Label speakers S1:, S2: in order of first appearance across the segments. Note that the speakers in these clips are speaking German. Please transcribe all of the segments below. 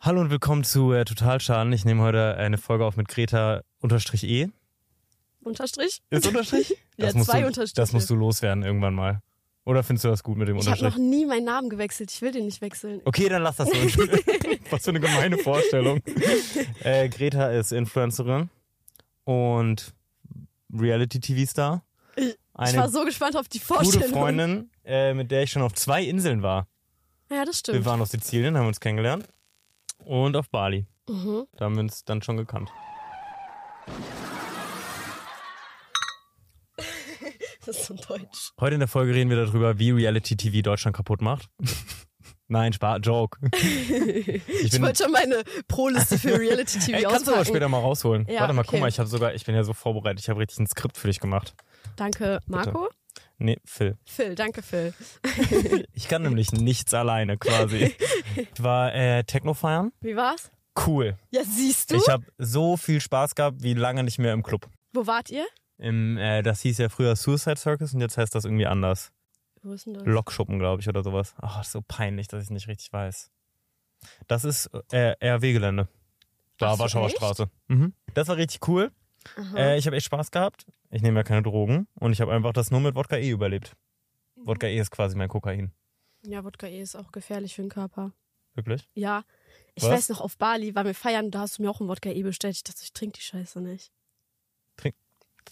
S1: Hallo und willkommen zu äh, Totalschaden. Ich nehme heute eine Folge auf mit Greta unterstrich E.
S2: Unterstrich?
S1: Ist Unterstrich?
S2: Ja,
S1: musst
S2: zwei
S1: du,
S2: Unterstriche.
S1: Das musst du loswerden irgendwann mal. Oder findest du das gut mit dem
S2: Ich habe
S1: Unterstrich?
S2: noch nie meinen Namen gewechselt. Ich will den nicht wechseln.
S1: Okay, dann lass das so. Was für eine gemeine Vorstellung. Äh, Greta ist Influencerin und Reality-TV-Star.
S2: Ich- ich war
S1: Eine
S2: so gespannt auf die
S1: gute
S2: Vorstellung.
S1: Freundin, äh, mit der ich schon auf zwei Inseln war.
S2: Ja,
S1: Wir
S2: das stimmt.
S1: waren auf Sizilien, haben uns kennengelernt. Und auf Bali.
S2: Mhm.
S1: Da haben wir uns dann schon gekannt.
S2: Das ist so deutsch.
S1: Heute in der Folge reden wir darüber, wie Reality TV Deutschland kaputt macht. Nein, Spaß, Joke.
S2: Ich,
S1: bin-
S2: wollte schon meine Pro-Liste für Reality TV
S1: Ey, kannst du aber
S2: auspacken.
S1: später mal rausholen.
S2: Ja,
S1: Warte mal, guck
S2: okay.
S1: mal, ich habe sogar, ich bin ja so vorbereitet, ich habe richtig ein Skript für dich gemacht.
S2: Danke, Marco.
S1: Nee, Phil.
S2: Phil, danke, Phil.
S1: Ich kann nämlich nichts alleine quasi. Ich war äh, Techno feiern.
S2: Wie war's?
S1: Cool.
S2: Ja, siehst du.
S1: Ich habe so viel Spaß gehabt, wie lange nicht mehr im Club.
S2: Wo wart ihr?
S1: Im, äh, das hieß ja früher Suicide Circus und jetzt heißt das irgendwie anders.
S2: Wo ist denn das?
S1: Lokschuppen, glaube ich, oder sowas. Ach, ist so peinlich, dass ich nicht richtig weiß. Das ist äh, RW-Gelände. Da,
S2: Ach so,
S1: Warschauer
S2: echt?
S1: Straße. Mhm. Das war richtig cool.
S2: Aha.
S1: Äh, ich habe echt Spaß gehabt. Ich nehme ja keine Drogen und ich habe einfach das nur mit Wodka E überlebt. Wodka E ist quasi mein Kokain.
S2: Ja, Wodka E ist auch gefährlich für den Körper.
S1: Wirklich?
S2: Ja. Ich
S1: Was?
S2: weiß noch, auf Bali waren wir feiern, da hast du mir auch einen Wodka E bestellt. Ich dachte, ich trinke die Scheiße nicht.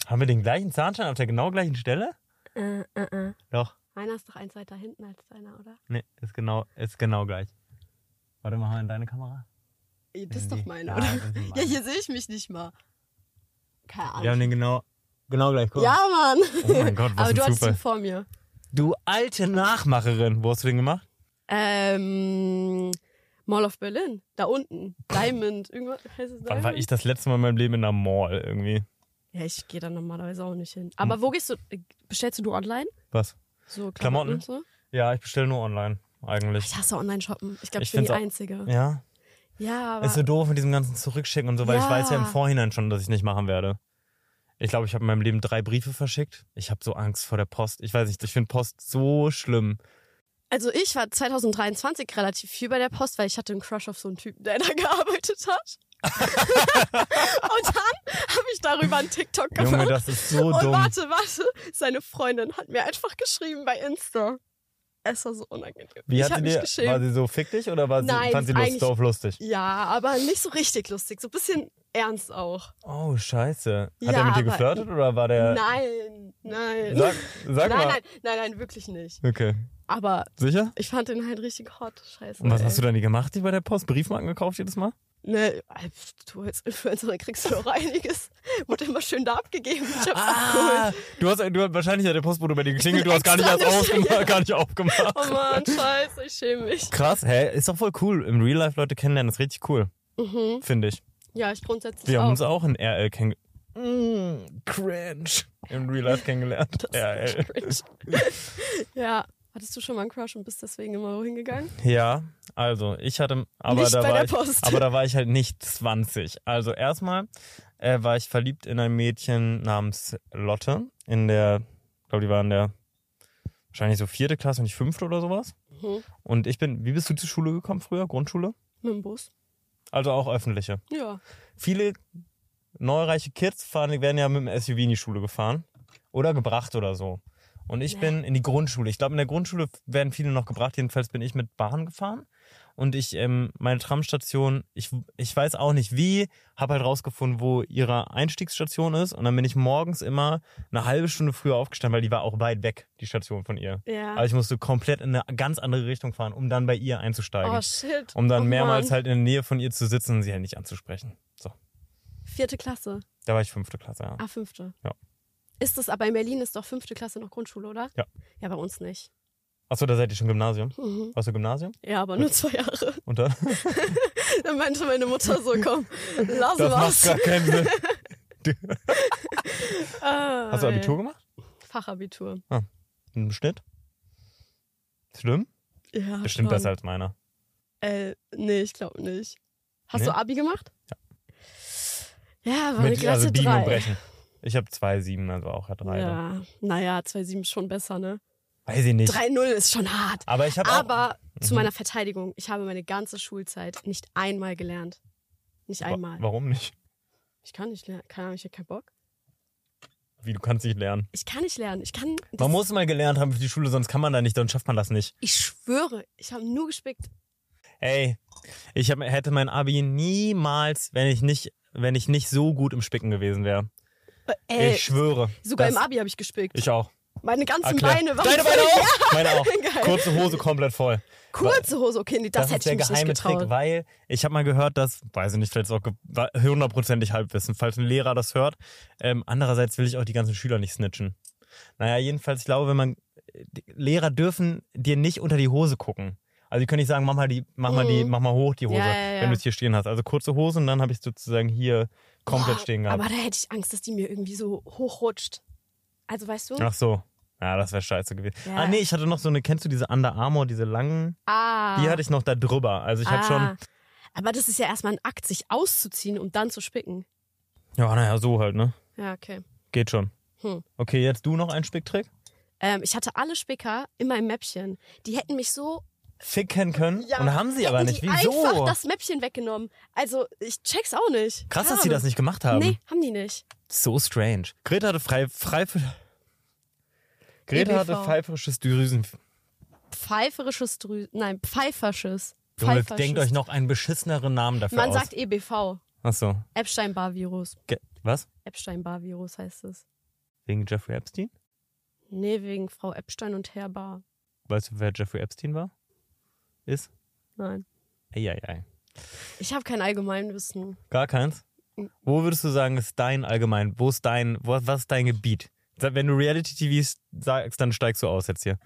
S1: Haben wir den gleichen Zahnstein auf der genau gleichen Stelle?
S2: Äh, äh, äh.
S1: Doch.
S2: Einer ist doch eins weiter hinten als deiner, oder?
S1: Nee, ist genau, ist genau gleich. Warte mal, haben wir in deine Kamera?
S2: Ey, Das ist doch
S1: Nee.
S2: meine,
S1: Äh, Ja,
S2: oder?
S1: das ist meine.
S2: Ja, hier sehe ich mich nicht mal. Keine
S1: Wir haben
S2: Ahnung.
S1: den genau, genau gleich. Guck.
S2: Ja, Mann.
S1: Oh mein Gott, was
S2: Aber
S1: ein
S2: du hattest
S1: Zufall.
S2: ihn vor mir.
S1: Du alte Nachmacherin. Wo hast du den gemacht?
S2: Ähm, Mall of Berlin, da unten. Diamond, irgendwas heißt es
S1: Wann
S2: Diamond?
S1: war ich das letzte Mal in meinem Leben in einer Mall irgendwie?
S2: Ja, ich gehe da normalerweise auch nicht hin. Aber wo gehst du? äh, Bestellst du online?
S1: Was?
S2: So
S1: Klamotten?
S2: Klamotten, und so? Ah,
S1: Ja, ich bestelle nur online eigentlich.
S2: Ich hasse Online-Shoppen. Ich glaube, ich,
S1: Ich
S2: bin die
S1: find's auch-
S2: Einzige.
S1: Ja, Also-
S2: Ja, aber
S1: ist so doof mit diesem ganzen Zurückschicken und so, weil ich
S2: Ja.
S1: weiß ja im Vorhinein schon, dass ich nicht machen werde. Ich glaube, ich habe in meinem Leben drei Briefe verschickt. Ich habe so Angst vor der Post. Ich weiß nicht, ich finde Post so schlimm.
S2: also ich war 2023 relativ viel bei der Post, weil ich hatte einen Crush auf so einen Typen, der da gearbeitet hat. und dann habe ich darüber einen TikTok gemacht.
S1: Junge, das ist so
S2: Und
S1: dumm.
S2: warte, warte, seine Freundin hat mir einfach geschrieben bei Insta. Es war so unangenehm.
S1: Wie
S2: ich
S1: hat
S2: hab
S1: sie
S2: mich
S1: dir, war
S2: geschämt.
S1: sie so fick dich oder war sie,
S2: Nein,
S1: fand sie Lust
S2: eigentlich-
S1: auf lustig?
S2: Ja, aber nicht so richtig lustig, so ein bisschen ernst auch.
S1: Oh, scheiße. Hat
S2: Ja,
S1: er mit dir
S2: aber-
S1: geflirtet oder war der...
S2: nein, nein.
S1: Äh. Sag, sag
S2: nein,
S1: mal.
S2: nein, nein, nein, wirklich nicht.
S1: Okay.
S2: Aber
S1: Sicher?
S2: ich fand den halt richtig hot. Scheiße.
S1: Und was
S2: ey.
S1: hast du dann die gemacht, die bei der Post? Briefmarken gekauft jedes Mal?
S2: Ne, als- du als Influencerin kriegst du doch einiges. Wurde immer schön da abgegeben. Ich hab's
S1: Ah,
S2: abgeholt.
S1: du hast, du, wahrscheinlich hat der Postbote bei dir geklingelt, du hast gar nicht
S2: Extra
S1: erst aufgemacht, gar nicht aufgemacht.
S2: Oh Mann, scheiße, ich schäme mich.
S1: Krass, hä? Ist doch voll cool. Im Real Life Leute kennenlernen, ist richtig cool,
S2: Mhm.
S1: finde ich.
S2: Ja, ich grundsätzlich
S1: Wir
S2: auch.
S1: haben uns auch in RL kennengelernt. Mm, cringe. Im Real Life kennengelernt. RL.
S2: ja. Hattest du schon mal einen Crush und bist deswegen immer wohin gegangen?
S1: Ja, also ich hatte, aber
S2: Nicht
S1: da
S2: bei
S1: war
S2: der
S1: ich,
S2: Post.
S1: aber da war ich halt nicht 20. Also erstmal äh, war ich verliebt in ein Mädchen namens Lotte in der, glaube die war in der wahrscheinlich so vierte Klasse und nicht fünfte oder sowas.
S2: Mhm.
S1: Und ich bin, wie bist du zur Schule gekommen früher? Grundschule?
S2: Mit dem Bus?
S1: Also auch öffentliche.
S2: Ja.
S1: Viele neureiche Kids fahren, werden ja mit dem SUV in die Schule gefahren oder gebracht oder so. Und ich
S2: Ja.
S1: bin in die Grundschule. Ich glaube, in der Grundschule werden viele noch gebracht. Jedenfalls bin ich mit Bahn gefahren. Und ich, ähm, meine Tramstation, ich, ich weiß auch nicht wie, habe halt rausgefunden, wo ihre Einstiegsstation ist. Und dann bin ich morgens immer eine halbe Stunde früher aufgestanden, weil die war auch weit weg, die Station von ihr. Aber
S2: Ja.
S1: ich musste komplett in eine ganz andere Richtung fahren, um dann bei ihr einzusteigen.
S2: Oh shit.
S1: um dann
S2: oh,
S1: mehrmals
S2: Mann.
S1: halt in der Nähe von ihr zu sitzen und sie halt nicht anzusprechen. So,
S2: Vierte Klasse.
S1: da war ich fünfte Klasse, ja.
S2: Ah, fünfte.
S1: Ja.
S2: Ist das, aber in Berlin ist doch fünfte Klasse noch Grundschule, oder?
S1: Ja.
S2: Ja, bei uns nicht.
S1: Achso, da seid ihr schon Gymnasium.
S2: Mhm.
S1: Warst du Gymnasium?
S2: Ja, aber nur zwei Jahre.
S1: Und dann?
S2: Dann meinte meine Mutter so, komm, lass
S1: Das macht
S2: was.
S1: gar keinen Sinn.
S2: Ah,
S1: Hast du Abitur gemacht?
S2: ey. Fachabitur.
S1: Mit einem Schnitt? Schlimm?
S2: Ja,
S1: Bestimmt
S2: schon.
S1: besser als meiner.
S2: Äh, nee, ich glaube nicht. Hast
S1: Nee?
S2: du Abi gemacht? Ja. Ja, war eine
S1: Mit,
S2: Klasse
S1: also biegen und
S2: drei.
S1: brechen. Ich habe zwei sieben, also auch ja drei.
S2: ja, naja, 2,7 ist schon besser, ne?
S1: Weiß ich nicht.
S2: 3-0 ist schon hart.
S1: Aber ich habe auch.
S2: Aber zu
S1: Mhm.
S2: meiner Verteidigung, ich habe meine ganze Schulzeit nicht einmal gelernt. Nicht
S1: Wa-
S2: einmal.
S1: Warum nicht?
S2: Ich kann nicht lernen. Keine Ahnung, ich habe keinen Bock.
S1: Wie, du kannst nicht lernen.
S2: Ich kann nicht lernen. Ich kann. das-
S1: Man muss mal gelernt haben für die Schule, sonst kann man da nicht, sonst schafft man das nicht.
S2: Ich schwöre, ich habe nur gespickt.
S1: Ey, ich hab, hätte mein Abi niemals, wenn ich nicht, wenn ich nicht so gut im Spicken gewesen wäre.
S2: Ey,
S1: Ich schwöre.
S2: Äh, sogar
S1: das-
S2: im Abi habe ich gespickt.
S1: Ich auch.
S2: Meine ganzen
S1: Erklär.
S2: Beine waren
S1: Deine Beine auch? Ah, Meine auch.
S2: Geil.
S1: Kurze Hose komplett voll.
S2: kurze Hose. Okay, nee, das,
S1: ist
S2: hätte
S1: der
S2: ich mich nicht
S1: geheime
S2: getraut.
S1: Trick, weil ich habe mal gehört, dass, weiß ich nicht, vielleicht ist auch ge- wa- hundertprozentig Halbwissen, falls ein Lehrer das hört. Ähm, andererseits will ich auch die ganzen Schüler nicht snitchen. Naja, jedenfalls, ich glaube, wenn man, die Lehrer dürfen dir nicht unter die Hose gucken. Also die können nicht sagen, mach mal die, mach mal die,
S2: Mhm.
S1: mach mal hoch die Hose,
S2: Ja, ja, ja.
S1: wenn du es hier stehen hast. Also kurze Hose und dann habe ich sozusagen hier komplett
S2: Boah,
S1: stehen gehabt.
S2: Aber da hätte ich Angst, dass die mir irgendwie so hochrutscht. Also weißt du?
S1: Ach so. Ja, das wäre scheiße gewesen.
S2: Ja.
S1: Ah, nee, ich hatte noch so eine, kennst du diese Under Armour, diese langen?
S2: Ah.
S1: Die hatte ich noch da drüber. Also ich habe
S2: ah.
S1: schon,
S2: Aber das ist ja erstmal ein Akt, sich auszuziehen, um dann zu spicken.
S1: ja, naja, so halt, ne?
S2: Ja, okay.
S1: Geht schon.
S2: Hm.
S1: Okay, jetzt du noch einen Spicktrick.
S2: Ähm, ich hatte alle Spicker in meinem Mäppchen. Die hätten mich so.
S1: Ficken können.
S2: Ja,
S1: und haben sie aber
S2: hätten
S1: nicht.
S2: Die
S1: Wieso?
S2: Einfach das Mäppchen weggenommen. Also, ich check's auch nicht.
S1: Krass,
S2: Keine
S1: dass sie das
S2: Ahnung.
S1: nicht gemacht haben.
S2: Nee, haben die nicht.
S1: So strange. Greta hatte frei, frei für. Greta
S2: EBV.
S1: hatte pfeiferisches Drüsen.
S2: Pfeiferisches Drü. Nein, pfeifersches.
S1: Junge,
S2: Pfeifersches.
S1: denkt euch noch einen beschisseneren Namen dafür
S2: Man
S1: aus.
S2: sagt EBV.
S1: Achso.
S2: Epstein-Barr-Virus.
S1: Ge was?
S2: Epstein-Barr-Virus heißt es.
S1: Wegen Jeffrey Epstein?
S2: Nee, wegen Frau Epstein und Herr Barr.
S1: Weißt du, wer Jeffrey Epstein war? Ist?
S2: Nein.
S1: Eieiei.
S2: Ich habe kein Allgemeinwissen.
S1: Gar keins? Wo würdest du sagen, ist dein allgemein? Wo ist dein, wo, was ist dein Gebiet? Sag, Wenn du Reality-TV sagst, dann steigst du aus jetzt hier.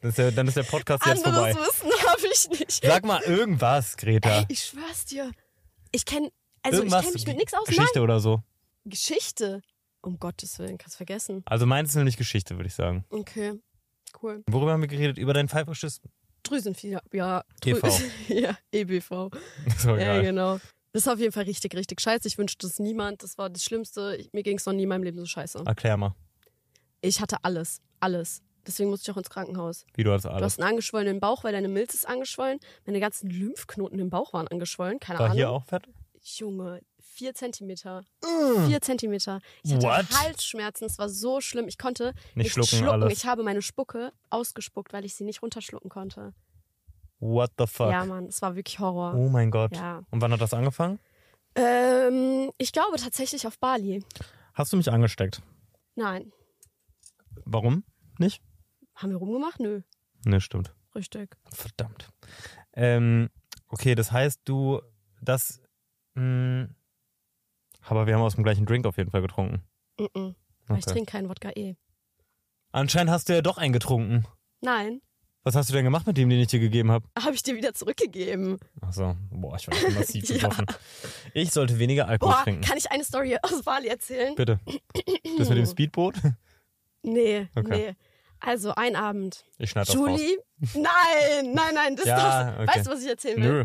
S1: Das ist der, dann ist der Podcast jetzt vorbei.
S2: Anderes Wissen habe ich nicht.
S1: Sag mal irgendwas, Greta.
S2: Ey, ich schwör's dir. Ich kenn, also
S1: irgendwas,
S2: ich kenn mich mit nichts aus.
S1: Geschichte oder so.
S2: Nein. Geschichte. Um Gottes Willen, kannst vergessen.
S1: Also meins ist nämlich Geschichte, würde ich sagen.
S2: Okay, cool.
S1: Worüber haben wir geredet? Über deinen Pfeifverschiss?
S2: Drüsenfieber, ja.
S1: TV.
S2: ja, EBV.
S1: Das war
S2: Ja,
S1: E geil.
S2: genau. Das ist auf jeden Fall richtig, richtig scheiße. Ich wünschte es niemand. Das war das Schlimmste. Ich, mir ging's noch nie in meinem Leben so scheiße.
S1: Erklär mal,
S2: Ich hatte alles. Alles. Deswegen musste ich auch ins Krankenhaus.
S1: wie du das
S2: Du
S1: alles.
S2: hast einen angeschwollenen Bauch, weil deine Milz ist angeschwollen. Meine ganzen Lymphknoten im Bauch waren angeschwollen. Keine
S1: War
S2: Ahnung.
S1: hier auch fett?
S2: Junge, vier Zentimeter. Vier Zentimeter. Ich hatte
S1: What?
S2: Halsschmerzen. Es war so schlimm. Ich konnte
S1: Nicht schlucken, alles.
S2: Ich habe meine Spucke ausgespuckt, weil ich sie nicht runterschlucken konnte.
S1: What the fuck?
S2: Ja, Mann, es war wirklich Horror.
S1: oh mein Gott.
S2: Ja.
S1: Und wann hat das angefangen?
S2: Ähm, ich glaube tatsächlich auf Bali.
S1: Hast du mich angesteckt?
S2: Nein.
S1: Warum? Nicht?
S2: Haben wir rumgemacht? Nö.
S1: Ne, stimmt.
S2: Richtig.
S1: Verdammt. Ähm, okay, das heißt, du, das. Mh, aber wir haben aus dem gleichen Drink auf jeden Fall getrunken.
S2: Mm-mm. Weil ich
S1: Okay.
S2: trinke keinen Wodka eh.
S1: Anscheinend hast du ja doch einen getrunken.
S2: Nein.
S1: Was hast du denn gemacht mit dem, den ich dir gegeben habe?
S2: Habe ich dir wieder zurückgegeben.
S1: Achso, boah, ich war schon massiv
S2: Ja.
S1: betroffen. Ich sollte weniger Alkohol
S2: Boah,
S1: trinken.
S2: kann ich eine Story aus Bali erzählen?
S1: Bitte. Das mit dem Speedboot?
S2: Nee,
S1: Okay.
S2: nee. Also ein Abend.
S1: Ich schneide das raus.
S2: Julie? Nein, nein, nein, das
S1: Ja,
S2: darfst
S1: okay.
S2: Weißt du, was ich erzählen
S1: Nö.
S2: will?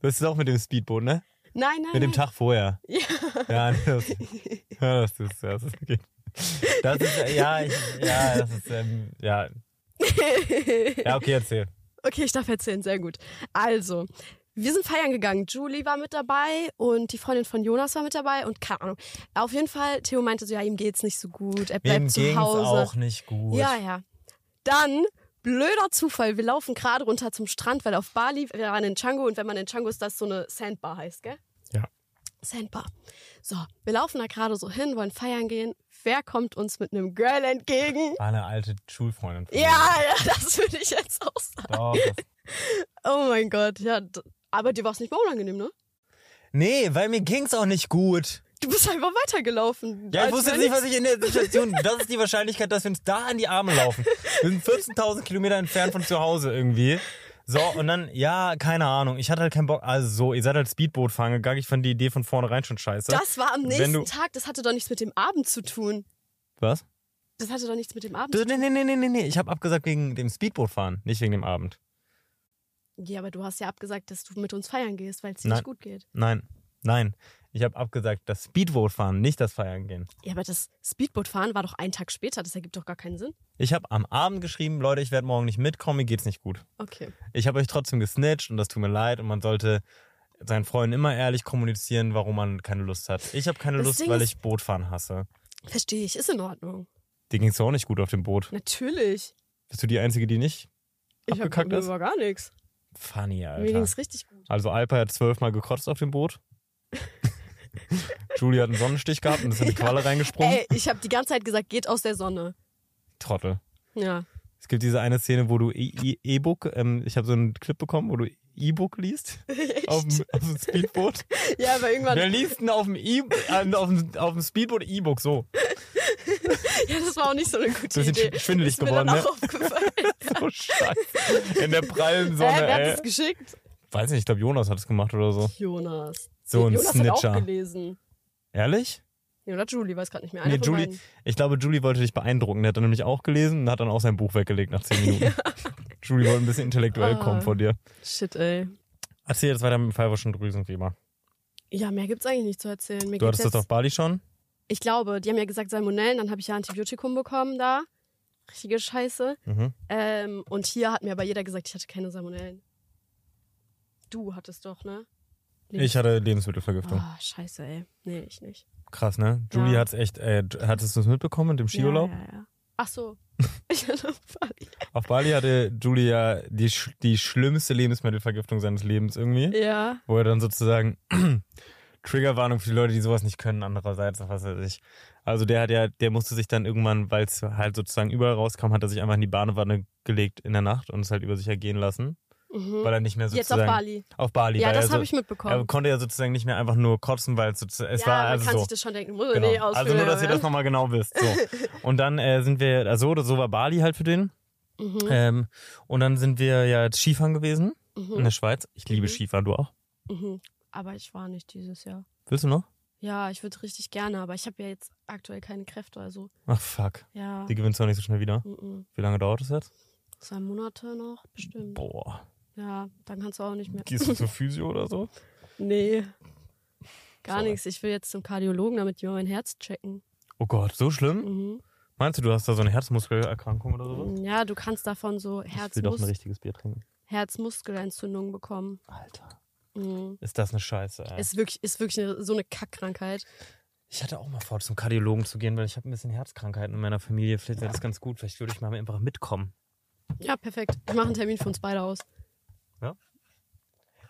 S1: Das ist auch mit dem Speedboot, ne?
S2: Nein, nein.
S1: Mit dem
S2: nein.
S1: Tag vorher.
S2: Ja.
S1: Ja, nee, das, ja, das ist, das ist okay. Das ist, äh, ja, ich, ja, das ist, ähm, ja. Ja, okay, erzähl.
S2: Okay, ich darf erzählen, sehr gut. Also, wir sind feiern gegangen. Julie war mit dabei und die Freundin von Jonas war mit dabei und keine Ahnung. Auf jeden Fall, Theo meinte so, ja, ihm geht's nicht so gut, er bleibt
S1: Wem
S2: zu
S1: ging's
S2: Hause.
S1: auch nicht gut.
S2: Ja, ja. Dann, blöder Zufall, wir laufen gerade runter zum Strand, weil auf Bali, wir waren in Canggu und wenn man in Canggu ist, das so eine Sandbar heißt, gell?
S1: Ja.
S2: Sandbar. So, wir laufen da gerade so hin, wollen feiern gehen. Wer kommt uns mit einem Girl entgegen?
S1: War eine alte Schulfreundin. von
S2: Ja,
S1: mir.
S2: ja, das würde ich jetzt auch sagen.
S1: Doch, das,
S2: Oh mein Gott, ja. d- Aber dir war es nicht mal unangenehm, ne?
S1: nee, weil mir ging's auch nicht gut.
S2: Du bist einfach weitergelaufen.
S1: Ja, ich
S2: als
S1: wusste jetzt
S2: wenn
S1: nicht, was ich in der Situation. Das ist die Wahrscheinlichkeit, dass wir uns da an die Arme laufen. Wir sind 14.000 Kilometer entfernt von zu Hause irgendwie. So, und dann, ja, keine Ahnung. Ich hatte halt keinen Bock. Also, so, ihr seid halt Speedboot fahren gegangen. Ich fand die Idee von vornherein schon scheiße.
S2: Das war am
S1: Wenn
S2: nächsten
S1: du-
S2: Tag, das hatte doch nichts mit dem Abend zu tun.
S1: Was?
S2: Das hatte doch nichts mit dem Abend
S1: Du,
S2: zu
S1: nee, nee, nee, nee, nee, nee. Ich habe abgesagt wegen dem Speedboot fahren, nicht wegen dem Abend.
S2: Ja, aber du hast ja abgesagt, dass du mit uns feiern gehst, weil es dir
S1: Nein.
S2: nicht gut geht.
S1: Nein, nein. Ich habe abgesagt, das Speedboot fahren, nicht das Feiern gehen.
S2: Ja, aber das Speedboot-Fahren war doch einen Tag später. Das ergibt doch gar keinen Sinn.
S1: Ich habe am Abend geschrieben, Leute, ich werde morgen nicht mitkommen, mir geht's nicht gut.
S2: Okay.
S1: Ich habe euch trotzdem gesnitcht und das tut mir leid und man sollte seinen Freunden immer ehrlich kommunizieren, warum man keine Lust hat. Ich habe keine
S2: Das
S1: Lust,
S2: Ding
S1: weil
S2: ist-
S1: ich Bootfahren hasse.
S2: Verstehe ich. Ist in Ordnung.
S1: Dir ging's ja auch nicht gut auf dem Boot.
S2: Natürlich.
S1: Bist du die Einzige, die nicht?
S2: Ich habe
S1: Abgekackt ist?
S2: über gar nichts.
S1: Funny,
S2: Mir
S1: Alter.
S2: ging's richtig gut.
S1: Also Alpa hat zwölfmal gekotzt auf dem Boot. Julia hat einen Sonnenstich gehabt und ist in die
S2: Ja.
S1: Qualle reingesprungen.
S2: Ey, ich habe die ganze Zeit gesagt, geht aus der Sonne.
S1: Trottel.
S2: Ja.
S1: Es gibt diese eine Szene, wo du E- E- E-Book, ähm, ich habe so einen Clip bekommen, wo du E-Book liest auf dem, auf dem Speedboot.
S2: Ja, aber irgendwann.
S1: Wer liest denn auf dem, e äh, auf dem, auf dem Speedboot E-Book so?
S2: Ja, das war auch nicht so eine gute
S1: Bisschen
S2: Idee.
S1: sch- schwindelig
S2: Ist mir
S1: geworden,
S2: dann
S1: ne?
S2: auch aufgefallen.
S1: So scheiße. In der prallen
S2: Hä,
S1: Sonne, äh.
S2: wer hat
S1: ey.
S2: das geschickt?
S1: Weiß nicht, ich glaube Jonas hat es gemacht oder so.
S2: Jonas.
S1: So ein
S2: Jonas hat auch
S1: Snitcher.
S2: gelesen.
S1: Ehrlich?
S2: Ja, oder Julie, weiß gerade nicht mehr. Einer
S1: Nee,
S2: von
S1: Julie-
S2: beiden.
S1: Ich glaube, Julie wollte dich beeindrucken. Der hat dann nämlich auch gelesen und hat dann auch sein Buch weggelegt nach zehn Minuten. Julie wollte ein bisschen intellektuell
S2: Ah.
S1: kommen von dir.
S2: Shit, ey.
S1: Erzähl jetzt weiter mit dem Pfeiferschen Drüsenfieber.
S2: Ja, mehr gibt's eigentlich nicht zu erzählen. Mir
S1: Du hattest
S2: geht's
S1: das auf Bali schon?
S2: Ich glaube, die haben ja gesagt Salmonellen, dann habe ich ja Antibiotikum bekommen da. Richtige Scheiße.
S1: Mhm.
S2: Ähm, und hier hat mir aber jeder gesagt, ich hatte keine Salmonellen. Du hattest doch, ne?
S1: Ich hatte Lebensmittelvergiftung.
S2: Ah, scheiße, ey. Nee, ich nicht.
S1: Krass, ne? Julie
S2: Ja.
S1: hat's echt, äh, Ju- hattest du es mitbekommen mit dem Skiurlaub?
S2: Ja, ja, ja. Ach so. Ich hatte Bali.
S1: Auf Bali hatte Julie ja die, sch- die schlimmste Lebensmittelvergiftung seines Lebens irgendwie,
S2: Ja.
S1: wo er dann sozusagen Triggerwarnung für die Leute, die sowas nicht können, andererseits, was weiß ich. Also der hat ja, der musste sich dann irgendwann, weil es halt sozusagen überall rauskam, hat er sich einfach in die Badewanne gelegt in der Nacht und es halt über sich ergehen lassen,
S2: Mhm.
S1: weil er nicht mehr
S2: Jetzt
S1: sozusagen
S2: auf Bali.
S1: auf Bali,
S2: Ja,
S1: weil
S2: das
S1: er, so,
S2: habe ich
S1: er
S2: mitbekommen.
S1: konnte ja sozusagen nicht mehr einfach nur kotzen, weil es, sozusagen- es
S2: ja,
S1: war
S2: man
S1: also
S2: kann
S1: so.
S2: sich das schon denken. Muss
S1: Genau.
S2: genau. nee,
S1: also nur, dass ihr das nochmal genau wisst. So. Und dann äh, sind wir, also so war Bali halt für den.
S2: Mhm.
S1: Ähm, und dann sind wir ja jetzt Skifahren gewesen in
S2: Mhm.
S1: der Schweiz. Ich liebe
S2: Mhm.
S1: Skifahren, du auch.
S2: Mhm. Aber ich war nicht dieses Jahr.
S1: Willst du noch?
S2: Ja, ich würde richtig gerne, aber ich habe ja jetzt aktuell keine Kräfte. Also,
S1: Ach fuck,
S2: ja.
S1: die gewinnst du auch nicht so schnell wieder.
S2: Mhm.
S1: Wie lange dauert das jetzt?
S2: Zwei Monate noch, bestimmt.
S1: Boah.
S2: Ja, dann kannst du auch nicht mehr.
S1: Gehst du zur Physio oder so?
S2: Nee. Gar
S1: Sorry.
S2: nichts. Ich will jetzt zum Kardiologen, damit die mal mein Herz checken.
S1: Oh Gott, so schlimm?
S2: Mhm.
S1: Meinst du, du hast da so eine Herzmuskelerkrankung oder so?
S2: Ja, du kannst davon so
S1: Mhm. Ich will doch ein
S2: Herzmus
S1: richtiges Bier trinken.
S2: Herzmuskelentzündung bekommen.
S1: Alter.
S2: Mhm.
S1: Ist das eine Scheiße, ey.
S2: Ist wirklich, ist wirklich eine, so eine Kackkrankheit.
S1: Ich hatte auch mal vor, zum Kardiologen zu gehen, weil ich habe ein bisschen Herzkrankheiten in meiner Familie. Vielleicht wäre das ganz gut. Vielleicht würde ich mal einfach mitkommen.
S2: Ja, perfekt. Ich mache einen Termin für uns beide aus.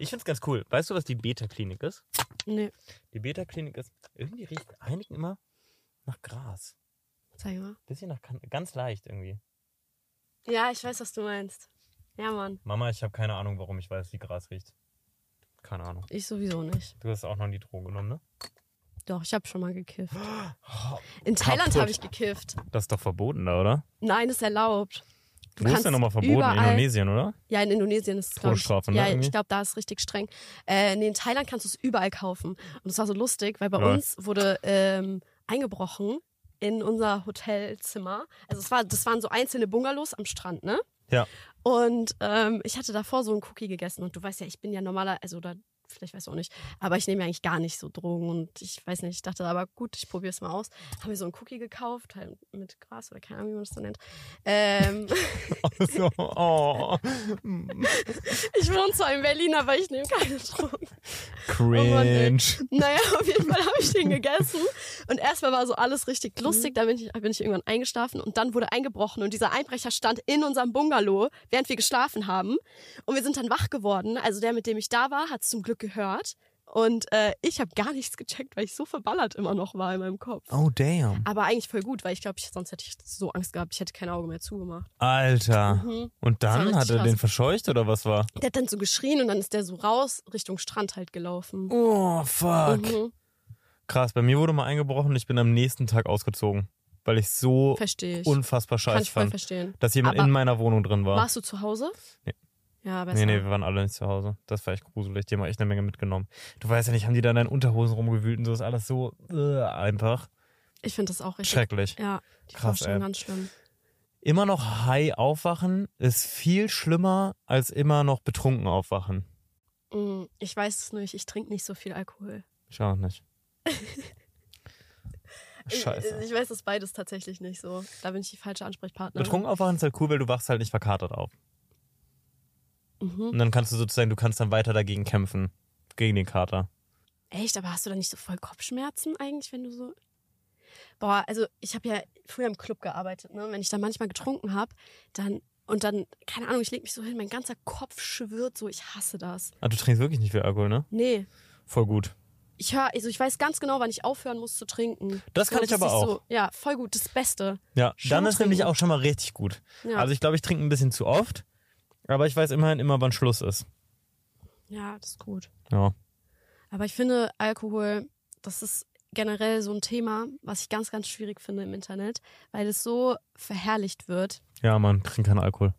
S1: Ich finde es ganz cool. Weißt du, was die Beta-Klinik ist?
S2: Nee,
S1: Die Beta-Klinik ist, irgendwie riecht einigen immer nach Gras.
S2: zeig mal.
S1: Bisschen nach, kan- ganz leicht irgendwie.
S2: Ja, ich weiß, was du meinst. Ja, Mann.
S1: Mama, ich habe keine Ahnung, warum ich weiß, wie Gras riecht. Keine Ahnung.
S2: Ich sowieso nicht.
S1: Du hast auch noch nie Drogen genommen, ne?
S2: Doch, ich habe schon mal gekifft. In Thailand
S1: Kaputt.
S2: habe ich gekifft.
S1: Das ist doch verboten da, oder?
S2: Nein, ist erlaubt. Du
S1: Wo ist
S2: kannst
S1: denn nochmal verboten?
S2: überall-
S1: Indonesien, oder?
S2: Ja, in Indonesien ist es glaub ich-
S1: Todesstrafe, ne,
S2: Ja,
S1: irgendwie?
S2: ich glaube, da ist richtig streng. Äh, nee, in Thailand kannst du es überall kaufen. Und es war so lustig, weil bei
S1: Lol.
S2: uns wurde ähm, eingebrochen in unser Hotelzimmer. Also es war, das waren so einzelne Bungalows am Strand, ne?
S1: Ja.
S2: Und ähm, ich hatte davor so einen Cookie gegessen und du weißt ja, ich bin ja normaler, also oder vielleicht weißt du auch nicht, aber ich nehme ja eigentlich gar nicht so Drogen und ich weiß nicht, ich dachte aber gut, ich probiere es mal aus. Haben wir so einen Cookie gekauft, halt mit Gras oder keine Ahnung, wie man das so nennt. Ähm,
S1: so, oh.
S2: ich wohne zwar in Berlin, aber ich nehme keine Drogen.
S1: Cringe.
S2: Naja, auf jeden Fall habe ich den gegessen. Und erstmal war so alles richtig lustig. Dann bin ich, bin ich irgendwann eingeschlafen und dann wurde eingebrochen. Und dieser Einbrecher stand in unserem Bungalow, während wir geschlafen haben. Und wir sind dann wach geworden. Also der, mit dem ich da war, hat es zum Glück gehört. Und äh, ich habe gar nichts gecheckt, weil ich so verballert immer noch war in meinem Kopf.
S1: oh, damn.
S2: Aber eigentlich voll gut, weil ich glaube, ich, sonst hätte ich so Angst gehabt, ich hätte kein Auge mehr zugemacht.
S1: Alter.
S2: Mhm.
S1: Und
S2: war
S1: dann
S2: richtig
S1: hat er
S2: krass.
S1: den verscheucht oder was war?
S2: Der hat dann so geschrien und dann ist der so raus Richtung Strand halt gelaufen.
S1: Oh, fuck.
S2: Mhm.
S1: Krass, bei mir wurde mal eingebrochen und ich bin am nächsten Tag ausgezogen, weil ich so
S2: Verstehe ich.
S1: unfassbar
S2: Kann
S1: scheiße
S2: ich voll
S1: fand,
S2: verstehen.
S1: dass jemand
S2: Aber-
S1: in meiner Wohnung drin war.
S2: Warst du zu Hause?
S1: Nee.
S2: Ja, besser.
S1: Nee, nee, wir waren alle nicht zu Hause. Das war echt gruselig. Die haben echt eine Menge mitgenommen. Du weißt ja nicht, haben die da in deinen Unterhosen rumgewühlt und so ist alles so äh, einfach
S2: Ich finde das auch richtig.
S1: schrecklich.
S2: Ja, die
S1: Krass,
S2: Vorstellung
S1: ey.
S2: ganz schlimm.
S1: Immer noch high aufwachen ist viel schlimmer als immer noch betrunken aufwachen.
S2: Mm, Ich weiß es nicht, ich trinke nicht so viel Alkohol.
S1: Ich auch nicht. Scheiße.
S2: Ich weiß das beides tatsächlich nicht so. Da bin ich die falsche Ansprechpartnerin.
S1: Betrunken aufwachen ist halt cool, weil du wachst halt nicht verkatert auf.
S2: Mhm.
S1: Und dann kannst du sozusagen, du kannst dann weiter dagegen kämpfen. Gegen den Kater.
S2: Echt, aber hast du da nicht so voll Kopfschmerzen eigentlich, wenn du so. Boah, also ich habe ja früher im Club gearbeitet, ne? Wenn ich dann manchmal getrunken habe, dann. Und dann, keine Ahnung, ich leg mich so hin, mein ganzer Kopf schwirrt so, ich hasse das.
S1: Ah, du trinkst wirklich nicht viel Alkohol, ne?
S2: Nee,
S1: Voll gut.
S2: ich höre, also ich weiß ganz genau, wann ich aufhören muss zu trinken.
S1: Das kann
S2: So,
S1: ich
S2: dass
S1: aber auch.
S2: So, ja, voll gut, das Beste.
S1: Ja,
S2: Schon
S1: dann ist nämlich
S2: trinken.
S1: auch schon mal richtig gut.
S2: Ja,
S1: Also ich glaube, ich trinke ein bisschen zu oft, aber ich weiß immerhin immer, wann Schluss ist.
S2: ja, das ist gut.
S1: Ja.
S2: Aber ich finde, Alkohol, das ist generell so ein Thema, was ich ganz, ganz schwierig finde im Internet, weil es so verherrlicht wird.
S1: Ja, man, trink keinen Alkohol.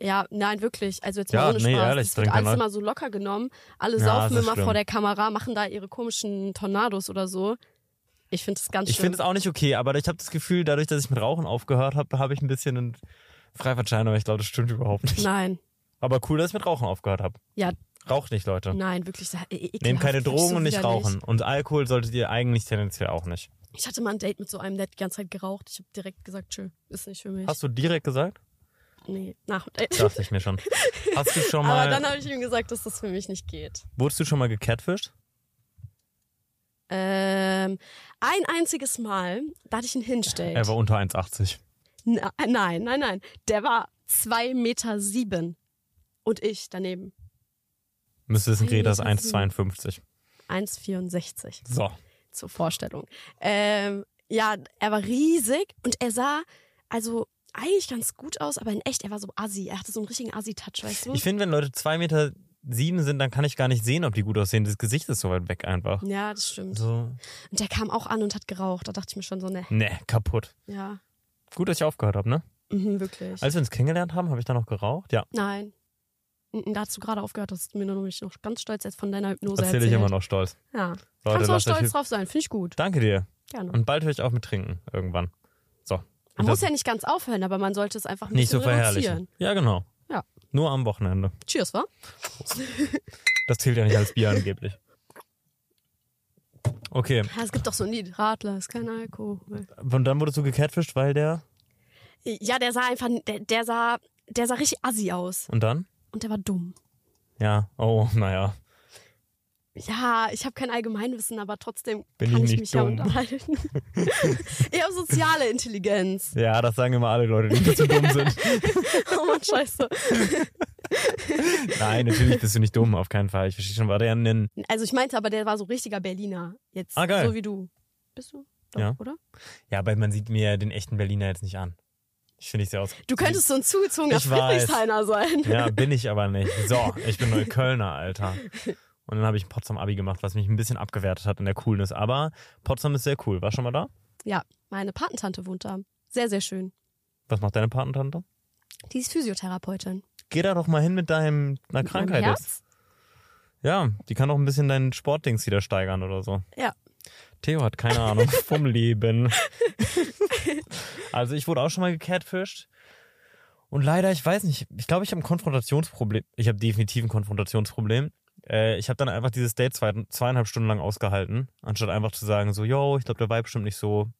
S2: Ja, nein, wirklich. Also jetzt
S1: Ja,
S2: mal ohne
S1: nee,
S2: Spaß.
S1: ehrlich,
S2: das wird
S1: trinkt
S2: alles
S1: keiner.
S2: immer so locker genommen. Alle
S1: Ja,
S2: saufen
S1: das ist
S2: immer
S1: schlimm.
S2: vor der Kamera, machen da ihre komischen Tornados oder so. Ich finde das ganz
S1: Ich
S2: schlimm.
S1: finde es auch nicht okay, aber ich habe das Gefühl, dadurch, dass ich mit Rauchen aufgehört habe, habe ich ein bisschen einen Freifahrtschein, aber ich glaube, das stimmt überhaupt nicht.
S2: nein,
S1: Aber cool, dass ich mit Rauchen aufgehört habe.
S2: Ja.
S1: Raucht nicht, Leute.
S2: nein, wirklich. sehr e- ekelhaft.
S1: Nehmt keine
S2: Wirklich
S1: Drogen
S2: so
S1: und nicht
S2: widerlich.
S1: rauchen. Und Alkohol solltet ihr eigentlich tendenziell auch nicht.
S2: Ich hatte mal ein Date mit so einem, der hat die ganze Zeit geraucht. Ich habe direkt gesagt, tschö, ist nicht für mich.
S1: Hast du direkt gesagt?
S2: nee, nach dem Date.
S1: Dachte ich mir schon. Hast du schon
S2: Aber
S1: mal,
S2: dann habe ich ihm gesagt, dass das für mich nicht geht.
S1: wurdest du schon mal gecatfished?
S2: Ähm, ein einziges Mal, da hatte ich einen Hinstellt.
S1: Er war unter 1,80.
S2: Na, äh, nein, nein, nein. Der war 2,7 Meter sieben. und ich daneben
S1: Müsst wissen, Greta ist
S2: Zwei Meter
S1: 1,52.
S2: 1,64
S1: So.
S2: zur Vorstellung. Ähm, ja, er war riesig und er sah also eigentlich ganz gut aus, aber in echt, er war so assi. Er hatte so einen richtigen Assi-Touch, weißt du?
S1: Ich finde, wenn Leute 2,7 Meter sieben sind, dann kann ich gar nicht sehen, ob die gut aussehen. Das Gesicht ist so weit weg einfach.
S2: ja, das stimmt.
S1: So,
S2: Und der kam auch an und hat geraucht. Da dachte ich mir schon so, ne,
S1: ne, kaputt.
S2: ja,
S1: Gut, dass ich aufgehört habe, ne?
S2: mhm, wirklich.
S1: Als wir uns kennengelernt haben, habe ich da noch geraucht? Ja,
S2: Nein. N- Da hast du gerade aufgehört, das ist mir nur nämlich noch ganz stolz jetzt von deiner Hypnose
S1: erzähle ich
S2: erzählt.
S1: immer noch stolz.
S2: Ja.
S1: Leute,
S2: Kannst du auch
S1: lasst euch
S2: stolz
S1: hilf-
S2: drauf sein, finde ich gut.
S1: Danke dir.
S2: Gerne.
S1: Und bald höre ich auf mit Trinken, irgendwann. So.
S2: Man
S1: Und
S2: muss
S1: das-
S2: ja nicht ganz aufhören, aber man sollte es einfach ein
S1: nicht so
S2: bisschen reduzieren.
S1: verherrlichen. Ja, genau.
S2: Ja.
S1: Nur am Wochenende.
S2: Cheers, wa?
S1: Das zählt ja nicht als Bier angeblich. Okay,
S2: Ja, es gibt doch so ein Lied, Radler ist kein Alkohol.
S1: und dann wurdest du gecatfished, weil der...
S2: Ja, der sah einfach, der, der sah, der sah richtig assi aus.
S1: Und dann?
S2: Und der war dumm.
S1: Ja, oh, naja.
S2: Ja, ich habe kein Allgemeinwissen, aber trotzdem
S1: Bin
S2: kann
S1: ich nicht
S2: ich, mich
S1: dumm?
S2: ja unterhalten. ich habe soziale Intelligenz.
S1: Ja, das sagen immer alle Leute, die nicht so dumm sind.
S2: Oh Mann, scheiße.
S1: Nein, natürlich bist du nicht dumm, auf keinen Fall. Ich verstehe schon, war der ein...
S2: Also ich meinte aber, der war so richtiger Berliner. Jetzt,
S1: Ah, geil.
S2: so wie du. Bist du? Doch,
S1: Ja.
S2: oder?
S1: Ja, aber man sieht mir den echten Berliner jetzt nicht an. Ich finde ich sehr aus.
S2: Du könntest so ein zugezogener
S1: Ich weiß.
S2: Friedrichshainer sein.
S1: Ja, bin ich aber nicht. So, ich bin Neuköllner, Alter. Und dann habe ich ein Potsdam-Abi gemacht, was mich ein bisschen abgewertet hat in der Coolness. Aber Potsdam ist sehr cool. Warst du schon mal da?
S2: Ja, meine Patentante wohnt da. Sehr, sehr schön.
S1: Was macht deine Patentante?
S2: Die ist Physiotherapeutin.
S1: Geh da doch mal hin mit deinem, einer Krankheit
S2: Mein
S1: jetzt.
S2: Herz?
S1: Ja, die kann doch ein bisschen deinen Sportdings wieder steigern oder so.
S2: Ja.
S1: Theo hat keine Ahnung vom Leben. also ich wurde auch schon mal gecatfished. Und leider, ich weiß nicht, ich glaube, ich habe ein Konfrontationsproblem. Ich habe definitiv ein Konfrontationsproblem. Äh, ich habe dann einfach dieses Date zwei, zweieinhalb Stunden lang ausgehalten, anstatt einfach zu sagen so, yo, ich glaube, der Vibe stimmt nicht so.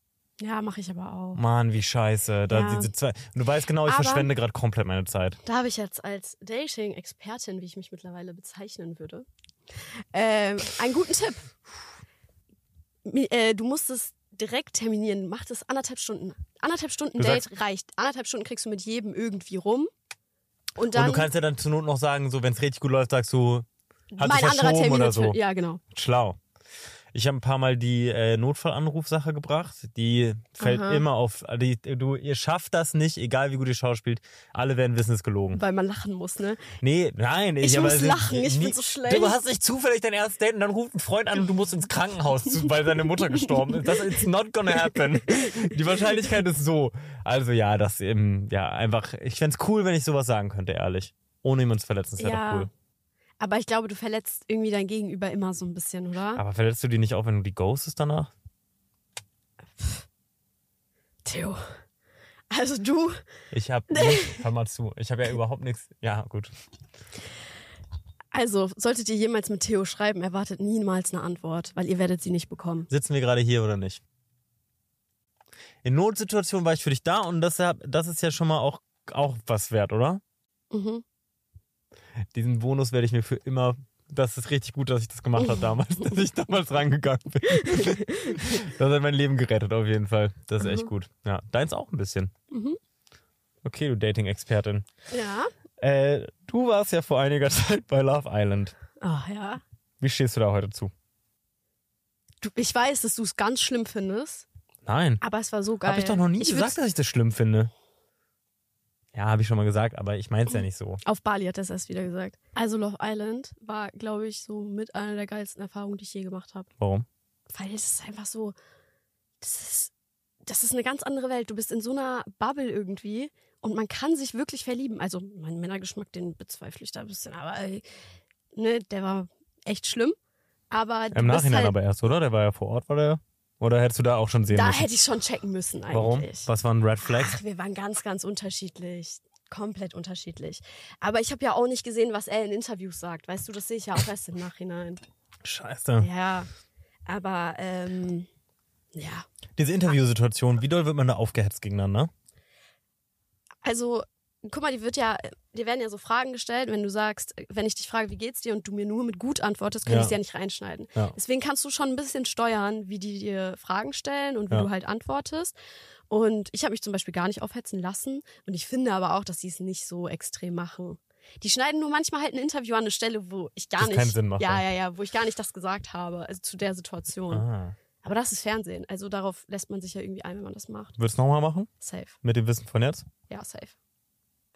S2: Ja, mache ich aber auch.
S1: Mann, wie scheiße. Da
S2: Ja.
S1: diese zwei. Und du weißt genau, ich
S2: Aber-
S1: verschwende gerade komplett meine Zeit.
S2: Da habe ich jetzt als Dating-Expertin, wie ich mich mittlerweile bezeichnen würde, ähm, einen guten Tipp. Mi- Äh, du musst es direkt terminieren. Mach das anderthalb Stunden. Anderthalb Stunden
S1: Du
S2: Date reicht. Anderthalb Stunden kriegst du mit jedem irgendwie rum. Und
S1: Und
S2: dann
S1: du kannst ja dann zur Not noch sagen, so wenn es richtig gut läuft, sagst du hat sich
S2: mein anderer
S1: verschoben
S2: Termin
S1: oder
S2: ist für-
S1: so.
S2: Ja, genau.
S1: schlau. Ich habe ein paar Mal die äh, Notfallanrufsache gebracht. Die fällt
S2: Aha.
S1: immer auf. Die, du, ihr schafft das nicht, egal wie gut ihr schauspielt. Alle werden wissen, es ist gelogen.
S2: Weil man lachen muss, ne?
S1: Nee, nein.
S2: Ich
S1: aber
S2: muss
S1: es ist
S2: lachen, ich bin so schlecht.
S1: Du hast nicht zufällig dein erstes Date und dann ruft ein Freund an und du musst ins Krankenhaus, zu, weil seine Mutter gestorben ist. Das ist not gonna happen. Die Wahrscheinlichkeit ist so. Also ja, das eben, ja, einfach. Ich fänd's cool, wenn ich sowas sagen könnte, ehrlich. Ohne jemanden zu verletzen, das wäre
S2: Ja.
S1: doch cool.
S2: Aber ich glaube, du verletzt irgendwie dein Gegenüber immer so ein bisschen, oder?
S1: Aber verletzt du die nicht auch, wenn du die ghostest danach?
S2: Theo. Also du,
S1: Ich habe, hör mal zu, ich habe ja überhaupt nichts. Ja, gut.
S2: Also, solltet ihr jemals mit Theo schreiben, erwartet niemals eine Antwort, weil ihr werdet sie nicht bekommen.
S1: Sitzen wir gerade hier oder nicht? In Notsituationen war ich für dich da und das, das ist ja schon mal auch, auch was wert, oder?
S2: Mhm.
S1: Diesen Bonus werde ich mir für immer. Das ist richtig gut, dass ich das gemacht habe damals, dass ich damals rangegangen bin. das hat mein Leben gerettet, auf jeden Fall. Das ist echt gut. Ja, deins auch ein bisschen.
S2: Mhm.
S1: Okay, du Dating-Expertin.
S2: Ja.
S1: Äh, du warst ja vor einiger Zeit bei Love Island.
S2: Ach ja.
S1: Wie stehst du da heute zu?
S2: Du, ich weiß, dass du es ganz schlimm findest,
S1: Nein.
S2: aber es war so geil.
S1: Habe ich doch noch nie
S2: Ich würd's-
S1: gesagt, dass ich das schlimm finde. Ja, habe ich schon mal gesagt, aber ich
S2: Hm.
S1: meins ja nicht so.
S2: Auf Bali hat er es erst wieder gesagt. Also Love Island war, glaube ich, so mit einer der geilsten Erfahrungen, die ich je gemacht habe.
S1: Warum?
S2: Weil es ist einfach so, das ist, das ist eine ganz andere Welt. Du bist in so einer Bubble irgendwie und man kann sich wirklich verlieben. Also mein Männergeschmack, den bezweifle ich da ein bisschen, aber äh, ne, der war echt schlimm. Aber du
S1: Im
S2: bist
S1: Nachhinein
S2: halt,
S1: aber erst, oder? Der war ja vor Ort, war der? Oder hättest du da auch schon sehen
S2: da
S1: müssen?
S2: hätte ich schon checken müssen eigentlich.
S1: Warum? Was waren Red Flags?
S2: Ach, wir waren ganz, ganz unterschiedlich. Komplett unterschiedlich. Aber ich habe ja auch nicht gesehen, was er in Interviews sagt. Weißt du, das sehe ich ja auch erst im Nachhinein.
S1: Scheiße.
S2: Ah, Ja. Aber, ähm, ja.
S1: Diese Interviewsituation, wie doll wird man da aufgehetzt gegeneinander?
S2: Also, guck mal, die wird ja, dir werden ja so Fragen gestellt, wenn du sagst, wenn ich dich frage, wie geht's dir und du mir nur mit gut antwortest, kann
S1: Ja.
S2: ich es ja nicht reinschneiden.
S1: Ja.
S2: Deswegen kannst du schon ein bisschen steuern, wie die dir Fragen stellen und wie
S1: Ja.
S2: du halt antwortest. Und ich habe mich zum Beispiel gar nicht aufhetzen lassen. Und ich finde aber auch, dass sie es nicht so extrem machen. Die schneiden nur manchmal halt ein Interview an eine Stelle, wo ich gar
S1: Das
S2: nicht.
S1: keinen Sinn macht,
S2: Ja,
S1: ja.
S2: ja, ja, wo ich gar nicht das gesagt habe, also zu der Situation.
S1: Ah.
S2: Aber das ist Fernsehen. Also darauf lässt man sich ja irgendwie ein, wenn man das macht.
S1: Würdest du nochmal machen?
S2: Safe.
S1: Mit dem Wissen von jetzt?
S2: Ja, safe.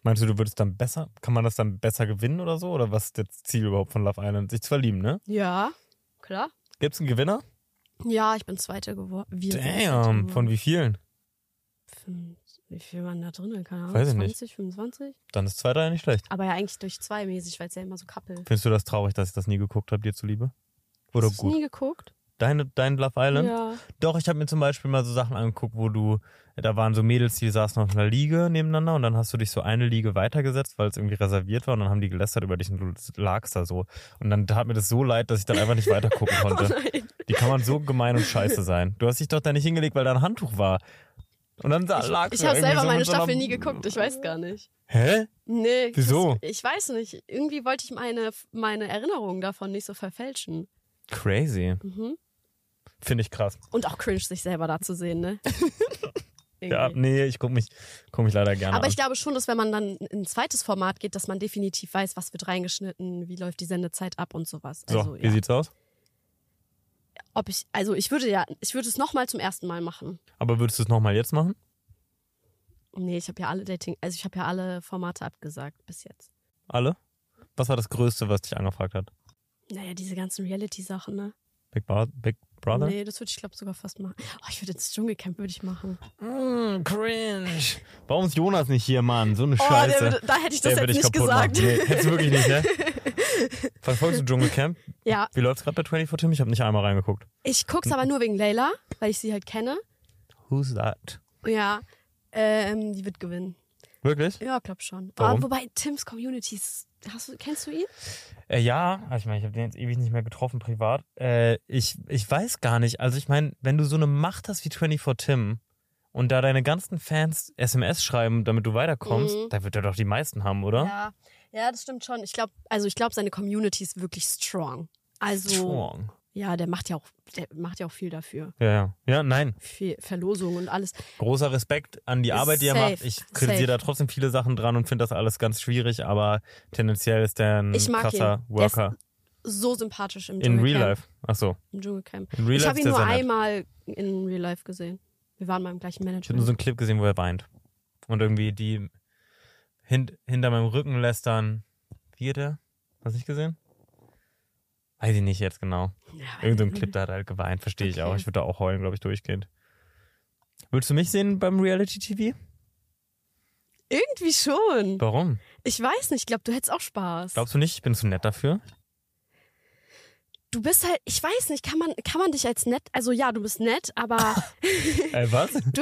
S1: Meinst du, du würdest dann besser, kann man das dann besser gewinnen oder so? Oder was ist das Ziel überhaupt von Love Island? Sich zu verlieben, ne?
S2: Ja, klar.
S1: Gibt's einen Gewinner?
S2: Ja, ich bin Zweite geworden. Wir sind Zweite
S1: Damn, von wie vielen?
S2: geworden. Fünf- wie viel waren da drin? Keine Ahnung.
S1: Weiß ich
S2: 20,
S1: nicht.
S2: 25?
S1: Dann ist zweiter ja nicht schlecht.
S2: Aber ja eigentlich durch zwei mäßig, weil es ja immer so Couple.
S1: Findest du das traurig, dass ich das nie geguckt habe, dir zuliebe? Oder
S2: Hast du
S1: gut?
S2: nie geguckt?
S1: Deine, dein Love Island?
S2: Ja.
S1: Doch, ich habe mir zum Beispiel mal so Sachen angeguckt, wo du, da waren so Mädels, die saßen auf einer Liege nebeneinander und dann hast du dich so eine Liege weitergesetzt, weil es irgendwie reserviert war und dann haben die gelästert über dich und du lagst da so. Und dann tat mir das so leid, dass ich dann einfach nicht weiter gucken
S2: Oh
S1: konnte.
S2: nein.
S1: Die kann man so gemein und scheiße sein. Du hast dich doch da nicht hingelegt, weil da ein Handtuch war. Und dann sa- lagst
S2: Ich
S1: du
S2: habe
S1: irgendwie
S2: selber
S1: so
S2: meine
S1: mit so einer-
S2: Staffel nie geguckt. Ich weiß gar nicht.
S1: Hä?
S2: Nee. das-
S1: Wieso?
S2: Ich weiß nicht. Irgendwie wollte ich meine, meine Erinnerungen davon nicht so verfälschen.
S1: Crazy.
S2: Mhm.
S1: Finde ich krass.
S2: Und auch cringe, sich selber da zu sehen, ne?
S1: Ja,
S2: Irgendwie.
S1: nee, ich guck mich, guck mich leider gerne
S2: Aber
S1: an.
S2: ich glaube schon, dass wenn man dann in ein zweites Format geht, dass man definitiv weiß, was wird reingeschnitten, wie läuft die Sendezeit ab und sowas.
S1: so,
S2: Also,
S1: wie
S2: ja.
S1: sieht's aus?
S2: Ob ich, also ich würde ja, ich würde es nochmal zum ersten Mal machen.
S1: Aber würdest du es nochmal jetzt machen?
S2: Nee, ich habe ja alle Dating, also ich habe ja alle Formate abgesagt bis jetzt.
S1: Alle? Was war das Größte, was dich angefragt hat?
S2: Naja, diese ganzen Reality-Sachen, ne?
S1: Big, Bro Big Brother?
S2: Nee, das würde ich glaube sogar fast machen. Oh, ich würde ins Dschungelcamp würde ich machen.
S1: Mm, cringe. Warum ist Jonas nicht hier, Mann? So eine
S2: Hm, Oh,
S1: Scheiße.
S2: der würde, da hätte ich das
S1: Der
S2: jetzt
S1: würde ich
S2: nicht
S1: kaputt
S2: gesagt.
S1: Machen. Nee, hättest du wirklich nicht, ne? Verfolgst du Dschungelcamp?
S2: ja,
S1: Wie läuft's gerade bei 24 Tim? Ich habe nicht einmal reingeguckt.
S2: ich guck's aber nur wegen Layla, weil ich sie halt kenne.
S1: Who's that?
S2: Ja, ähm, die wird gewinnen.
S1: Wirklich?
S2: Ja, glaub schon.
S1: Warum?
S2: Ah, wobei Tims Communities, hast du, kennst du ihn?
S1: Äh, ja, also ich meine, ich habe den jetzt ewig nicht mehr getroffen privat. Äh, ich, ich weiß gar nicht. Also ich meine, wenn du so eine Macht hast wie 24 Tim und da deine ganzen Fans SMS schreiben, damit du weiterkommst,
S2: Mhm.
S1: da wird er doch die meisten haben, oder?
S2: Ja, ja, das stimmt schon. Ich glaube, also ich glaube, seine Community ist wirklich strong. Also
S1: Strong.
S2: ja, der macht ja auch, der macht ja auch viel dafür,
S1: Ja, ja. Ja, nein.
S2: viel Verlosung und alles.
S1: Großer Respekt an die
S2: Ist
S1: Arbeit, die er
S2: safe.
S1: macht. Ich kritisiere da
S2: Safe.
S1: trotzdem viele Sachen dran und finde das alles ganz schwierig, aber tendenziell ist der ein
S2: Ich mag
S1: krasser
S2: ihn. Der ist
S1: Worker.
S2: So sympathisch im
S1: In
S2: Dschungelcamp.
S1: real life. Ach so.
S2: Im Dschungelcamp.
S1: In real
S2: ich
S1: life
S2: habe
S1: ist
S2: ihn
S1: der
S2: nur
S1: sehr nett.
S2: einmal in real life gesehen. Wir waren beim gleichen
S1: Ich habe nur
S2: Management.
S1: so einen Clip gesehen, wo er weint. Und irgendwie die hin, hinter meinem Rücken lästern. Wie geht der? Hast du nicht gesehen? Weiß ich nicht jetzt genau.
S2: Ja,
S1: Irgend so ein Clip, da hat er halt geweint. Verstehe ich
S2: Okay.
S1: auch. Ich würde da auch heulen, glaube ich, durchgehend. Willst du mich sehen beim Reality-TV?
S2: Irgendwie schon.
S1: Warum?
S2: Ich weiß nicht, ich glaube, du hättest auch Spaß.
S1: Glaubst du nicht, ich bin zu nett dafür?
S2: Du bist halt, ich weiß nicht, kann man, kann man dich als nett, also ja, du bist nett, aber
S1: Äh, was?
S2: Du,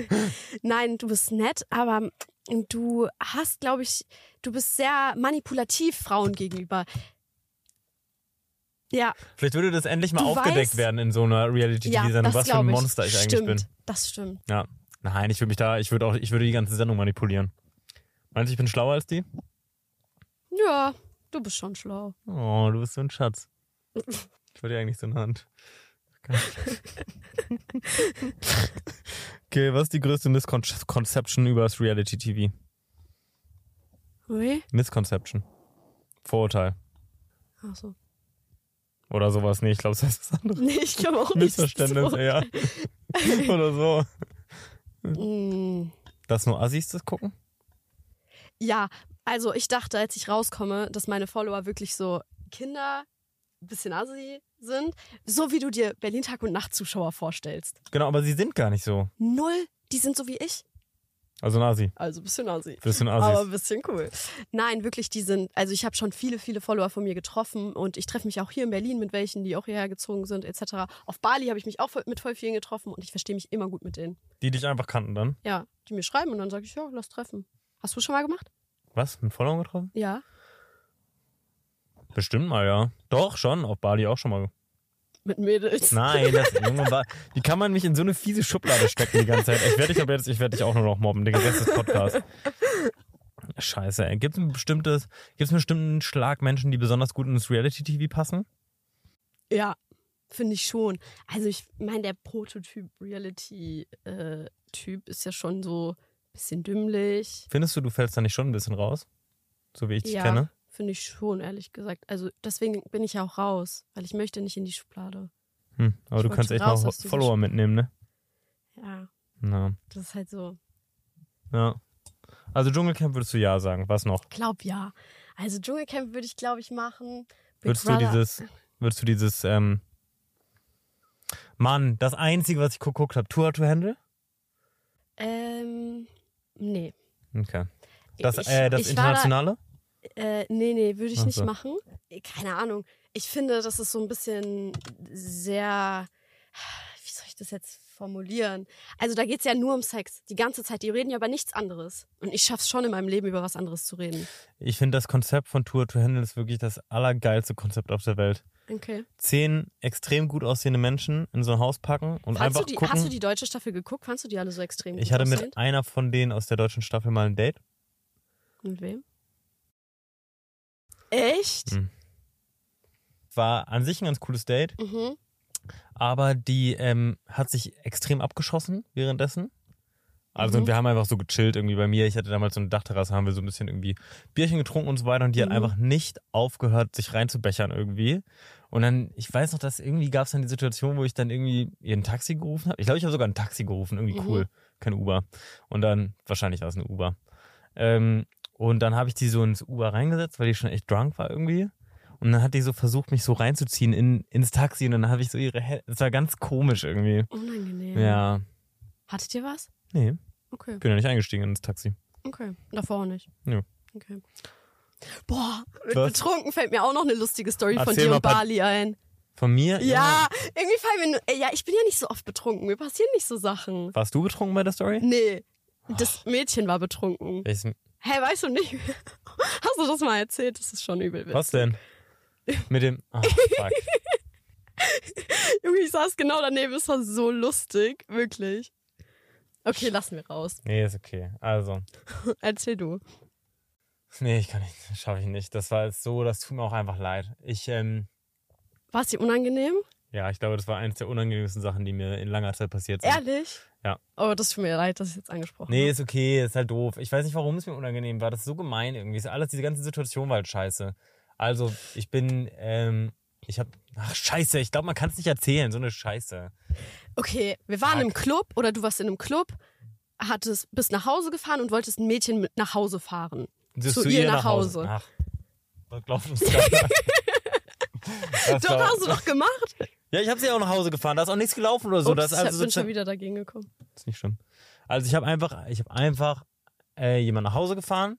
S2: nein, du bist nett, aber du hast, glaube ich, du bist sehr manipulativ Frauen gegenüber. Ja,
S1: Vielleicht würde das endlich mal
S2: Du
S1: aufgedeckt
S2: weißt-
S1: werden in so einer
S2: ja
S1: Reality-TV-Sendung,
S2: das
S1: was für ein
S2: glaub
S1: Monster ich
S2: stimmt,
S1: eigentlich bin.
S2: Das stimmt.
S1: Ja. Nein, ich würde mich da, ich würde auch, ich würde die ganze Sendung manipulieren. Meinst du, ich bin schlauer als die?
S2: Ja, du bist schon schlau.
S1: Oh, du bist so ein Schatz. Ich wollte dir eigentlich so eine Hand. Okay, was ist die größte Misconception über das Reality-TV?
S2: Ui?
S1: Misconception. Vorurteil.
S2: Achso.
S1: Oder sowas. Nee, ich glaube, das heißt was anderes.
S2: Nee, ich glaube auch nicht.
S1: Missverständnis,
S2: so.
S1: ja. Oder so.
S2: Mm.
S1: Dass nur Assis das gucken?
S2: Ja, also ich dachte, als ich rauskomme, dass meine Follower wirklich so Kinder, bisschen Asi sind, so wie du dir Berlin Tag und Nacht Zuschauer vorstellst.
S1: Genau, aber sie sind gar nicht so.
S2: Null, die sind so wie ich,
S1: Also ein Assi.
S2: also ein bisschen Asi.
S1: Bisschen
S2: Aber
S1: Assis.
S2: ein bisschen cool. Nein, wirklich, die sind, also ich habe schon viele, viele Follower von mir getroffen und ich treffe mich auch hier in Berlin mit welchen, die auch hierher gezogen sind, etc. Auf Bali habe ich mich auch voll- mit voll vielen getroffen und ich verstehe mich immer gut mit denen.
S1: Die dich einfach kannten dann.
S2: Ja, die mir schreiben und dann sage ich, ja, lass treffen. Hast du schon mal gemacht?
S1: Was? Mit Followern getroffen?
S2: Ja.
S1: Bestimmt mal, ja. Doch, schon. Auf Bali auch schon mal.
S2: Mit Mädels.
S1: Nein, das Junge war. Wie kann man mich in so eine fiese Schublade stecken die ganze Zeit? Ich werde dich aber jetzt, ich werde dich auch nur noch mobben, Digga. Das ist Podcast. Scheiße, ey. Gibt es ein bestimmtes, gibt's einen bestimmten Schlag Menschen, die besonders gut ins Reality-TV passen?
S2: Ja, finde ich schon. Also ich meine, der Prototyp-Reality-Typ ist ja schon so ein bisschen dümmlich.
S1: Findest du, du fällst da nicht schon ein bisschen raus? So wie ich dich
S2: ja,
S1: kenne?
S2: finde ich schon, ehrlich gesagt. Also deswegen bin ich ja auch raus, weil ich möchte nicht in die Schublade.
S1: Hm. Aber
S2: Ich
S1: du
S2: wollte
S1: kannst echt
S2: raus
S1: mal
S2: aus dieser
S1: Follower
S2: Sch-
S1: mitnehmen, ne?
S2: Ja,
S1: Na,
S2: das ist halt so.
S1: ja. Also Dschungelcamp würdest du ja sagen. Was noch?
S2: Glaub ja. Also Dschungelcamp würde ich, glaube ich, machen. Big
S1: Würdest du
S2: Brother-
S1: dieses, würdest du dieses, ähm, Mann, das Einzige, was ich geguckt habe, Tour to Handle?
S2: Ähm, nee.
S1: Okay. Das,
S2: ich,
S1: äh, das
S2: ich war da-
S1: Internationale?
S2: Äh, nee, nee, würde ich
S1: Ach
S2: nicht
S1: so.
S2: machen. Keine Ahnung. Ich finde, das ist so ein bisschen sehr. Wie soll ich das jetzt formulieren? Also, da geht es ja nur um Sex. Die ganze Zeit. Die reden ja über nichts anderes. Und ich schaff's schon in meinem Leben, über was anderes zu reden.
S1: Ich finde, das Konzept von Tour to Handle ist wirklich das allergeilste Konzept auf der Welt.
S2: Okay.
S1: Zehn extrem gut aussehende Menschen in so ein Haus packen und
S2: Fandst du
S1: einfach
S2: die,
S1: gucken.
S2: hast du die deutsche Staffel geguckt? Fandst du die alle so extrem?
S1: ich
S2: gut
S1: hatte
S2: aussehend?
S1: mit einer von denen aus der deutschen Staffel mal ein Date.
S2: Mit wem? Echt?
S1: Hm. War an sich ein ganz cooles Date,
S2: Mhm.
S1: aber die ähm, hat sich extrem abgeschossen währenddessen. Also
S2: Mhm.
S1: wir haben einfach so gechillt irgendwie bei mir. Ich hatte damals so eine Dachterrasse, haben wir so ein bisschen irgendwie Bierchen getrunken und so weiter. Und die
S2: Mhm.
S1: hat einfach nicht aufgehört, sich reinzubechern irgendwie. Und dann, ich weiß noch, dass irgendwie gab es dann die Situation, wo ich dann irgendwie ihr ein Taxi gerufen habe. Ich glaube, ich habe sogar ein Taxi gerufen, irgendwie
S2: Mhm.
S1: cool. Kein Uber. Und dann, wahrscheinlich war es ein Uber. Ähm, und dann habe ich die so ins Uber reingesetzt, weil die schon echt drunk war irgendwie. Und dann hat die so versucht, mich so reinzuziehen in, ins Taxi. Und dann habe ich so ihre Hände. Es war ganz komisch irgendwie.
S2: Unangenehm.
S1: Ja.
S2: Hattet ihr was?
S1: Nee,
S2: Okay.
S1: bin ja nicht eingestiegen ins Taxi.
S2: Okay, davor auch nicht.
S1: Nö.
S2: Okay. Boah, mit
S1: Was?
S2: betrunken fällt mir auch noch eine lustige Story von
S1: Erzähl
S2: dir
S1: mal,
S2: und
S1: Pat-
S2: Bali ein.
S1: Von mir?
S2: Ja, irgendwie fallen mir nur, ey, ja, ich bin ja nicht so oft betrunken, mir passieren nicht so Sachen.
S1: Warst du betrunken bei der Story?
S2: Nee,
S1: Oh.
S2: das Mädchen war betrunken.
S1: Welches,
S2: Hä, hey, weißt du nicht? Hast du das mal erzählt? Das ist schon übel.
S1: was denn? Mit dem. Ah, fuck.
S2: Junge, ich saß genau daneben, es war so lustig, wirklich. Okay, lassen wir raus.
S1: Nee, ist okay. Also.
S2: Erzähl du.
S1: Nee, ich kann nicht. Schaffe ich nicht. Das war jetzt so, das tut mir auch einfach leid. Ich, ähm,
S2: War es dir unangenehm?
S1: ja, ich glaube, das war eines der unangenehmsten Sachen, die mir in langer Zeit passiert sind.
S2: Ehrlich?
S1: Ja.
S2: Oh, das tut mir leid, dass ich jetzt angesprochen
S1: Nee, ist okay, ist halt doof. Ich weiß nicht, warum es mir unangenehm war. Das ist so gemein irgendwie. Ist alles, diese ganze Situation war halt scheiße. Also, ich bin, ähm, ich hab. Ach, scheiße, ich glaube, man kann es nicht erzählen. So eine Scheiße.
S2: Okay, wir waren
S1: Fuck.
S2: im Club oder du warst in einem Club, hattest, bist nach Hause gefahren und wolltest ein Mädchen mit nach Hause fahren.
S1: Bist
S2: Zu
S1: du
S2: ihr nach Hause.
S1: Ach, was glaubt uns keiner. Das
S2: Doch,
S1: war-
S2: hast du doch gemacht.
S1: Ja, ich habe sie auch nach Hause gefahren. Da ist auch nichts gelaufen oder so.
S2: Ups,
S1: das ist
S2: ich
S1: also
S2: bin schon
S1: sozusagen-
S2: wieder dagegen gekommen.
S1: ist nicht schlimm. Also ich habe einfach, ich habe einfach äh, jemanden nach Hause gefahren.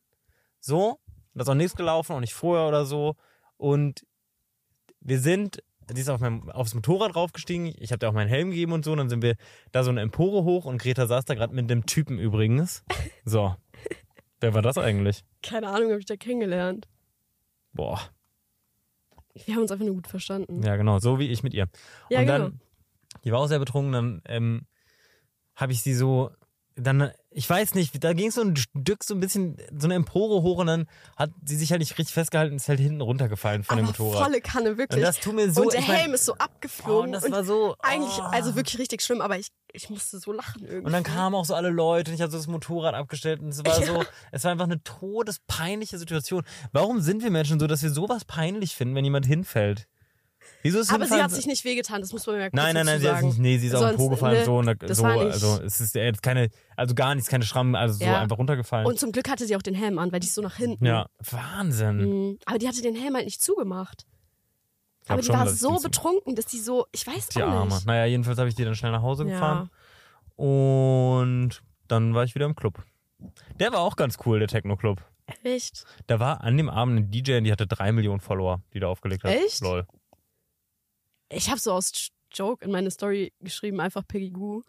S1: So, da ist auch nichts gelaufen, auch nicht vorher oder so. Und wir sind, die ist auf meinem, aufs Motorrad raufgestiegen. Ich habe da auch meinen Helm gegeben und so. Und dann sind wir da so eine Empore hoch und Greta saß da gerade mit dem Typen übrigens. So. Wer war das eigentlich?
S2: Keine Ahnung, habe ich da kennengelernt.
S1: Boah.
S2: Wir haben uns einfach nur gut verstanden.
S1: Ja, genau, so wie ich mit ihr.
S2: Ja,
S1: und
S2: genau.
S1: dann, die war auch sehr betrunken, dann ähm, habe ich sie so, dann, ich weiß nicht, da ging so ein Stück so ein bisschen, so eine Empore hoch und dann hat sie sich halt nicht richtig festgehalten und ist halt hinten runtergefallen von
S2: Aber
S1: dem Motorrad.
S2: volle Kanne, wirklich.
S1: und das tut mir so,
S2: und der
S1: ich mein,
S2: Helm ist so
S1: oh,
S2: abgeflogen.
S1: und das
S2: und
S1: war so,
S2: eigentlich,
S1: oh.
S2: also wirklich richtig schlimm, aber ich, ich musste so lachen irgendwie.
S1: Und dann kamen auch so alle Leute und ich habe so das Motorrad abgestellt und es war so, es war einfach eine todespeinliche Situation. Warum sind wir Menschen so, dass wir sowas peinlich finden, wenn jemand hinfällt? Wieso ist
S2: aber sie
S1: hinfallen
S2: hat
S1: so-
S2: sich nicht wehgetan, das muss man ja kurz
S1: Nein, nein,
S2: dazu
S1: nein, sie hat
S2: sagen.
S1: sich, nee, sie ist auf den
S2: Sonst,
S1: Po gefallen
S2: ne,
S1: so und da,
S2: das
S1: so,
S2: war nicht-
S1: also es ist jetzt keine, also gar nichts, keine Schrammen, also so
S2: Ja.
S1: einfach runtergefallen.
S2: Und zum Glück hatte sie auch den Helm an, weil die ist so nach hinten.
S1: ja, Wahnsinn.
S2: Mhm. Aber die hatte den Helm halt nicht zugemacht.
S1: Ich glaub
S2: Aber die
S1: schon,
S2: war
S1: dass es
S2: so
S1: ging zu-
S2: betrunken, dass die so, ich weiß
S1: Die
S2: auch
S1: Arme.
S2: nicht.
S1: Naja, jedenfalls habe ich die dann schnell nach Hause
S2: Ja.
S1: gefahren und dann war ich wieder im Club. Der war auch ganz cool, der Techno-Club.
S2: Echt?
S1: Da war an dem Abend eine DJ, die hatte drei Millionen Follower, die da aufgelegt hat.
S2: Echt?
S1: Lol.
S2: Ich habe so aus J- Joke in meine Story geschrieben, einfach Peggy Goo,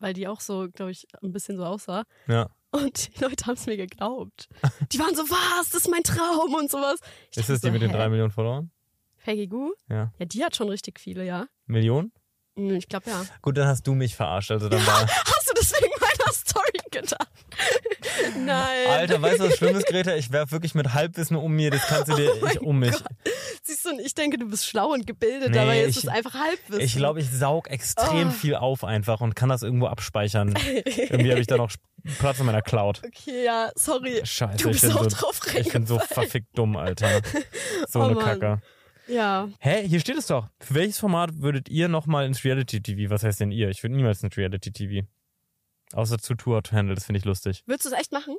S2: weil die auch so, glaube ich, ein bisschen so aussah.
S1: Ja.
S2: Und die Leute haben es mir geglaubt. Die waren so, was, das ist mein Traum und sowas.
S1: Ist
S2: Ich dachte
S1: das die
S2: so,
S1: mit den
S2: hä?
S1: drei Millionen Followern?
S2: Peggy Goo?
S1: Ja.
S2: Ja, die hat schon richtig viele, ja.
S1: Millionen?
S2: Hm, Ich glaube, ja.
S1: Gut, dann hast du mich verarscht. Also dann war.
S2: Hast du deswegen meiner Story gedacht? Nein.
S1: Alter, weißt du, was Schlimmes, Greta? Ich werf wirklich mit Halbwissen um mir, das kannst du dir
S2: Oh
S1: ich, um mich.
S2: Siehst du, und ich denke, du bist schlau und gebildet,
S1: Nee,
S2: aber jetzt
S1: ich-
S2: ist es einfach Halbwissen.
S1: Ich glaube, ich saug extrem
S2: Oh.
S1: viel auf einfach und kann das irgendwo abspeichern. Irgendwie habe ich da noch Platz in meiner Cloud.
S2: Okay, ja, sorry.
S1: Scheiße,
S2: Du
S1: ich
S2: bist
S1: bin
S2: auch
S1: so,
S2: drauf
S1: ich bin so verfickt dumm, Alter. So
S2: Oh
S1: eine
S2: Mann.
S1: Kacke.
S2: Ja,
S1: Hä, hier steht es doch. Für welches Format würdet ihr nochmal ins Reality-TV? Was heißt denn ihr? Ich würde niemals ins Reality-TV. Außer zu Tour Handle, das finde ich lustig.
S2: würdest du es echt machen?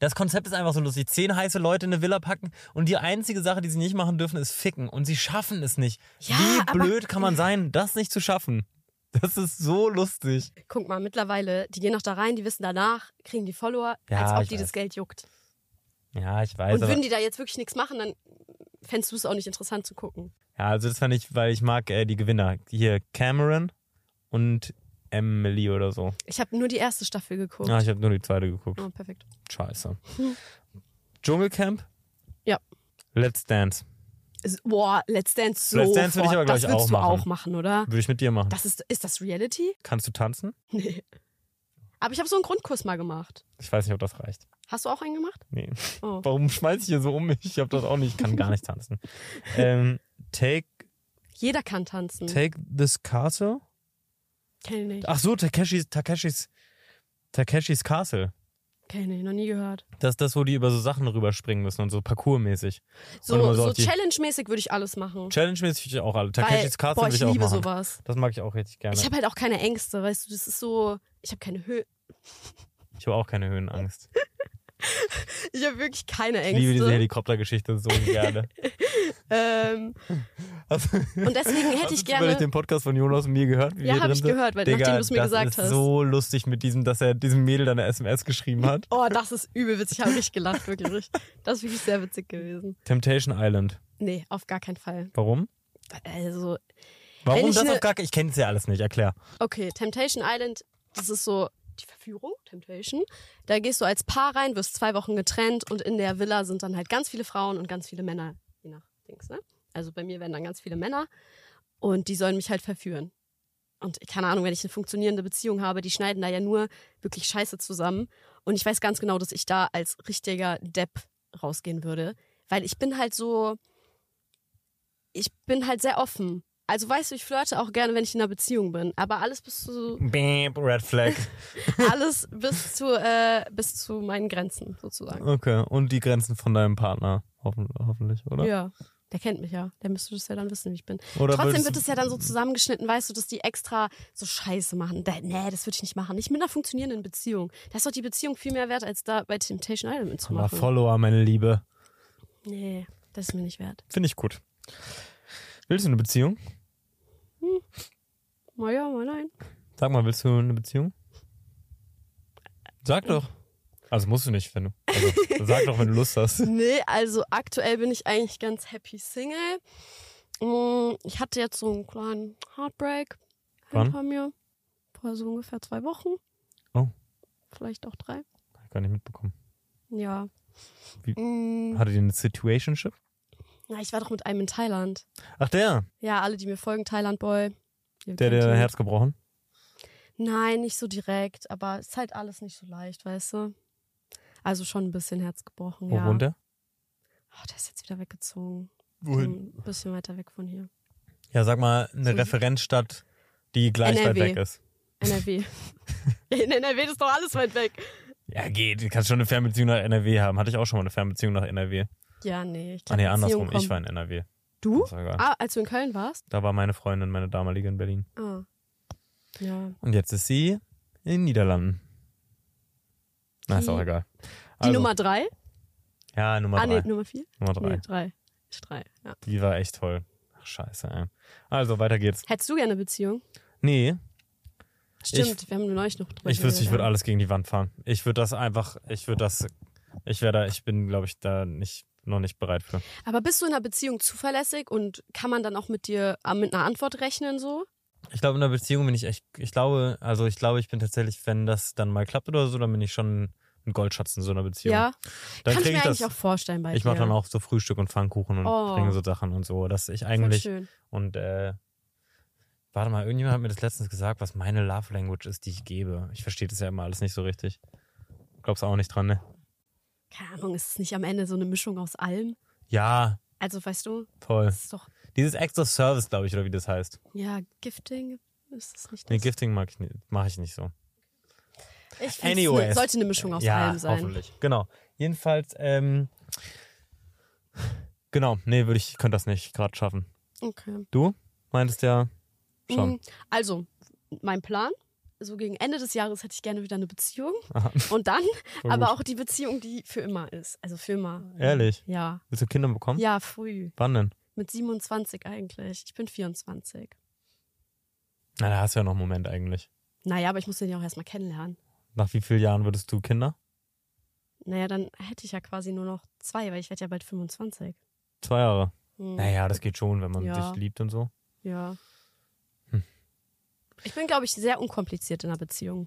S1: Das Konzept ist einfach so lustig. Zehn heiße Leute in eine Villa packen und die einzige Sache, die sie nicht machen dürfen, ist ficken. Und sie schaffen es nicht.
S2: Ja,
S1: Wie
S2: aber-
S1: blöd kann man sein, das nicht zu schaffen? Das ist so lustig.
S2: Guck mal, mittlerweile, die gehen noch da rein, die wissen danach, kriegen die Follower,
S1: Ja,
S2: als ob
S1: ich
S2: die
S1: weiß.
S2: das Geld juckt.
S1: Ja, ich weiß.
S2: Und
S1: Aber,
S2: würden die da jetzt wirklich nichts machen, dann fändst du es auch nicht interessant zu gucken.
S1: ja, also das fand ich, weil ich mag äh, die Gewinner. Hier Cameron und Emily oder so.
S2: Ich habe nur die erste Staffel geguckt.
S1: Ah, ich habe nur die zweite geguckt.
S2: Oh, perfekt.
S1: Scheiße. Dschungelcamp?
S2: Ja.
S1: Let's Dance.
S2: Es- Boah, Let's Dance so.
S1: Let's Dance würde ich aber, glaub
S2: das
S1: ich,
S2: würdest
S1: auch
S2: du
S1: machen.
S2: auch machen, oder?
S1: Würde ich mit dir machen.
S2: Das ist, ist das Reality?
S1: Kannst du tanzen?
S2: Nee. Aber ich habe so einen Grundkurs mal gemacht.
S1: Ich weiß nicht, ob das reicht.
S2: Hast du auch einen gemacht?
S1: Nee.
S2: Oh.
S1: Warum schmeiß ich hier so um mich? Ich habe das auch nicht. Ich kann gar nicht tanzen. ähm, take,
S2: Jeder kann tanzen.
S1: take this Castle?
S2: Kenn ich nicht.
S1: Ach so, Takeshis, Takeshis, Takeshis Castle.
S2: Kenn ich, noch nie gehört.
S1: Das ist das, wo die über so Sachen rüberspringen müssen und so parkourmäßig. Und
S2: So,
S1: immer so
S2: so
S1: auf die-
S2: challenge-mäßig würde ich alles machen.
S1: Challenge-mäßig würde ich auch alle.
S2: Weil,
S1: Takeshis Castle
S2: boah,
S1: würde
S2: ich
S1: ich auch
S2: liebe
S1: machen. ne.
S2: sowas.
S1: Das mag ich auch richtig gerne.
S2: Ich habe halt auch keine Ängste, weißt du, das ist so, ich habe keine Höhe.
S1: Ich habe auch keine Höhenangst.
S2: Ich habe wirklich keine
S1: Ich
S2: Ängste.
S1: liebe diese Helikoptergeschichte so gerne.
S2: ähm,
S1: Also,
S2: und deswegen
S1: Hast
S2: hätte
S1: du zufällig
S2: ich gerne.
S1: den Podcast von Jonas und mir gehört? Wie wir
S2: Ja, hab
S1: drin
S2: ich
S1: sind?
S2: gehört, weil- nachdem du's mir
S1: das
S2: gesagt
S1: ist
S2: hast.
S1: so lustig mit diesem, dass er diesem Mädel dann eine SMS geschrieben hat.
S2: Oh, das ist übel witzig. Ich habe nicht gelacht, wirklich. Das ist wirklich sehr witzig gewesen.
S1: Temptation Island.
S2: Nee, auf gar keinen Fall.
S1: Warum?
S2: Also, Wenn
S1: Warum
S2: ich
S1: das
S2: ne-
S1: auf gar Ich kenne es ja alles nicht, erklär.
S2: okay, Temptation Island, das ist so die Verführung, Temptation. Da gehst du als Paar rein, wirst zwei Wochen getrennt und in der Villa sind dann halt ganz viele Frauen und ganz viele Männer, je nach Dings, ne? Also bei mir werden dann ganz viele Männer und die sollen mich halt verführen. Und keine Ahnung, wenn ich eine funktionierende Beziehung habe, die schneiden da ja nur wirklich Scheiße zusammen. Und ich weiß ganz genau, dass ich da als richtiger Depp rausgehen würde. Weil ich bin halt so, ich bin halt sehr offen. Also weißt du, ich flirte auch gerne, wenn ich in einer Beziehung bin. Aber alles bis zu
S1: Beep, Red Flag.
S2: alles bis zu, äh, bis zu meinen Grenzen sozusagen.
S1: Okay, und die Grenzen von deinem Partner. Hoffen, hoffentlich, oder?
S2: Ja. Der kennt mich ja. Der müsste das ja dann wissen, wie ich bin.
S1: Oder
S2: Trotzdem
S1: würdest
S2: wird
S1: du-
S2: es ja dann so zusammengeschnitten, weißt du, dass die extra so Scheiße machen. Da, nee, das würde ich nicht machen. Nicht mit einer funktionierenden Beziehung. Da ist doch die Beziehung viel mehr wert, als da bei Temptation Island
S1: Mal
S2: mitzumachen.
S1: Follower, meine Liebe.
S2: Nee, das ist mir nicht wert.
S1: Finde ich gut. Willst du eine Beziehung?
S2: Mal ja, mal nein.
S1: Sag mal, willst du eine Beziehung? Sag doch. Also musst du nicht, wenn du. Also, sag doch, wenn du Lust hast.
S2: Nee, also aktuell bin ich eigentlich ganz happy Single. Mm, Ich hatte jetzt so einen kleinen Heartbreak
S1: Wann?
S2: hinter mir. Vor so ungefähr zwei Wochen.
S1: Oh.
S2: Vielleicht auch drei.
S1: Hab ich gar nicht mitbekommen.
S2: Ja.
S1: Wie-
S2: Mm,
S1: Hatte die eine Situationship?
S2: Ja, ich war doch mit einem in Thailand.
S1: Ach, der?
S2: Ja, alle, die mir folgen, Thailand Boy. ihr
S1: Der,
S2: kennt
S1: der
S2: ihn.
S1: Herz gebrochen.
S2: Nein, nicht so direkt, aber es ist halt alles nicht so leicht, weißt du? Also schon ein bisschen Herz gebrochen.
S1: Wo
S2: ja.
S1: wohnt der?
S2: Oh, der ist jetzt wieder weggezogen.
S1: Wohin?
S2: Ein bisschen weiter weg von hier.
S1: Ja, sag mal, eine
S2: So-
S1: Referenzstadt, die gleich weit
S2: NRW.
S1: weg ist.
S2: NRW. Ja, In NRW ist doch alles weit weg.
S1: Ja, geht. Du kannst schon eine Fernbeziehung nach NRW haben. Hatte ich auch schon mal eine Fernbeziehung nach NRW.
S2: Ja, nee. Ich
S1: Ah,
S2: glaub,
S1: nee,
S2: Beziehung
S1: andersrum. Ich
S2: kommt-
S1: war in NRW.
S2: Du?
S1: Ist doch egal.
S2: Ah, als du in Köln warst?
S1: Da war meine Freundin, meine damalige in Berlin.
S2: Ah. Ja.
S1: Und jetzt ist sie in den Niederlanden. Na, ist
S2: Die-
S1: auch egal. Also,
S2: Die Nummer drei?
S1: Ja, Nummer
S2: Ah,
S1: drei.
S2: nee, Nummer vier?
S1: Nummer drei.
S2: Nee, drei. Ist drei, ja.
S1: Die war echt toll. Ach, scheiße, ey. Also, weiter geht's.
S2: Hättest du gerne eine Beziehung?
S1: Nee,
S2: Stimmt, wir haben neulich noch drüber
S1: ich wüsste, ich
S2: geredet,
S1: würde
S2: ja.
S1: alles gegen die Wand fahren. Ich würde das einfach, ich würde das, ich wäre da, ich bin, glaube ich, da nicht, noch nicht bereit für.
S2: Aber bist du in einer Beziehung zuverlässig und kann man dann auch mit dir äh, mit einer Antwort rechnen so?
S1: Ich glaube, in einer Beziehung bin ich echt, ich glaube, also ich glaube, ich bin tatsächlich, wenn das dann mal klappt oder so, dann bin ich schon ein Goldschatz in so einer Beziehung.
S2: Ja.
S1: dann
S2: kann
S1: krieg
S2: ich mir
S1: ich
S2: eigentlich
S1: das,
S2: auch vorstellen bei dir.
S1: Ich mache dann auch so Frühstück und Pfannkuchen und
S2: Oh.
S1: bringe so Sachen und so, dass ich
S2: Voll
S1: eigentlich
S2: schön.
S1: und äh, warte mal, irgendjemand hat mir das letztens gesagt, was meine Love Language ist, die ich gebe. Ich verstehe das ja immer alles nicht so richtig. Glaubst auch nicht dran, ne?
S2: Keine Ahnung, ist es nicht am Ende so eine Mischung aus allem?
S1: Ja,
S2: Also weißt du,
S1: toll.
S2: das ist doch
S1: Dieses Extra Service, glaube ich, oder wie das heißt.
S2: ja Gifting ist es nicht.
S1: Nee,
S2: das?
S1: Gifting mag ich nicht, mache ich nicht so.
S2: ich find's
S1: Anyways.
S2: ne, sollte eine Mischung aus
S1: ja,
S2: allem sein.
S1: hoffentlich. Genau. Jedenfalls, ähm, genau, nee, würde ich, könnte das nicht gerade schaffen.
S2: Okay.
S1: Du meintest ja schon.
S2: Mm, Also mein Plan. So gegen Ende des Jahres hätte ich gerne wieder eine Beziehung.
S1: Aha.
S2: Und dann
S1: Voll
S2: aber
S1: gut.
S2: auch die Beziehung, die für immer ist. Also für immer.
S1: Ehrlich? Hm?
S2: Ja.
S1: Willst du Kinder bekommen?
S2: Ja, früh.
S1: Wann denn?
S2: Mit 27 eigentlich. Ich bin 24.
S1: Na, da hast du ja noch einen Moment eigentlich.
S2: Naja, aber ich muss den ja auch erstmal kennenlernen.
S1: Nach wie vielen Jahren würdest du Kinder?
S2: Naja, dann hätte ich ja quasi nur noch zwei, weil ich werde ja bald 25.
S1: Zwei Jahre.
S2: Hm.
S1: Naja, das geht schon, wenn man
S2: Ja.
S1: dich liebt und so.
S2: Ja.
S1: Hm.
S2: Ich bin, glaube ich, sehr unkompliziert in einer Beziehung.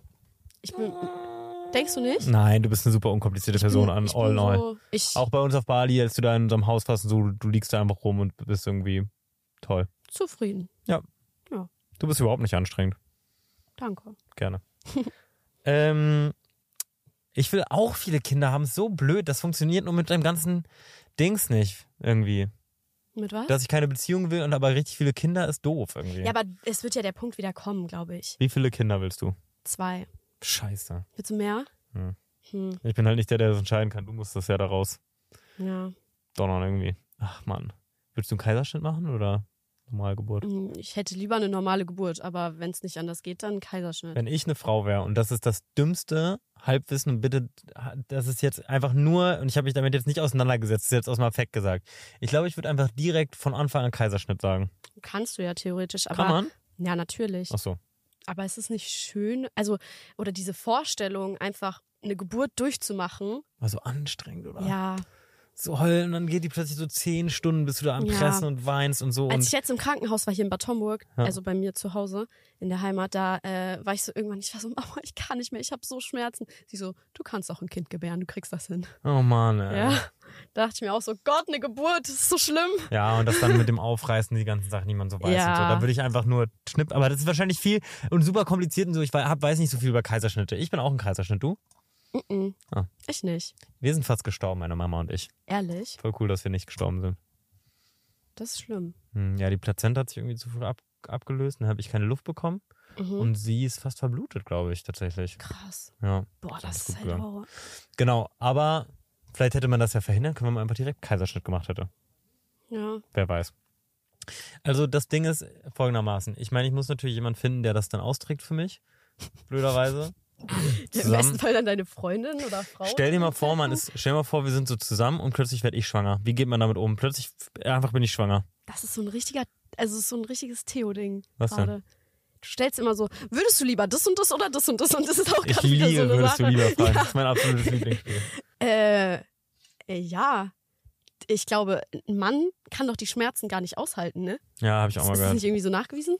S2: Ich bin.
S1: Ah.
S2: Denkst du nicht?
S1: Nein, du bist eine super unkomplizierte Person an
S2: ich
S1: all
S2: bin
S1: neu.
S2: So, ich,
S1: Auch bei uns auf Bali, als du da in unserem Haus warst und so, du liegst da einfach rum und bist irgendwie toll.
S2: zufrieden.
S1: Du bist überhaupt nicht anstrengend.
S2: Danke.
S1: Gerne. ähm, ich will auch viele Kinder haben. So blöd. Das funktioniert nur mit deinem ganzen Dings nicht irgendwie.
S2: Mit was?
S1: Dass ich keine Beziehung will und aber richtig viele Kinder ist doof irgendwie.
S2: ja, aber es wird ja der Punkt wieder kommen, glaube ich.
S1: Wie viele Kinder willst du?
S2: Zwei.
S1: Scheiße.
S2: Willst du mehr?
S1: Hm.
S2: Hm.
S1: Ich bin halt nicht der, der das entscheiden kann. Du musst das ja daraus
S2: Ja.
S1: donnern irgendwie. Ach Mann. Würdest du einen Kaiserschnitt machen oder Normalgeburt?
S2: Hm, Ich hätte lieber eine normale Geburt, aber wenn es nicht anders geht, dann Kaiserschnitt.
S1: Wenn ich eine Frau wäre, und das ist das dümmste Halbwissen, und bitte, das ist jetzt einfach nur, und ich habe mich damit jetzt nicht auseinandergesetzt, das ist jetzt aus dem Affekt gesagt. Ich glaube, ich würde einfach direkt von Anfang an Kaiserschnitt sagen.
S2: Kannst du ja theoretisch, aber.
S1: Kann man?
S2: Ja, natürlich.
S1: Achso.
S2: Aber es ist nicht schön, also, oder diese Vorstellung, einfach eine Geburt durchzumachen.
S1: War so anstrengend, oder?
S2: Ja.
S1: So heulen, und dann geht die plötzlich so zehn Stunden, bist du da am
S2: Ja.
S1: Pressen und weinst und so.
S2: Als
S1: Und
S2: ich jetzt im Krankenhaus war, hier in Bad Homburg,
S1: Ja.
S2: also bei mir zu Hause, in der Heimat, da äh, war ich so irgendwann, ich war so, Mama, ich kann nicht mehr, ich habe so Schmerzen. Sie so, du kannst auch ein Kind gebären, du kriegst das hin.
S1: oh Mann,
S2: Ja.
S1: ey.
S2: Da dachte ich mir auch so, Gott, eine Geburt, das ist so schlimm.
S1: Ja, und das dann mit dem Aufreißen, die ganzen Sachen, die man so weiß
S2: Ja.
S1: und so. Da würde ich einfach nur schnipp. Aber das ist wahrscheinlich viel und super kompliziert und so. Ich wei- hab, weiß nicht so viel über Kaiserschnitte. Ich bin auch ein Kaiserschnitt, du?
S2: Mhm.
S1: Ah.
S2: Ich nicht.
S1: Wir sind fast gestorben, meine Mama und ich.
S2: Ehrlich,
S1: Voll cool, dass wir nicht gestorben sind.
S2: das ist schlimm.
S1: Hm, ja, die Plazenta hat sich irgendwie zu früh ab, abgelöst, dann habe ich keine Luft bekommen.
S2: Mhm.
S1: Und sie ist fast verblutet, glaube ich, tatsächlich.
S2: Krass.
S1: Ja,
S2: Boah,
S1: Das
S2: das
S1: ist
S2: ist
S1: gut
S2: halt
S1: gegangen.
S2: Horror.
S1: genau. Aber vielleicht hätte man das ja verhindern können, wenn man einfach direkt Kaiserschnitt gemacht hätte.
S2: Ja.
S1: Wer weiß. Also das Ding ist folgendermaßen. Ich meine, ich muss natürlich jemanden finden, der das dann austrägt für mich. Blöderweise.
S2: Im besten
S1: Zusammen.
S2: Fall dann deine Freundin oder Frau.
S1: Stell dir mal vor, man ist, stell dir mal vor, wir sind so zusammen und plötzlich werde ich schwanger. Wie geht man damit um? Plötzlich f- einfach bin ich schwanger.
S2: Das ist so ein richtiger, also so ein richtiges Theo-Ding.
S1: Was denn?
S2: gerade. Du stellst immer so, würdest du lieber das und das oder das und das und das ist auch
S1: Ich
S2: gerade wieder
S1: liebe,
S2: so eine
S1: würdest
S2: Sache.
S1: du lieber fragen. Das ist mein absolutes Lieblingsspiel.
S2: Äh, äh, ja. Ich glaube, ein Mann kann doch die Schmerzen gar nicht aushalten, ne?
S1: Ja, habe ich auch mal
S2: ist das
S1: gehört.
S2: nicht irgendwie so nachgewiesen?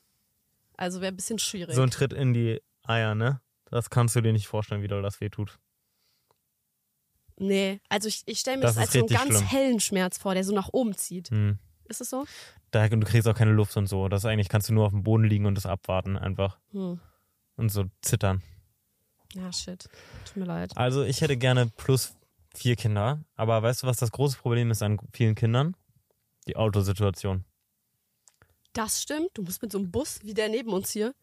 S2: Also wäre ein bisschen schwierig.
S1: So ein Tritt in die Eier, ne? Das kannst du dir nicht vorstellen, wie doll das wehtut.
S2: Nee, also ich, ich stelle mir
S1: Das
S2: das,
S1: ist
S2: als so einen
S1: richtig
S2: ganz
S1: schlimm.
S2: hellen Schmerz vor, der so nach oben zieht.
S1: Hm.
S2: Ist es so?
S1: Da, du kriegst auch keine Luft und so. Das ist eigentlich kannst du nur auf dem Boden liegen und das abwarten einfach.
S2: Hm.
S1: Und so zittern.
S2: Ja, shit. Tut mir leid.
S1: Also ich hätte gerne plus vier Kinder. Aber weißt du, was das große Problem ist an vielen Kindern? Die Autosituation.
S2: Das stimmt. Du musst mit so einem Bus, wie der neben uns hier,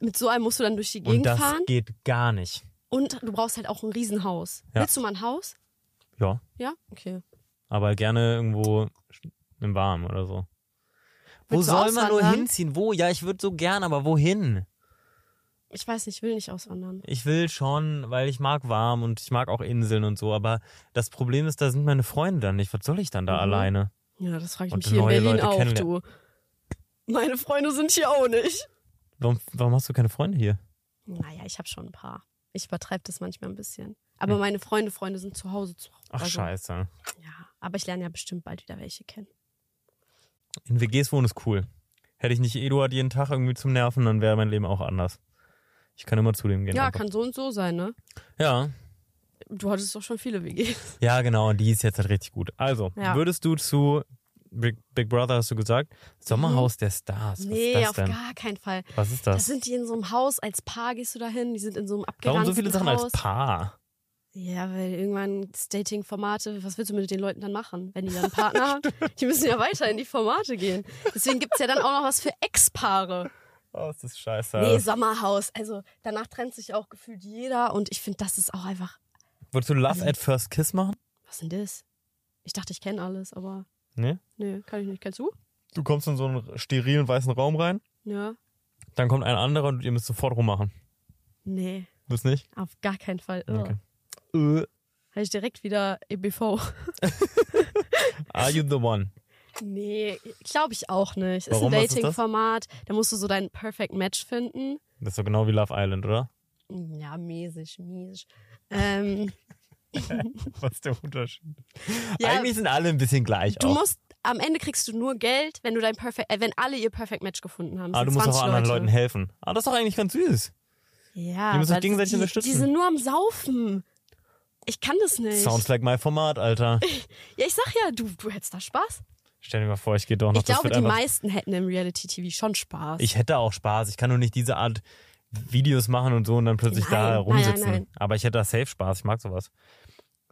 S2: mit so einem musst du dann durch die
S1: Und
S2: Gegend
S1: das
S2: fahren.
S1: geht gar nicht.
S2: Und du brauchst halt auch ein Riesenhaus.
S1: Ja.
S2: Willst du mal ein Haus?
S1: Ja,
S2: Ja? Okay.
S1: aber gerne irgendwo im Warmen oder so. Wo
S2: Willst du
S1: soll man nur
S2: auswandern?
S1: hinziehen? Wo? Ja, ich würde so gern, aber wohin?
S2: Ich weiß nicht, ich will nicht auswandern.
S1: Ich will schon, weil ich mag warm und ich mag auch Inseln und so, aber das Problem ist, da sind meine Freunde dann nicht. Was soll ich dann da
S2: Mhm.
S1: alleine?
S2: Ja, das frage ich
S1: Und
S2: mich hier in
S1: neue
S2: Berlin
S1: Leute
S2: auch, du.
S1: kennenlernen.
S2: Meine Freunde sind hier auch nicht.
S1: Warum, warum hast du keine Freunde hier?
S2: Naja, ich habe schon ein paar. Ich übertreibe das manchmal ein bisschen. Aber meine Freunde, Freunde sind zu Hause zu Hause.
S1: Hm. Ach, scheiße.
S2: Ja, aber ich lerne ja bestimmt bald wieder welche kennen.
S1: In WGs wohnen ist cool. Hätte ich nicht Eduard jeden Tag irgendwie zum Nerven, dann wäre mein Leben auch anders. Ich kann immer zu dem gehen.
S2: Ja,
S1: einfach.
S2: kann so und so sein, ne?
S1: ja.
S2: Du hattest doch schon viele WG.
S1: Ja, genau, und die ist jetzt halt richtig gut. Also,
S2: Ja.
S1: würdest du zu Big, Big Brother, hast du gesagt, Sommerhaus der Stars, was
S2: Mhm. Nee,
S1: ist das
S2: auf
S1: denn?
S2: gar keinen Fall.
S1: Was ist
S2: Da
S1: das?
S2: sind die in so einem Haus, als Paar gehst du da hin, die sind in so einem abgeranzten
S1: Warum so viele Sachen
S2: Haus.
S1: als Paar?
S2: Ja, weil irgendwann Dating-Formate, was willst du mit den Leuten dann machen, wenn die dann einen Partner haben? Die müssen ja weiter in die Formate gehen. Deswegen gibt's ja dann auch noch was für Ex-Paare.
S1: Oh, ist das scheiße.
S2: Nee, Sommerhaus. Also danach trennt sich auch gefühlt jeder und ich finde, das ist auch einfach.
S1: Wolltest du Love
S2: Also
S1: at First Kiss machen?
S2: Was denn das? Ich dachte, ich kenne alles, aber.
S1: Nee?
S2: Nee, kann ich nicht. Kennst du?
S1: Du kommst in so einen sterilen weißen Raum rein,
S2: Ja.
S1: dann kommt ein anderer und ihr müsst sofort rummachen.
S2: Nee,
S1: Wisst nicht?
S2: auf gar keinen Fall. Ugh.
S1: Okay. Äh,
S2: Habe ich direkt wieder E EBV.
S1: Are you the one?
S2: Nee, glaube ich auch nicht.
S1: Warum? Was
S2: Ist
S1: ist
S2: ein Dating-Format. Da musst du so deinen Perfect Match finden.
S1: Das ist doch genau wie Love Island, oder?
S2: Ja, mäßig, mäßig. Ähm,
S1: Was ist der Unterschied?
S2: Ja.
S1: Eigentlich sind alle ein bisschen gleich
S2: du
S1: auch.
S2: musst, am Ende kriegst du nur Geld, wenn du dein Perfect, äh, wenn alle ihr Perfect Match gefunden haben. Das
S1: Aber Ah, du
S2: sind
S1: musst auch
S2: 20
S1: anderen
S2: Leute.
S1: Leuten helfen. Ah, das ist doch eigentlich ganz süß.
S2: Ja,
S1: Die müssen sich
S2: aber
S1: gegenseitig
S2: die,
S1: unterstützen.
S2: Die sind nur am Saufen. Ich kann das nicht.
S1: Sounds like my Format, Alter.
S2: ja, ich sag ja, du, du hättest da Spaß.
S1: Stell dir mal vor, ich gehe doch noch
S2: Ich glaube,
S1: wird
S2: die
S1: einfach-
S2: meisten hätten im Reality-TV schon Spaß.
S1: Ich hätte auch Spaß. Ich kann nur nicht diese Art Videos machen und so und dann plötzlich da
S2: Nein,
S1: rumsitzen.
S2: nein, nein.
S1: Aber ich hätte da safe Spaß. Ich mag sowas.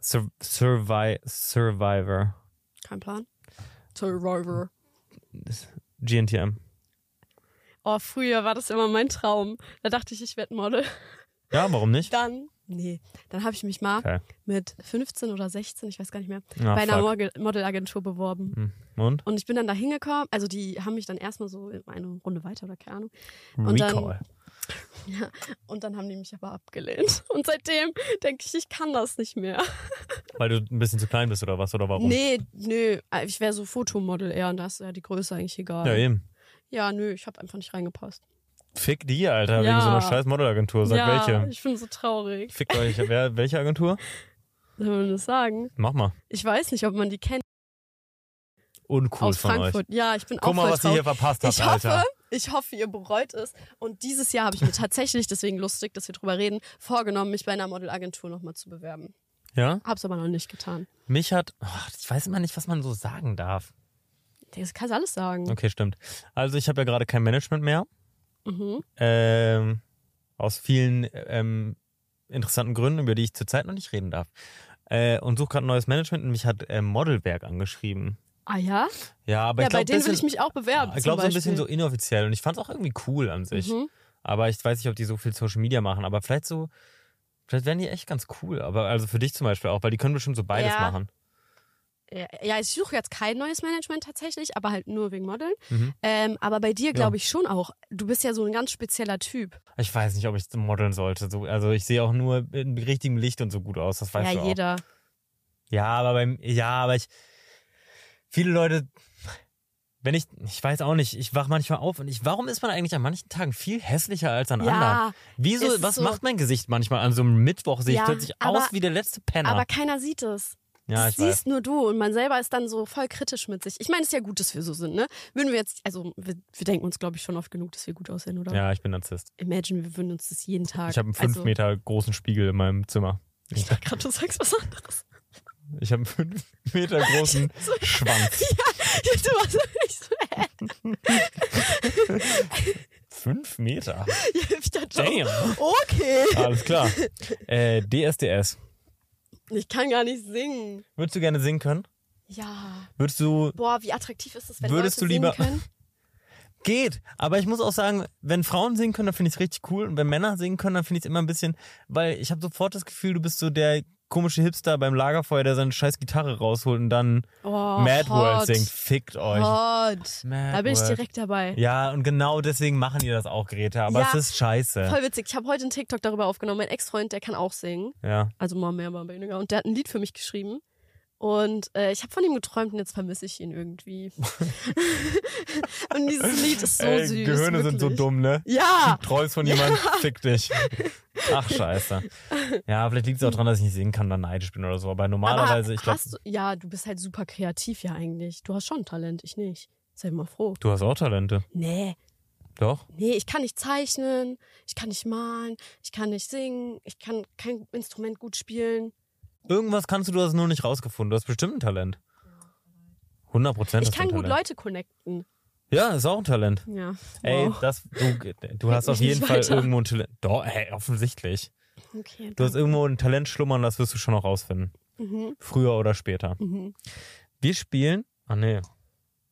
S1: Sur Survi Survivor.
S2: Kein Plan. Survivor.
S1: GNTM.
S2: Oh, früher war das immer mein Traum. Da dachte ich, ich werde Model.
S1: Ja, warum nicht?
S2: Dann, nee, dann habe ich mich mal
S1: Okay.
S2: mit 15 oder 16, ich weiß gar nicht mehr,
S1: Ah,
S2: bei einer
S1: fuck.
S2: Model- Modelagentur beworben.
S1: Hm. Und?
S2: Und ich bin dann da hingekommen, also die haben mich dann erstmal so in eine Runde weiter oder keine Ahnung. Und dann-
S1: Recall.
S2: Und dann haben die mich aber abgelehnt. Und seitdem denke ich, ich kann das nicht mehr.
S1: Weil du ein bisschen zu klein bist oder was? Oder warum?
S2: Nee, nö, ich wäre so Fotomodel eher und da ist ja die Größe eigentlich egal.
S1: Ja, eben.
S2: ja nö, ich habe einfach nicht reingepasst.
S1: Fick die, Alter, wegen
S2: Ja.
S1: so einer scheiß Modelagentur. Sag
S2: ja,
S1: welche.
S2: ich bin so traurig.
S1: Fick euch. Wer, welche Agentur?
S2: Soll man das sagen?
S1: Mach mal.
S2: Ich weiß nicht, ob man die kennt
S1: Uncool
S2: aus
S1: von
S2: Frankfurt.
S1: euch.
S2: Ja, ich bin auch
S1: Guck mal,
S2: voll
S1: was ihr
S2: traurig.
S1: hier verpasst habt,
S2: ich hoffe,
S1: Alter.
S2: ich hoffe, ihr bereut es. Und dieses Jahr habe ich mir tatsächlich, deswegen lustig, dass wir drüber reden, vorgenommen, mich bei einer Modelagentur nochmal zu bewerben.
S1: Ja?
S2: Hab's aber noch nicht getan.
S1: Mich hat. Ach, ich weiß immer nicht, was man so sagen darf.
S2: Das kannst du alles sagen.
S1: Okay, stimmt. Also ich habe ja gerade kein Management mehr.
S2: Mhm.
S1: Ähm, aus vielen ähm, interessanten Gründen, über die ich zurzeit noch nicht reden darf. Äh, und suche gerade ein neues Management und mich hat äh, Modelwerk angeschrieben.
S2: Ah ja?
S1: Ja, aber
S2: ja,
S1: ich glaube,
S2: bei denen will ich mich auch bewerben.
S1: ich
S2: zum
S1: glaub, so ein bisschen
S2: Beispiel.
S1: so inoffiziell und ich fand es auch irgendwie cool an sich.
S2: Mhm.
S1: Aber ich weiß nicht, ob die so viel Social Media machen, aber vielleicht so, vielleicht wären die echt ganz cool. Aber also für dich zum Beispiel auch, weil die können bestimmt so beides
S2: Ja.
S1: machen.
S2: Ja, Ja, ich suche jetzt kein neues Management tatsächlich, aber halt nur wegen Modeln.
S1: Mhm.
S2: Ähm, aber bei dir glaube ich schon auch. Du bist ja so ein ganz spezieller Typ.
S1: Ich weiß nicht, ob ich modeln sollte. So, also ich sehe auch nur in richtigem Licht und so gut aus, das weißt
S2: ja,
S1: du auch.
S2: jeder.
S1: Ja, aber beim, ja, aber ich, viele Leute, wenn ich, ich weiß auch nicht, ich wach manchmal auf und ich, warum ist man eigentlich an manchen Tagen viel hässlicher als an anderen?
S2: Ja,
S1: Wieso,
S2: ist
S1: was
S2: so.
S1: macht mein Gesicht manchmal an so einem Mittwoch? Sehe ich
S2: Ja,
S1: plötzlich
S2: aber-
S1: aus wie der letzte Penner.
S2: aber keiner sieht es.
S1: ja,
S2: das
S1: ich weiß.
S2: siehst nur du und man selber ist dann so voll kritisch mit sich. Ich meine, es ist ja gut, dass wir so sind, ne? Würden wir jetzt, also wir, wir denken uns, glaube ich, schon oft genug, dass wir gut aussehen, oder?
S1: Ja, ich bin Narzisst.
S2: Imagine, wir würden uns das jeden Tag.
S1: Ich habe einen
S2: also,
S1: 5 Meter großen Spiegel in meinem Zimmer.
S2: Ich dachte gerade, du sagst was anderes.
S1: Ich habe einen fünf Meter großen Schwanz.
S2: Du warst wirklich so,
S1: Fünf Meter?
S2: ja, ich dachte,
S1: Damn.
S2: oh, okay.
S1: Alles klar. Äh, DSDS.
S2: Ich kann gar nicht singen.
S1: Würdest du gerne singen können?
S2: Ja.
S1: Würdest du.
S2: Boah, wie attraktiv ist das, wenn
S1: Würdest
S2: Leute
S1: du lieber-
S2: singen können?
S1: Geht. Aber ich muss auch sagen, wenn Frauen singen können, dann finde ich es richtig cool. Und wenn Männer singen können, dann finde ich es immer ein bisschen. Weil ich habe sofort das Gefühl, du bist so der komische Hipster beim Lagerfeuer, der seine scheiß Gitarre rausholt und dann
S2: Oh,
S1: Mad
S2: hot.
S1: World singt. Fickt euch.
S2: Hot.
S1: Mad
S2: Da bin ich
S1: World.
S2: direkt dabei.
S1: Ja, und genau deswegen machen die das auch, Grete. Aber
S2: Ja.
S1: es ist scheiße.
S2: Voll witzig. Ich habe heute einen TikTok darüber aufgenommen. Mein Ex-Freund, der kann auch singen.
S1: Ja.
S2: Also mal mehr, mal weniger. Und der hat ein Lied für mich geschrieben. Und äh, ich habe von ihm geträumt und jetzt vermisse ich ihn irgendwie. und dieses Lied ist so
S1: Ey,
S2: süß.
S1: Gehirne sind so
S2: wirklich.
S1: dumm, ne?
S2: Ja,
S1: Träumst von jemandem, fick dich. Ach, scheiße. Ja, vielleicht liegt es auch daran, dass ich nicht singen kann, dann neidisch bin oder so. Aber normalerweise,
S2: aber
S1: ich glaube,
S2: hast du, ja, du bist halt super kreativ ja eigentlich. Du hast schon Talent, ich nicht. Sei mal froh.
S1: du hast auch Talente.
S2: Nee,
S1: Doch.
S2: nee, ich kann nicht zeichnen, ich kann nicht malen, ich kann nicht singen, ich kann kein Instrument gut spielen.
S1: Irgendwas kannst du, du hast es nur nicht rausgefunden. Du hast bestimmt ein Talent. 100 Prozent.
S2: ich kann gut
S1: Talent.
S2: Leute connecten.
S1: Ja, ist auch ein Talent.
S2: Ja.
S1: Ey,
S2: Wow.
S1: das, du, du hast
S2: mich
S1: auf jeden
S2: nicht
S1: Fall
S2: weiter.
S1: irgendwo ein Talent. Doch, ey, offensichtlich.
S2: okay.
S1: Du hast irgendwo ein Talent schlummern, das wirst du schon noch rausfinden.
S2: Mhm.
S1: Früher oder später.
S2: Mhm.
S1: Wir spielen. Ah, nee.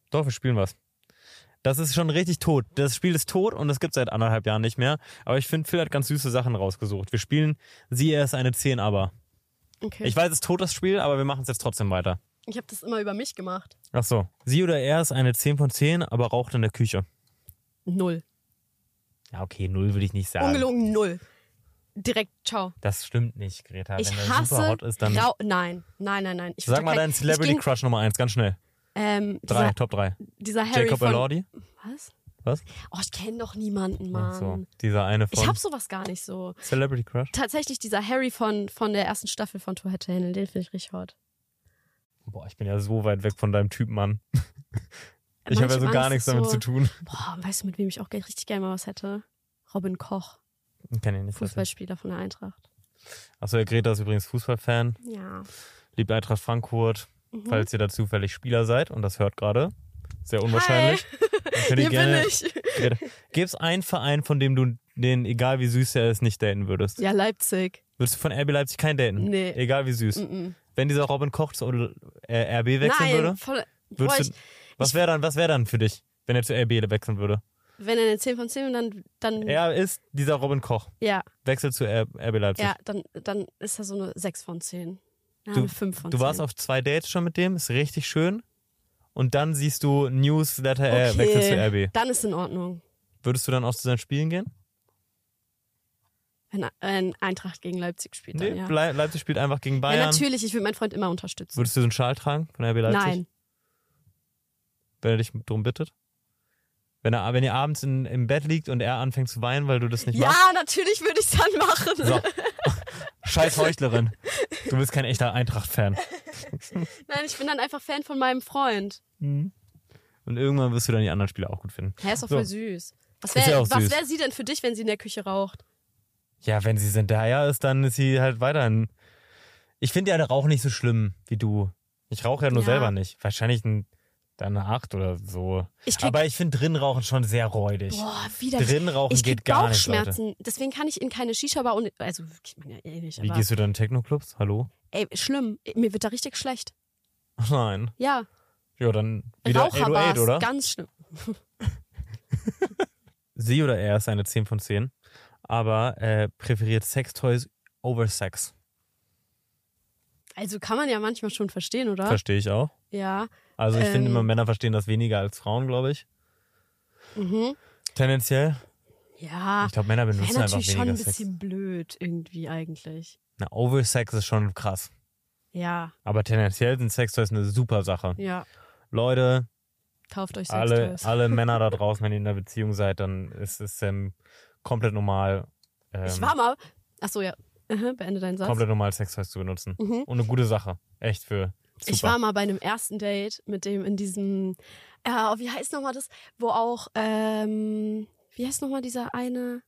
S1: Doch, wir spielen was. Das ist schon richtig tot. Das Spiel ist tot und es gibt seit anderthalb Jahren nicht mehr. Aber ich finde, Phil hat ganz süße Sachen rausgesucht. Wir spielen Sie, er ist eine 10, aber.
S2: Okay.
S1: Ich
S2: Ich,
S1: weiß, es ist tot, das Spiel, aber wir machen es jetzt trotzdem weiter.
S2: ich habe das immer über mich gemacht.
S1: Ach so. Sie oder er ist eine 10 von 10, aber raucht in der Küche.
S2: Null.
S1: Ja, okay, null würde ich nicht sagen.
S2: Ungelogen null. Direkt, ciao.
S1: Das stimmt nicht, Greta.
S2: Ich
S1: Wenn er
S2: hasse.
S1: super hot ist, dann.
S2: Rau nein, nein, nein, nein. Ich
S1: Sag
S2: würd
S1: mal
S2: kein-
S1: deinen Celebrity
S2: ich ging,
S1: Crush Nummer 1, ganz schnell.
S2: ähm,
S1: Drei,
S2: dieser,
S1: Top 3.
S2: dieser Harry
S1: Jacob
S2: von,
S1: Elordi.
S2: Was?
S1: Was?
S2: Oh, ich kenne doch niemanden,
S1: Ach
S2: Mann.
S1: so. Dieser eine
S2: Ich
S1: von
S2: hab sowas gar nicht so.
S1: Celebrity Crush.
S2: Tatsächlich dieser Harry von, von der ersten Staffel von Two Head Handle, den finde ich richtig hot.
S1: Boah, ich bin ja so weit weg von deinem Typ, Mann. Ich
S2: Manche
S1: habe ja so
S2: Mann
S1: gar
S2: ist
S1: nichts
S2: so-
S1: damit zu tun.
S2: Boah, weißt du, mit wem ich auch ge- richtig gerne mal was hätte? Robin Koch,
S1: Kenn ich nicht.
S2: Fußballspieler von der Eintracht.
S1: Achso, ja, Greta ist übrigens Fußballfan,
S2: Ja.
S1: liebt Eintracht Frankfurt.
S2: Mhm.
S1: Falls ihr da zufällig Spieler seid und das hört gerade, sehr unwahrscheinlich, dann könnt ihr
S2: Hier
S1: gerne.
S2: bin ich.
S1: Greta, gibt's einen Verein, von dem du den, egal wie süß er ist, nicht daten würdest?
S2: Ja, Leipzig.
S1: Würdest du von RB Leipzig keinen daten?
S2: Nee.
S1: Egal wie süß.
S2: Mhm.
S1: Wenn dieser Robin Koch zu äh, RB wechseln würde,
S2: Nein, voll, boah,
S1: würdest
S2: ich,
S1: du, was wäre dann, was wäre dann für dich, wenn er zu RB wechseln würde?
S2: wenn er eine 10 von 10 und dann, dann
S1: Er ist dieser Robin Koch.
S2: ja,
S1: Wechselt zu R- RB Leipzig.
S2: ja, dann, dann ist er so eine 6 von 10. Ja,
S1: Du-
S2: eine 5 von
S1: Du
S2: 10.
S1: warst auf zwei Dates schon mit dem, ist richtig schön. Und dann siehst du Newsletter, äh,
S2: Okay.
S1: wechselst zu RB.
S2: Dann ist in Ordnung.
S1: Würdest du dann auch zu seinen Spielen gehen?
S2: Wenn, wenn Eintracht gegen Leipzig spielt,
S1: Nee,
S2: dann ja.
S1: Blei- Leipzig spielt einfach gegen Bayern.
S2: Ja, natürlich, ich würde meinen Freund immer unterstützen.
S1: Würdest du so einen Schal tragen von RB Leipzig?
S2: Nein.
S1: Wenn er dich drum bittet? Wenn, er, wenn ihr abends in, im Bett liegt und er anfängt zu weinen, weil du das nicht machst?
S2: Ja, natürlich würde ich es dann machen.
S1: So. Scheiß Heuchlerin. Du bist kein echter Eintracht-Fan.
S2: Nein, ich bin dann einfach Fan von meinem Freund.
S1: Und irgendwann wirst du dann die anderen Spieler auch gut finden.
S2: Er ist doch
S1: So.
S2: voll süß. Was
S1: Ist ja
S2: wäre
S1: auch süß.
S2: was wär sie denn für dich, wenn sie in der Küche raucht?
S1: Ja, wenn sie sind da ja ist, dann ist sie halt weiterhin. Ich finde ja den Rauch nicht so schlimm wie du. Ich rauche ja nur
S2: Ja.
S1: selber nicht. Wahrscheinlich ein, dann eine Acht oder so.
S2: Ich krieg,
S1: Aber ich finde drin rauchen schon sehr räudig.
S2: boah, widerlich.
S1: Drin rauchen
S2: ich krieg
S1: geht gar nicht, Leute.
S2: Bauchschmerzen. Deswegen kann ich in keine Shisha-Bar und, also, kriegt man ja eh nicht,
S1: Wie
S2: aber,
S1: gehst du dann in Techno-Clubs? Hallo?
S2: ey, schlimm. Mir wird da richtig schlecht.
S1: Nein.
S2: Ja,
S1: Ja, dann wieder 808,
S2: Raucherbars,
S1: oder?
S2: ganz schlimm.
S1: Sie oder er ist eine 10 von 10, aber äh, präferiert Sextoys over Sex.
S2: Also kann man ja manchmal schon verstehen, oder?
S1: Verstehe ich auch.
S2: ja.
S1: Also ich finde
S2: Ähm.
S1: immer, Männer verstehen das weniger als Frauen, glaube ich.
S2: Mhm.
S1: Tendenziell.
S2: Ja.
S1: Ich glaube, Männer benutzen
S2: Ah. Wäre
S1: einfach
S2: natürlich schon
S1: weniger
S2: ein
S1: Sex.
S2: bisschen blöd irgendwie eigentlich.
S1: Na, Oversex ist schon krass.
S2: Ja,
S1: Aber tendenziell sind Sextoys eine super Sache.
S2: ja.
S1: Leute,
S2: Kauft euch
S1: alle,
S2: Sextoys.
S1: alle Männer da draußen, wenn ihr in einer Beziehung seid, dann ist es ähm, komplett normal, ähm,
S2: Ich war mal. Achso, ja. Mhm, beende deinen Satz.
S1: komplett normal Sextoys zu benutzen.
S2: Mhm.
S1: Und eine gute Sache. Echt für super.
S2: Ich war mal bei einem ersten Date mit dem in diesem. Äh, wie heißt nochmal das? Wo auch. Ähm, wie heißt nochmal dieser eine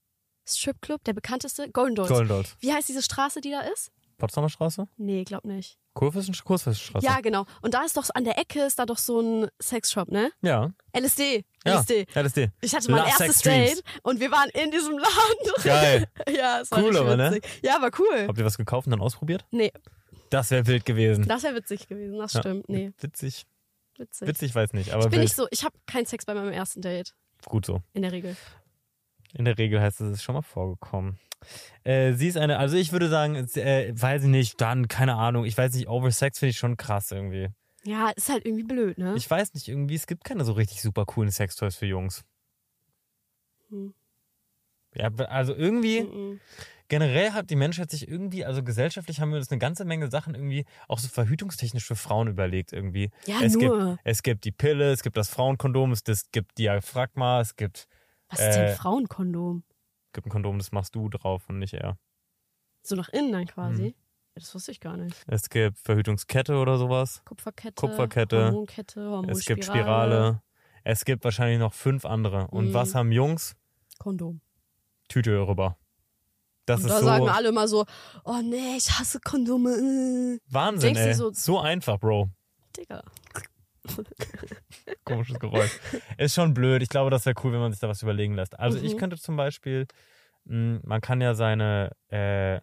S2: Stripclub? Der bekannteste? Golden Dolls.
S1: Golden Dolls.
S2: Wie heißt diese Straße, die da ist?
S1: Potsdamer Straße?
S2: Nee, glaub nicht.
S1: Kurfürsten, Kurfürstenstraße?
S2: Ja, genau. Und da ist doch so- an der Ecke ist da doch so ein Sexshop, ne?
S1: Ja.
S2: LSD.
S1: Ja.
S2: LSD.
S1: LSD.
S2: Ich hatte mein
S1: Love
S2: erstes
S1: Sex Dreams.
S2: Date und wir waren in diesem Laden.
S1: Geil.
S2: ja, es war
S1: Cool,
S2: richtig
S1: aber, ne?
S2: witzig. Ja, war cool.
S1: Habt ihr was gekauft und dann ausprobiert?
S2: Nee,
S1: Das wäre wild gewesen.
S2: das wäre witzig gewesen. Das
S1: Ja.
S2: stimmt. Nee,
S1: Witzig.
S2: witzig.
S1: Witzig weiß nicht, aber
S2: Ich bin
S1: wild.
S2: nicht so, ich habe keinen Sex bei meinem ersten Date.
S1: Gut so.
S2: In der Regel.
S1: In der Regel heißt es, es ist schon mal vorgekommen. Äh, sie ist eine, also ich würde sagen, es, äh, weiß ich nicht, dann, keine Ahnung, ich weiß nicht, Oversex finde ich schon krass irgendwie.
S2: Ja, ist halt irgendwie blöd, ne?
S1: Ich weiß nicht, irgendwie, es gibt keine so richtig super coolen Sextoys für Jungs.
S2: Hm.
S1: Ja, also irgendwie,
S2: Mhm.
S1: generell hat die Menschheit sich irgendwie, also gesellschaftlich haben wir uns eine ganze Menge Sachen irgendwie auch so verhütungstechnisch für Frauen überlegt irgendwie.
S2: Ja,
S1: es
S2: nur.
S1: Gibt, es gibt die Pille, es gibt das Frauenkondom, es es gibt Diaphragma, es gibt,
S2: Was ist denn
S1: äh,
S2: Frauenkondom?
S1: gibt ein Kondom, das machst du drauf und nicht er.
S2: So nach innen dann
S1: hm.
S2: quasi. Ja, Das wusste ich gar nicht.
S1: Es gibt Verhütungskette oder sowas.
S2: Kupferkette,
S1: Kupferkette.
S2: Hormonkette, Hormonspirale,
S1: Es gibt Spirale. Es gibt wahrscheinlich noch fünf andere. Und
S2: Mhm.
S1: was haben Jungs?
S2: Kondom.
S1: Tüte rüber. Das
S2: und
S1: ist
S2: da
S1: so
S2: sagen alle immer so, oh nee, ich hasse Kondome. äh."
S1: Wahnsinn,
S2: denkst du
S1: ey.
S2: so-
S1: So, einfach, Bro.
S2: Digga.
S1: Komisches Geräusch. ist schon blöd. Ich glaube, das wäre cool, wenn man sich da was überlegen lässt. Also ich
S2: Mhm.
S1: könnte zum Beispiel, mh, man kann ja seine äh,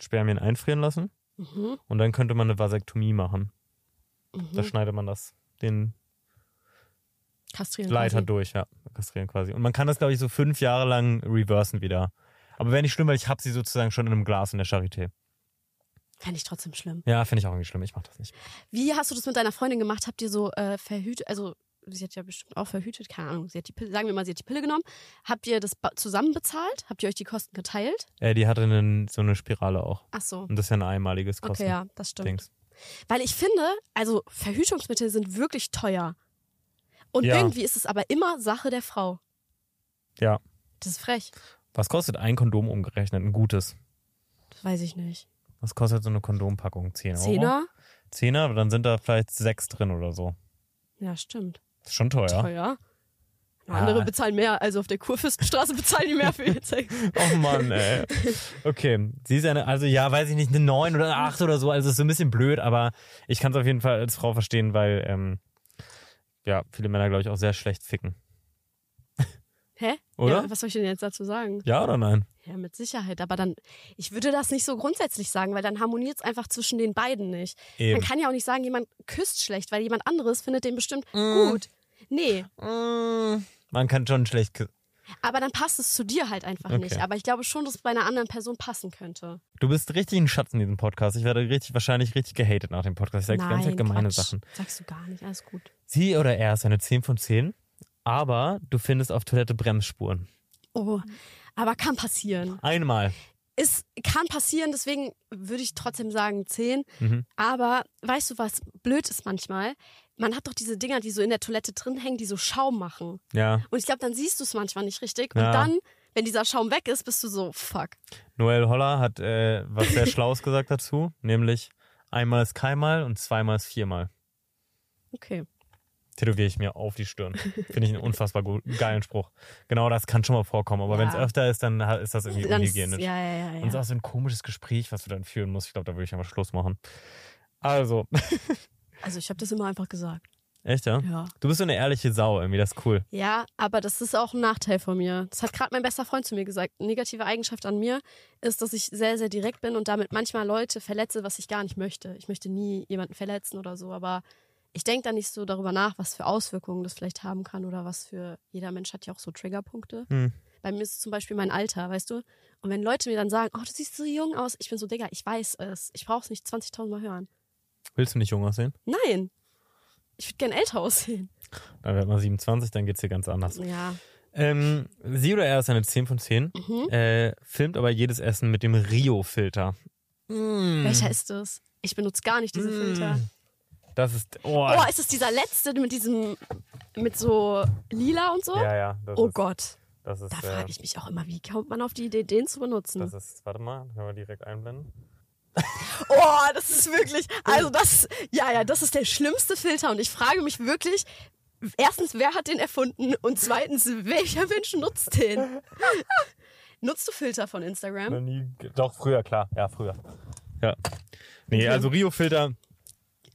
S1: Spermien einfrieren lassen
S2: Mhm,
S1: und dann könnte man eine Vasektomie machen. Da
S2: mhm.
S1: schneidet man das, den
S2: Kastrieren.
S1: Leiter
S2: quasi.
S1: durch, ja. Kastrieren quasi. Und man kann das, glaube ich, so fünf Jahre lang reversen wieder. Aber wäre nicht schlimm, weil ich habe sie sozusagen schon in einem Glas in der Charité.
S2: Fände ich trotzdem schlimm.
S1: Ja, finde ich auch irgendwie schlimm. Ich mache das nicht.
S2: Wie hast du das mit deiner Freundin gemacht? Habt ihr so äh, verhütet, also sie hat ja bestimmt auch verhütet, keine Ahnung, sie hat die Pille, sagen wir mal, sie hat die Pille genommen. Habt ihr das ba- zusammen bezahlt? Habt ihr euch die Kosten geteilt?
S1: Äh, die hatte einen, so eine Spirale auch.
S2: Ach so.
S1: Und das ist ja ein einmaliges Kosten.
S2: Okay, ja, das stimmt.
S1: Dings.
S2: Weil ich finde, also Verhütungsmittel sind wirklich teuer. Und
S1: Ja.
S2: irgendwie ist es aber immer Sache der Frau.
S1: Ja.
S2: Das ist frech.
S1: Was kostet ein Kondom umgerechnet? Ein gutes.
S2: Das weiß ich nicht.
S1: Was kostet so eine Kondompackung? 10 Euro?
S2: Zehner?
S1: Zehner, aber dann sind da vielleicht sechs drin oder so.
S2: Ja, stimmt.
S1: Ist schon teuer.
S2: Teuer. Andere
S1: Ja.
S2: bezahlen mehr, also auf der Kurfürstenstraße bezahlen die mehr für ihr Sex.
S1: Oh Mann, ey. Okay. Sie ist eine, also ja, weiß ich nicht, eine 9 oder eine 8 oder so. Also ist so ein bisschen blöd, aber ich kann es auf jeden Fall als Frau verstehen, weil, ähm, ja, viele Männer, glaube ich, auch sehr schlecht ficken.
S2: Hä?
S1: Oder?
S2: Ja, was soll ich denn jetzt dazu sagen?
S1: Ja oder nein?
S2: Ja, mit Sicherheit. Aber dann, ich würde das nicht so grundsätzlich sagen, weil dann harmoniert es einfach zwischen den beiden nicht.
S1: Eben.
S2: Man kann ja auch nicht sagen, jemand küsst schlecht, weil jemand anderes findet den bestimmt
S1: Mm.
S2: gut. Nee,
S1: Mm, Man kann schon schlecht. kü-
S2: aber dann passt es zu dir halt einfach
S1: Okay.
S2: nicht. Aber ich glaube schon, dass es bei einer anderen Person passen könnte.
S1: Du bist richtig ein Schatz in diesem Podcast. Ich werde richtig, wahrscheinlich richtig gehatet nach dem Podcast. Ich sage die
S2: Nein,
S1: ganze Zeit gemeine
S2: Quatsch.
S1: Sachen.
S2: Sagst du gar nicht, alles gut.
S1: Sie oder er ist eine 10 von 10, aber du findest auf Toilette Bremsspuren.
S2: Oh, aber kann passieren.
S1: Einmal.
S2: Es kann passieren, deswegen würde ich trotzdem sagen 10.
S1: Mhm.
S2: Aber weißt du, was blöd ist manchmal? Man hat doch diese Dinger, die so in der Toilette drin hängen, die so Schaum machen.
S1: Ja.
S2: Und ich glaube, dann siehst du es manchmal nicht richtig. Und
S1: Ja.
S2: dann, wenn dieser Schaum weg ist, bist du so, fuck.
S1: Noel Holler hat äh, was sehr Schlaues gesagt dazu, nämlich einmal ist keinmal und zweimal ist viermal.
S2: Okay.
S1: Tätowiere ich mir auf die Stirn. Finde ich einen unfassbar gu- geilen Spruch. Genau das kann schon mal vorkommen, aber
S2: Ja.
S1: wenn es öfter ist, dann ha- ist das irgendwie
S2: Dann ist, ja,
S1: unhygienisch.
S2: ja, ja.
S1: Und es ist
S2: ja.
S1: auch so ein komisches Gespräch, was du dann führen musst. Ich glaube, da würde ich einfach Schluss machen. Also,
S2: Also ich habe das immer einfach gesagt.
S1: echt, ja?
S2: Ja.
S1: Du bist so eine ehrliche Sau, irgendwie, das ist cool.
S2: Ja, aber das ist auch ein Nachteil von mir. Das hat gerade mein bester Freund zu mir gesagt. Eine negative Eigenschaft an mir ist, dass ich sehr, sehr direkt bin und damit manchmal Leute verletze, was ich gar nicht möchte. Ich möchte nie jemanden verletzen oder so, aber ich denke da nicht so darüber nach, was für Auswirkungen das vielleicht haben kann oder was für jeder Mensch hat ja auch so Triggerpunkte.
S1: Hm.
S2: Bei mir ist es zum Beispiel mein Alter, weißt du? Und wenn Leute mir dann sagen, oh, du siehst so jung aus, ich bin so, Digga, ich weiß es. Ich brauche es nicht 20.000 Mal hören.
S1: Willst du nicht jung aussehen?
S2: Nein. Ich würde gern älter aussehen.
S1: Dann wird man 27, dann geht's dir ganz anders.
S2: Ja.
S1: Ähm, sie oder er ist eine 10 von 10,
S2: Mhm.
S1: äh, filmt aber jedes Essen mit dem Rio-Filter. Mm.
S2: Welcher ist das? Ich benutze gar nicht diese
S1: Mm.
S2: Filter.
S1: Das ist. Oh,
S2: Oh, ist es dieser letzte mit diesem, mit so lila und so?
S1: ja, ja. Das
S2: oh
S1: ist,
S2: Gott.
S1: Das ist,
S2: Da
S1: äh,
S2: frage ich mich auch immer, wie kommt man auf die Idee, den zu benutzen?
S1: das ist, warte mal, können wir direkt einblenden.
S2: oh, das ist wirklich, also das, ja, ja, das ist der schlimmste Filter und ich frage mich wirklich, erstens, wer hat den erfunden und zweitens, welcher Mensch nutzt den? Nutzt du Filter von Instagram? Hm?
S1: Noch nie, ge- doch, früher, klar. Ja, früher. Ja. Nee,
S2: Okay.
S1: also Rio-Filter.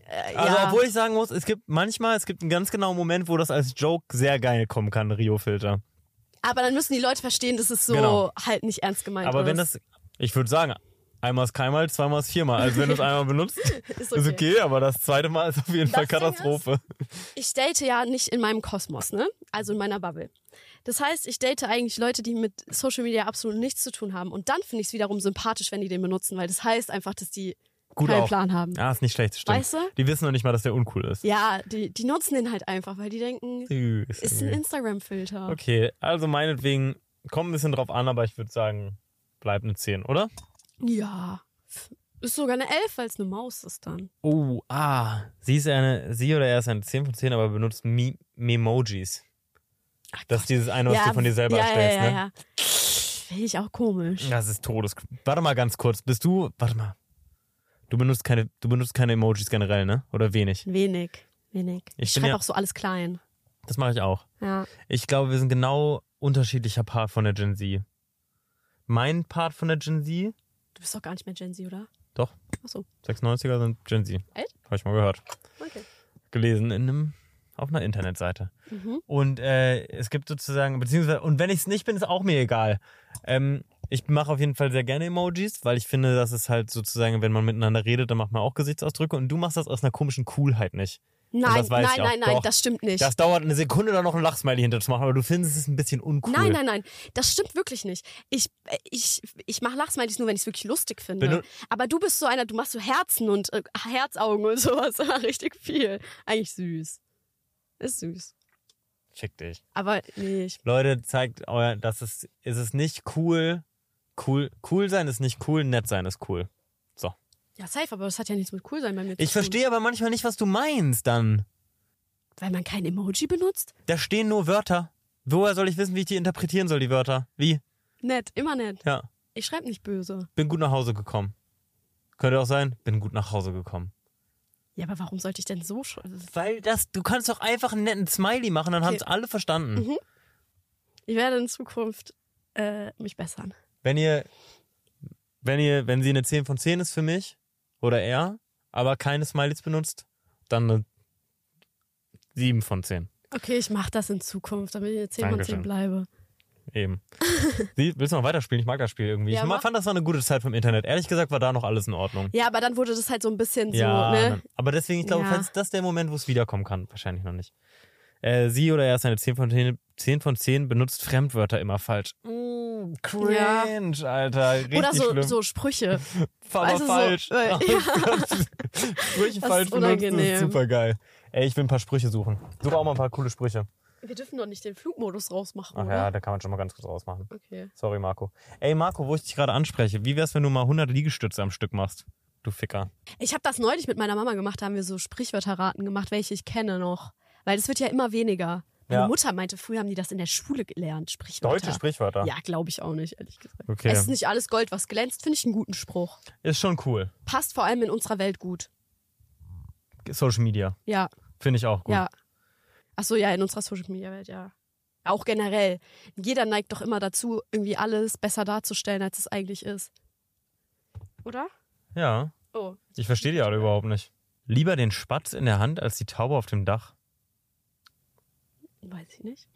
S2: Äh,
S1: Also,
S2: ja.
S1: obwohl ich sagen muss, es gibt manchmal, es gibt einen ganz genauen Moment, wo das als Joke sehr geil kommen kann, Rio-Filter.
S2: Aber dann müssen die Leute verstehen, dass es so
S1: Genau.
S2: halt nicht ernst gemeint
S1: Aber
S2: ist.
S1: wenn das, ich würde sagen, einmal ist keinmal, zweimal ist viermal. Also, wenn du es einmal benutzt,
S2: ist
S1: ist okay, aber das zweite Mal ist auf jeden
S2: Das
S1: Fall
S2: Ding ist-
S1: Katastrophe.
S2: Ich date ja nicht in meinem Kosmos, ne? Also in meiner Bubble. Das heißt, ich date eigentlich Leute, die mit Social Media absolut nichts zu tun haben. Und dann finde ich es wiederum sympathisch, wenn die den benutzen, weil das heißt einfach, dass die
S1: Gut
S2: keinen
S1: auch.
S2: Plan haben.
S1: Ah, ist nicht schlecht, stimmt.
S2: Weißt du?
S1: Die wissen noch nicht mal, dass der uncool ist.
S2: Ja, die, die nutzen den halt einfach, weil die denken,
S1: Süß.
S2: ist ein Instagram-Filter.
S1: okay, also meinetwegen, kommt ein bisschen drauf an, aber ich würde sagen, bleibt eine 10, oder?
S2: Ja. Ist sogar eine Elf, weil es eine Maus ist dann.
S1: Oh, ah. Sie ist eine, sie oder er ist eine 10 von 10, aber benutzt Mi- Memojis.
S2: Ach
S1: Das ist dieses eine, was du von dir selber
S2: ja,
S1: erstellst,
S2: ja, ja,
S1: ne?
S2: ja. Finde ich auch komisch.
S1: Das ist Todes. Warte mal ganz kurz. Bist du, warte mal. Du benutzt keine, du benutzt keine Emojis generell, ne? Oder wenig.
S2: Wenig, wenig.
S1: Ich
S2: Ich,
S1: bin
S2: schreibe
S1: ja-
S2: auch so alles klein.
S1: Das mache ich auch.
S2: Ja.
S1: Ich glaube, wir sind genau unterschiedlicher Part von der Gen Z. Mein Part von der Gen Z,
S2: Du bist doch gar nicht mehr Gen Z, oder?
S1: doch,
S2: Achso,
S1: 96er sind Gen Z.
S2: Echt?
S1: Habe ich mal gehört.
S2: okay.
S1: Gelesen in einem, auf einer Internetseite.
S2: Mhm.
S1: Und äh, es gibt sozusagen, beziehungsweise, und wenn ich es nicht bin, ist auch mir egal. Ähm, ich mache auf jeden Fall sehr gerne Emojis, weil ich finde, das ist halt sozusagen, wenn man miteinander redet, dann macht man auch Gesichtsausdrücke und du machst das aus einer komischen Coolheit nicht.
S2: Nein,
S1: das weiß
S2: nein,
S1: ich auch.
S2: nein, nein,
S1: Doch.
S2: das stimmt nicht.
S1: Das dauert eine Sekunde, da noch ein Lachsmiley hinterzumachen, aber du findest es ein bisschen uncool.
S2: Nein, nein, nein, das stimmt wirklich nicht. Ich, äh, ich, ich mache Lachsmilies nur, wenn ich es wirklich lustig finde.
S1: Wenn du-
S2: Aber du bist so einer, du machst so Herzen und äh, Herzaugen und sowas richtig viel. Eigentlich süß. Ist süß.
S1: Fick dich.
S2: Aber nee, ich,
S1: Leute, zeigt euer, das ist, ist es nicht cool. Cool, cool sein ist nicht cool, nett sein ist cool.
S2: ja, safe, aber das hat ja nichts mit cool sein bei mir zu
S1: Ich
S2: tun.
S1: verstehe aber manchmal nicht, was du meinst dann.
S2: Weil man kein Emoji benutzt?
S1: Da stehen nur Wörter. Woher soll ich wissen, wie ich die interpretieren soll, die Wörter? Wie?
S2: Nett, immer nett.
S1: Ja.
S2: Ich schreibe nicht böse.
S1: Bin gut nach Hause gekommen. Könnte auch sein, bin gut nach Hause gekommen.
S2: Ja, aber warum sollte ich denn so also, schreiben?
S1: Weil das, du kannst doch einfach einen netten Smiley machen, dann haben es alle verstanden.
S2: Mhm. Ich werde in Zukunft äh, mich bessern.
S1: Wenn ihr, wenn ihr, wenn sie eine 10 von 10 ist für mich oder er, aber keine Smileys benutzt, dann eine 7 von 10.
S2: Okay, ich mache das in Zukunft, damit ich eine 10 von
S1: Dankeschön.
S2: 10 bleibe.
S1: Eben. Sie, willst du noch weiterspielen? Ich mag das Spiel irgendwie.
S2: Ja,
S1: ich ma-
S2: mach.
S1: fand, das war eine gute Zeit vom Internet. Ehrlich gesagt war da noch alles in Ordnung.
S2: Ja, aber dann wurde das halt so ein bisschen
S1: ja,
S2: so, ne?
S1: ne? aber deswegen, ich glaube,
S2: Ja.
S1: falls das der Moment, wo es wiederkommen kann, wahrscheinlich noch nicht. Äh, sie oder er ist eine 10 von 10, 10 von 10 benutzt Fremdwörter immer falsch. Mm, cringe, Alter. Richtig
S2: Oder so,
S1: schlimm.
S2: so Sprüche.
S1: aber
S2: weißt du, so,
S1: falsch.
S2: äh,
S1: Oh
S2: ja.
S1: Gott. Sprüche falsch
S2: Das ist
S1: benutzt, das ist
S2: unangenehm.
S1: super geil. Ey, ich will ein paar Sprüche suchen. Suche auch mal ein paar coole Sprüche.
S2: Wir dürfen doch nicht den Flugmodus rausmachen,
S1: Ach
S2: oder?
S1: ja, da kann man schon mal ganz kurz rausmachen.
S2: Okay.
S1: Sorry, Marco. Ey, Marco, wo ich dich gerade anspreche, wie wär's, wenn du mal 100 Liegestütze am Stück machst? Du Ficker.
S2: Ich habe das neulich mit meiner Mama gemacht, da haben wir so Sprichwörterraten gemacht, welche ich kenne noch. Weil das wird ja immer weniger. Meine
S1: Ja.
S2: Mutter meinte, früher haben die das in der Schule gelernt, Sprichwörter.
S1: Deutsche Sprichwörter.
S2: Ja, glaube ich auch nicht, ehrlich gesagt.
S1: Okay.
S2: Es ist nicht alles Gold, was glänzt, finde ich einen guten Spruch.
S1: Ist schon cool.
S2: Passt vor allem in unserer Welt gut.
S1: Social Media.
S2: Ja,
S1: Finde ich auch gut.
S2: ja. Ach so, ja, in unserer Social Media Welt, ja. Auch generell. Jeder neigt doch immer dazu, irgendwie alles besser darzustellen, als es eigentlich ist. Oder?
S1: Ja.
S2: Oh.
S1: Ich verstehe die alle überhaupt nicht. Lieber den Spatz in der Hand als die Taube auf dem Dach.
S2: Weiß ich nicht.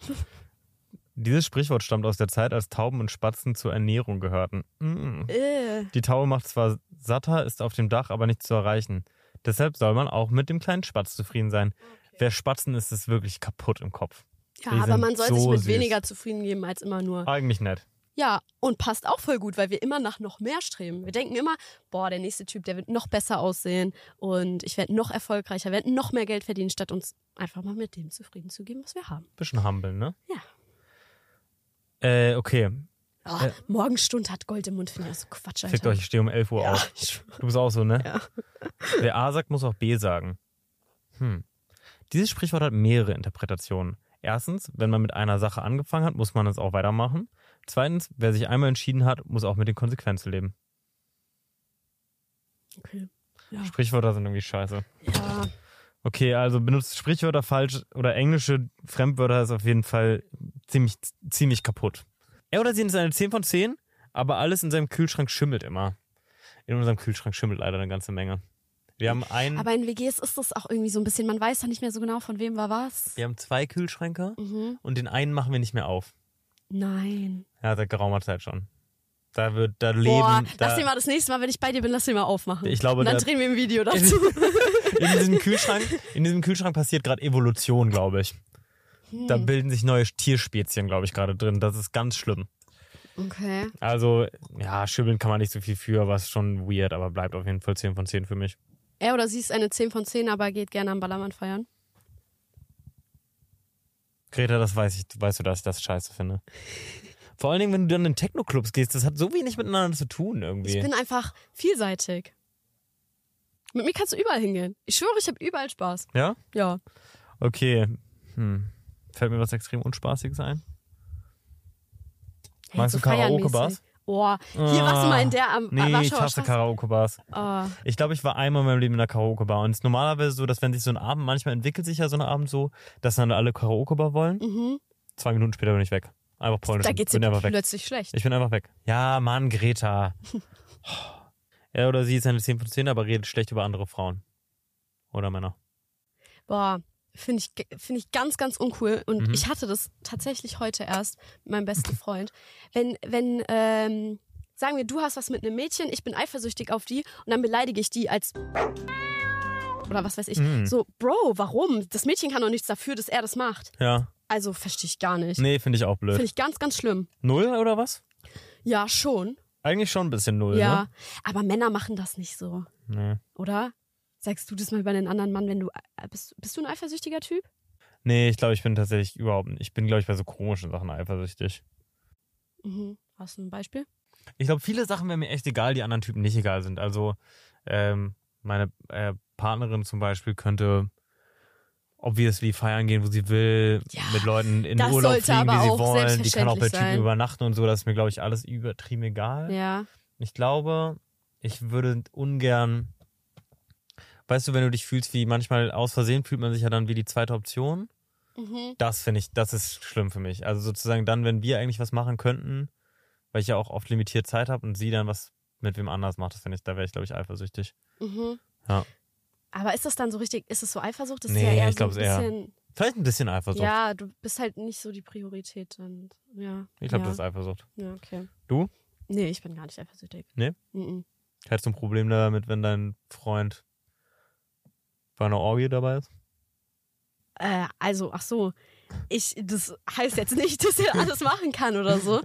S1: Dieses Sprichwort stammt aus der Zeit, als Tauben und Spatzen zur Ernährung gehörten. Mm.
S2: Äh.
S1: Die Taube macht zwar satter, ist auf dem Dach aber nicht zu erreichen. Deshalb soll man auch mit dem kleinen Spatz zufrieden sein. Wer Spatzen ist, ist wirklich kaputt im Kopf.
S2: Ja,
S1: Die
S2: aber
S1: sind
S2: man soll sich
S1: so
S2: mit
S1: süß.
S2: weniger zufrieden geben als immer nur.
S1: Eigentlich nett.
S2: Ja, und passt auch voll gut, weil wir immer nach noch mehr streben. Wir denken immer, boah, der nächste Typ, der wird noch besser aussehen und ich werde noch erfolgreicher, werde noch mehr Geld verdienen, statt uns einfach mal mit dem zufrieden zu geben, was wir haben.
S1: Bisschen humble, ne?
S2: Ja.
S1: Äh, okay.
S2: Oh,
S1: Äh.
S2: Morgenstund hat Gold im Mund, finde ich das so Quatsch, Alter.
S1: Fickt euch, ich stehe um 11 Uhr
S2: Ja,
S1: auf.
S2: ich schwör.
S1: Du bist auch so, ne?
S2: Ja.
S1: Wer A sagt, muss auch B sagen. Hm. Dieses Sprichwort hat mehrere Interpretationen. Erstens, wenn man mit einer Sache angefangen hat, muss man es auch weitermachen. Zweitens, wer sich einmal entschieden hat, muss auch mit den Konsequenzen leben.
S2: Okay. Ja.
S1: Sprichwörter sind irgendwie scheiße.
S2: ja,
S1: Okay, also benutzt Sprichwörter falsch oder englische Fremdwörter ist auf jeden Fall ziemlich, ziemlich kaputt. Er oder sie ist eine 10 von 10, aber alles in seinem Kühlschrank schimmelt immer. In unserem Kühlschrank schimmelt leider eine ganze Menge. Wir haben einen,
S2: Aber in WGs ist das auch irgendwie so ein bisschen, man weiß ja nicht mehr so genau, von wem war was.
S1: wir haben zwei Kühlschränke
S2: Mhm.
S1: und den einen machen wir nicht mehr auf.
S2: Nein.
S1: Ja, seit geraumer Zeit schon. Da wird, da
S2: Boah,
S1: leben,
S2: lass
S1: da,
S2: den mal das nächste Mal, wenn ich bei dir bin, lass den mal aufmachen.
S1: Ich glaube,
S2: Und dann
S1: da-
S2: drehen wir ein Video dazu.
S1: in diesem Kühlschrank, in diesem Kühlschrank passiert gerade Evolution, glaube ich.
S2: Hm.
S1: Da bilden sich neue Tierspezien, glaube ich, gerade drin. Das ist ganz schlimm.
S2: Okay.
S1: Also, ja, schimmeln kann man nicht so viel für, was schon weird, aber bleibt auf jeden Fall 10 von 10 für mich.
S2: Er oder sie ist eine 10 von 10, aber geht gerne am Ballermann feiern.
S1: Greta, das weiß ich, weißt du, dass ich das scheiße finde. Vor allen Dingen, wenn du dann in Techno-Clubs gehst, das hat so wenig miteinander zu tun
S2: Ich
S1: irgendwie.
S2: bin einfach vielseitig. Mit mir kannst du überall hingehen. Ich schwöre, ich habe überall Spaß.
S1: Ja?
S2: Ja.
S1: Okay. Hm. Fällt mir was extrem Unspaßiges ein? Meinst du
S2: feiermäßig.
S1: Karaoke-Bars?
S2: Oh, hier
S1: Ah,
S2: warst du mal in der am
S1: Nee, ich
S2: Warschauer
S1: hasse
S2: Straße.
S1: Karaoke-Bars.
S2: Ah,
S1: Ich glaube, ich war einmal in meinem Leben in einer Karaoke-Bar. Und es ist normalerweise so, dass wenn sich so ein Abend, manchmal entwickelt sich ja so ein Abend so, dass dann alle Karaoke-Bar wollen.
S2: mhm.
S1: Zwei Minuten später bin ich weg. Einfach polnisch.
S2: Da geht's
S1: bin
S2: dir
S1: einfach weg.
S2: plötzlich schlecht.
S1: Ich bin einfach weg. Ja, Mann, Greta. er oder sie ist eine 10 von 10, aber redet schlecht über andere Frauen. Oder Männer.
S2: Boah, finde ich, find ich ganz, ganz uncool. Und
S1: Mhm.
S2: ich hatte das tatsächlich heute erst mit meinem besten Freund. Wenn, wenn, ähm, sagen wir, du hast was mit einem Mädchen, ich bin eifersüchtig auf die und dann beleidige ich die als oder was weiß ich.
S1: Mhm.
S2: So, Bro, warum? Das Mädchen kann doch nichts dafür, dass er das macht.
S1: Ja.
S2: Also verstehe ich gar nicht.
S1: Nee, finde ich auch blöd.
S2: Finde ich ganz, ganz schlimm.
S1: Null oder was?
S2: Ja, schon.
S1: Eigentlich schon ein bisschen null,
S2: ja. Aber Männer machen das nicht so,
S1: ne?
S2: oder? Sagst du das mal bei den anderen Mann, wenn du. äh, Bist, bist du ein eifersüchtiger Typ?
S1: Nee. nee, ich glaube, ich bin tatsächlich überhaupt nicht. Ich bin, glaube ich, bei so komischen Sachen eifersüchtig.
S2: Mhm. Hast du ein Beispiel?
S1: Ich glaube, viele Sachen wären mir echt egal, die anderen Typen nicht egal sind. Also, ähm, meine äh, Partnerin zum Beispiel könnte obviously feiern gehen, wo sie will,
S2: Ja,
S1: mit Leuten in
S2: das
S1: Urlaub
S2: sollte
S1: fliegen,
S2: aber
S1: wie sie
S2: auch
S1: wollen. Die kann auch bei
S2: selbstverständlich sein.
S1: Typen übernachten und so. Das ist mir, glaube ich, alles übertrieben egal.
S2: Ja.
S1: Ich glaube, ich würde ungern. Weißt du, wenn du dich fühlst wie manchmal aus Versehen, fühlt man sich ja dann wie die zweite Option.
S2: Mhm.
S1: Das finde ich, das ist schlimm für mich. Also sozusagen dann, wenn wir eigentlich was machen könnten, weil ich ja auch oft limitiert Zeit habe und sie dann was mit wem anders macht, das finde ich, da wäre ich, glaube ich, eifersüchtig.
S2: Mhm.
S1: Ja.
S2: Aber ist das dann so richtig, ist es so Eifersucht? Das ist
S1: Nee,
S2: ja eher
S1: ich glaub,
S2: so
S1: es eher
S2: ein bisschen,
S1: Vielleicht ein bisschen Eifersucht.
S2: ja, du bist halt nicht so die Priorität und ja.
S1: Ich glaube,
S2: ja.
S1: das ist Eifersucht.
S2: Ja, okay.
S1: Du?
S2: Nee, ich bin gar nicht eifersüchtig.
S1: Nee?
S2: Mhm.
S1: Hättest du ein Problem damit, wenn dein Freund bei einer Orgie dabei ist?
S2: Äh, also, ach so. Ich, das heißt jetzt nicht, dass er alles machen kann oder so.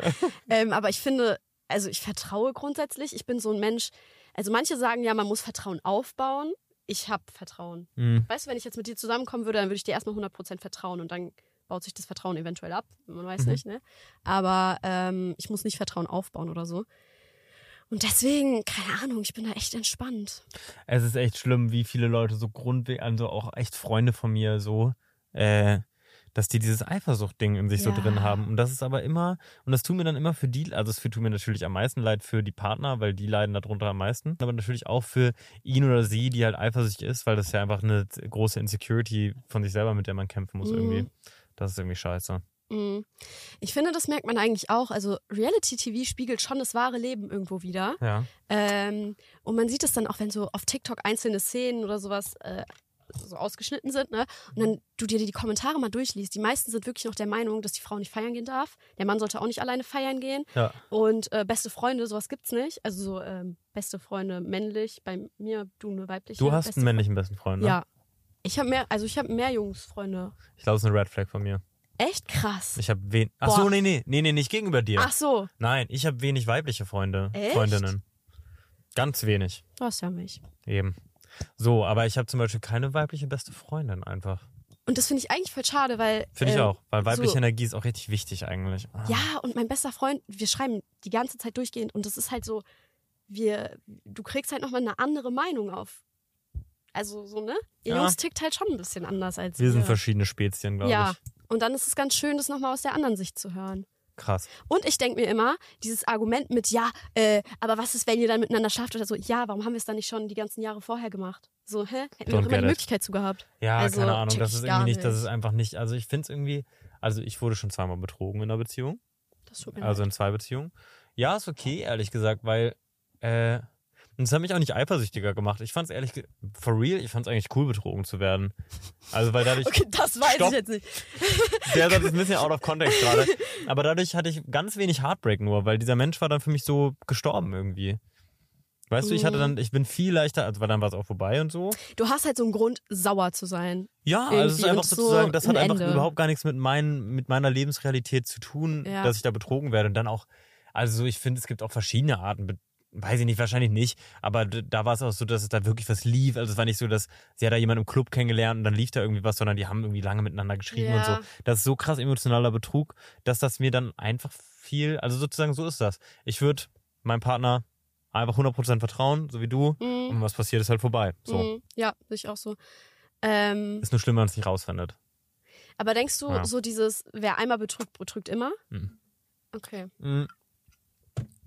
S2: Ähm, aber ich finde, also ich vertraue grundsätzlich. Ich bin so ein Mensch. Also manche sagen ja, man muss Vertrauen aufbauen. Ich habe Vertrauen.
S1: Hm.
S2: Weißt du, wenn ich jetzt mit dir zusammenkommen würde, dann würde ich dir erstmal 100% vertrauen und dann baut sich das Vertrauen eventuell ab. Man weiß
S1: Mhm.
S2: nicht, ne? Aber ähm, ich muss nicht Vertrauen aufbauen oder so. Und deswegen, keine Ahnung, ich bin da echt entspannt.
S1: Es ist echt schlimm, wie viele Leute so grundweg, also auch echt Freunde von mir so, äh, dass die dieses Eifersucht-Ding in sich so
S2: Ja.
S1: drin haben. Und das ist aber immer, und das tut mir dann immer für die, also es tut mir natürlich am meisten leid für die Partner, weil die leiden darunter am meisten, aber natürlich auch für ihn oder sie, die halt eifersüchtig ist, weil das ja einfach eine große Insecurity von sich selber, mit der man kämpfen muss
S2: Mhm.
S1: irgendwie. Das ist irgendwie scheiße.
S2: Mhm. Ich finde, das merkt man eigentlich auch. Also Reality-TV spiegelt schon das wahre Leben irgendwo wieder.
S1: Ja.
S2: Ähm, und man sieht es dann auch, wenn so auf TikTok einzelne Szenen oder sowas äh, so ausgeschnitten sind, ne? Und dann du dir die Kommentare mal durchliest. Die meisten sind wirklich noch der Meinung, dass die Frau nicht feiern gehen darf. Der Mann sollte auch nicht alleine feiern gehen.
S1: Ja.
S2: Und äh, beste Freunde, sowas gibt's nicht. Also so ähm, beste Freunde männlich, bei mir du eine weibliche.
S1: Du hast
S2: beste
S1: einen männlichen besten Freund,
S2: Freund-
S1: ne?
S2: Ja. Ich habe mehr, also ich habe mehr Jungsfreunde.
S1: Ich glaube, es ist eine Red Flag von mir.
S2: Echt krass.
S1: Ich habe wen. Ach so,
S2: Boah.
S1: nee, nee, nee, nee, nicht gegenüber dir.
S2: Ach so,
S1: Nein, ich habe wenig weibliche Freunde,
S2: Echt?
S1: Freundinnen. Ganz wenig,
S2: du hast ja mich.
S1: eben. So, aber ich habe zum Beispiel keine weibliche beste Freundin einfach.
S2: Und das finde ich eigentlich voll schade, weil.
S1: Finde ich
S2: ähm,
S1: auch, weil weibliche
S2: so-
S1: Energie ist auch richtig wichtig eigentlich. Ah.
S2: Ja, und mein bester Freund, wir schreiben die ganze Zeit durchgehend und das ist halt so, wir, du kriegst halt nochmal eine andere Meinung auf. Also so, ne? Ihr
S1: Ja.
S2: Jungs tickt halt schon ein bisschen anders als
S1: Wir sind verschiedene Spezien, glaube
S2: Ja,
S1: ich.
S2: und dann ist es ganz schön, das nochmal aus der anderen Sicht zu hören.
S1: Krass.
S2: Und ich denke mir immer, dieses Argument mit, ja, äh, aber was ist, wenn ihr dann miteinander schlaft oder so, ja, warum haben wir es dann nicht schon die ganzen Jahre vorher gemacht? So, hä? Hätten wir
S1: Don't
S2: doch immer
S1: get
S2: die
S1: it.
S2: Möglichkeit zu gehabt.
S1: Ja,
S2: Also,
S1: keine Ahnung,
S2: check
S1: das
S2: ich
S1: ist
S2: gar
S1: irgendwie nicht, das
S2: nicht.
S1: ist einfach nicht, also ich finde es irgendwie, also ich wurde schon zweimal betrogen in einer Beziehung.
S2: Das tut mir
S1: Also
S2: leid.
S1: in zwei Beziehungen. Ja, ist okay, ehrlich gesagt, weil äh, Und es hat mich auch nicht eifersüchtiger gemacht. Ich fand es ehrlich, ge- for real, ich fand es eigentlich cool, betrogen zu werden. Also, weil dadurch,
S2: Okay, das weiß
S1: Stopp.
S2: ich jetzt nicht.
S1: der Satz ist ein bisschen out of context gerade. Aber dadurch hatte ich ganz wenig Heartbreak nur, weil dieser Mensch war dann für mich so gestorben irgendwie. Weißt du, ich
S2: Mhm.
S1: hatte dann, ich bin viel leichter, also weil dann war es auch vorbei und so.
S2: Du hast halt so einen Grund, sauer zu sein.
S1: Ja, also es ist
S2: Irgendwie
S1: einfach
S2: und so
S1: sozusagen, das hat
S2: ein
S1: einfach
S2: Ende.
S1: überhaupt gar nichts mit, mein, mit meiner Lebensrealität zu tun,
S2: Ja.
S1: dass ich da betrogen werde. Und dann auch, also so, ich finde, es gibt auch verschiedene Arten, be- weiß ich nicht, wahrscheinlich nicht, aber d- da war es auch so, dass es da wirklich was lief. Also es war nicht so, dass sie hat da jemanden im Club kennengelernt und dann lief da irgendwie was, sondern die haben irgendwie lange miteinander geschrieben und so.
S2: Ja.
S1: Das ist so krass emotionaler Betrug, dass das mir dann einfach viel, also sozusagen so ist das. Ich würde meinem Partner einfach 100% vertrauen, so wie du,
S2: Mhm.
S1: und was passiert, ist halt vorbei. So.
S2: Mhm. Ja, sehe ich auch so. Ähm,
S1: Ist nur schlimm, wenn man es nicht rausfindet.
S2: aber denkst du,
S1: Ja.
S2: so dieses, wer einmal betrügt, betrügt immer?
S1: Mhm.
S2: Okay.
S1: Mhm.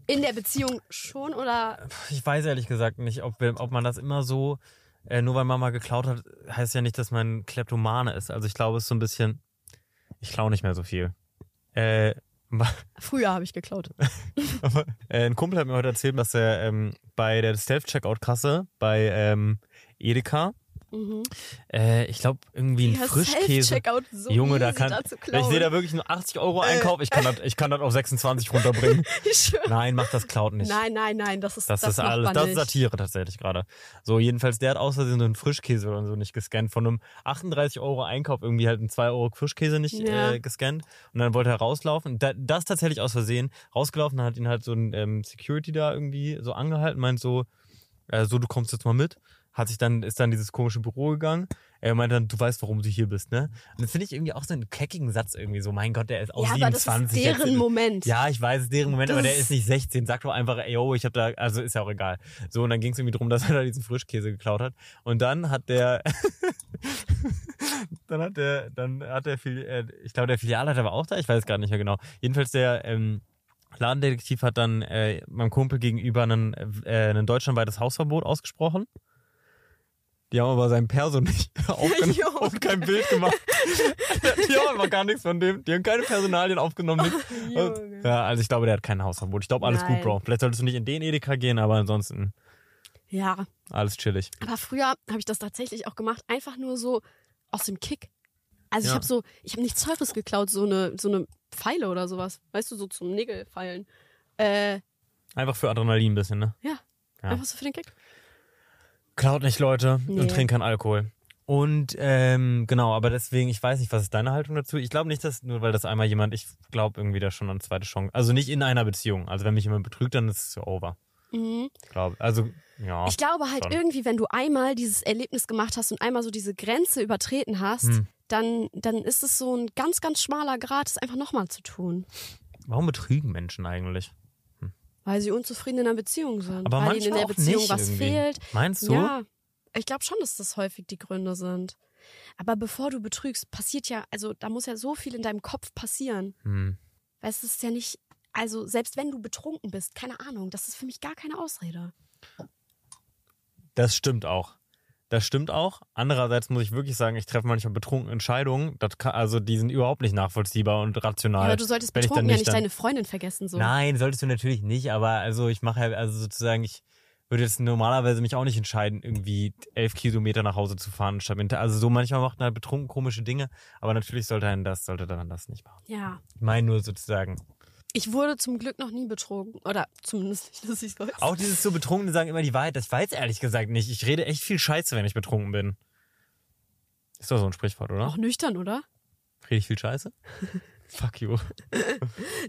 S2: In der Beziehung schon oder?
S1: Ich weiß ehrlich gesagt nicht, ob, wir, ob man das immer so, äh, nur weil Mama geklaut hat, heißt ja nicht, dass man Kleptomane ist. Also ich glaube, es ist so ein bisschen, ich klaue nicht mehr so viel. Äh,
S2: Früher habe ich geklaut.
S1: äh, ein Kumpel hat mir heute erzählt, dass er ähm, bei der Self-Checkout-Kasse bei ähm, Edeka,
S2: Mhm.
S1: äh, ich glaube, irgendwie ein
S2: Ja,
S1: Frischkäse.
S2: Self-Checkout, so
S1: Junge, da
S2: easy
S1: kann-
S2: dazu
S1: Ich
S2: klauen. Äh.
S1: sehe da wirklich einen 80 Euro Einkauf, ich kann das ich kann das auf 26 runterbringen.
S2: Ich schwöre.
S1: Nein, macht das Cloud nicht.
S2: Nein, nein, nein, das ist
S1: Das, ist
S2: macht
S1: alles,
S2: man
S1: das ist
S2: nicht.
S1: Satire tatsächlich gerade. So, jedenfalls, der hat aus Versehen so einen Frischkäse oder so nicht gescannt. Von einem 38 Euro Einkauf irgendwie halt einen 2 Euro Frischkäse nicht
S2: Ja.
S1: äh, gescannt. Und dann wollte er rauslaufen. Da, das tatsächlich aus Versehen. Rausgelaufen, dann hat ihn halt so ein ähm, Security da irgendwie so angehalten, meint so, äh, so, du kommst jetzt mal mit. Hat sich dann, ist dann in dieses komische Büro gegangen. Er meinte dann, du weißt, warum du hier bist, ne? Und das finde ich irgendwie auch so einen keckigen Satz irgendwie so. Mein Gott, der ist auch
S2: ja, aber das
S1: 27.
S2: ist
S1: jetzt
S2: deren
S1: in-
S2: Moment.
S1: ja, ich weiß, es ist deren Moment, aber
S2: Das
S1: der ist nicht 16. Sag doch einfach, ey, yo, ich hab da, also ist ja auch egal. So, und dann ging es irgendwie drum, dass er da diesen Frischkäse geklaut hat. Und dann hat der, dann hat der, dann hat der, Fili- äh, ich glaube, der Filialleiter war auch da, ich weiß gar nicht mehr genau. Jedenfalls der, ähm, Ladendetektiv hat dann äh, meinem Kumpel gegenüber einen, äh, ein deutschlandweites Hausverbot ausgesprochen. Die haben aber sein Perso nicht aufgenommen
S2: Junge.
S1: und kein Bild gemacht. Die haben aber gar nichts von dem. Die haben keine Personalien aufgenommen, nichts.
S2: Junge.
S1: Ja, also ich glaube, der hat kein Hausverbot. Ich glaube, alles
S2: Nein.
S1: gut, Bro. Vielleicht solltest du nicht in den Edeka gehen, aber ansonsten
S2: Ja,
S1: alles chillig.
S2: aber früher habe ich das tatsächlich auch gemacht, einfach nur so aus dem Kick. Also
S1: Ja.
S2: ich habe so, ich habe nichts Teures geklaut, so eine, so eine Pfeile oder sowas. Weißt du, so zum Nägelfeilen. Äh,
S1: Einfach für Adrenalin ein bisschen, ne?
S2: ja.
S1: Ja.
S2: Einfach so für den Kick.
S1: Klaut nicht Leute
S2: Nee.
S1: und trinkt keinen Alkohol. Und ähm, genau, aber deswegen, ich weiß nicht, was ist deine Haltung dazu? Ich glaube nicht, dass nur weil das einmal jemand, ich glaube irgendwie da schon an zweite Chance. Also nicht in einer Beziehung. Also wenn mich jemand betrügt, dann ist es over.
S2: Mhm.
S1: Glaube. Also, ja.
S2: Ich glaube halt
S1: schon.
S2: irgendwie, wenn du einmal dieses Erlebnis gemacht hast und einmal so diese Grenze übertreten hast,
S1: Hm.
S2: dann, dann ist es so ein ganz, ganz schmaler Grat, es einfach nochmal zu tun.
S1: Warum betrügen Menschen eigentlich?
S2: Weil sie unzufrieden in einer Beziehung sind.
S1: Aber
S2: weil ihnen in
S1: manchmal
S2: der
S1: auch
S2: Beziehung
S1: nicht
S2: was
S1: irgendwie.
S2: fehlt.
S1: Meinst du?
S2: Ja, ich glaube schon, dass das häufig die Gründe sind. Aber bevor du betrügst, passiert ja, also da muss ja so viel in deinem Kopf passieren.
S1: Hm.
S2: Weil es ist ja nicht, also selbst wenn du betrunken bist, keine Ahnung, das ist für mich gar keine Ausrede.
S1: Ah, Das stimmt auch. Das stimmt auch. Andererseits muss ich wirklich sagen, ich treffe manchmal betrunken Entscheidungen. Das kann, also die sind überhaupt nicht nachvollziehbar und
S2: Ja,
S1: rational.
S2: aber du solltest
S1: wenn ich dann
S2: betrunken ja nicht
S1: nüchtern-
S2: deine Freundin vergessen. So.
S1: Nein, solltest du natürlich nicht. Aber also ich mache ja, also sozusagen, ich würde jetzt normalerweise mich auch nicht entscheiden, irgendwie elf Kilometer nach Hause zu fahren. Statt mit, also so manchmal macht man halt betrunken komische Dinge. Aber natürlich sollte man das, sollte man das nicht machen.
S2: Ja.
S1: Ich meine nur sozusagen.
S2: Ich wurde zum Glück noch nie betrogen. Oder zumindest nicht, dass ich weiß.
S1: Auch dieses so Betrunkene sagen immer die Wahrheit. Das weiß ehrlich gesagt nicht. Ich rede echt viel Scheiße, wenn ich betrunken bin. Ist doch so ein Sprichwort, oder?
S2: Auch nüchtern, oder?
S1: Rede ich viel Scheiße? Fuck you.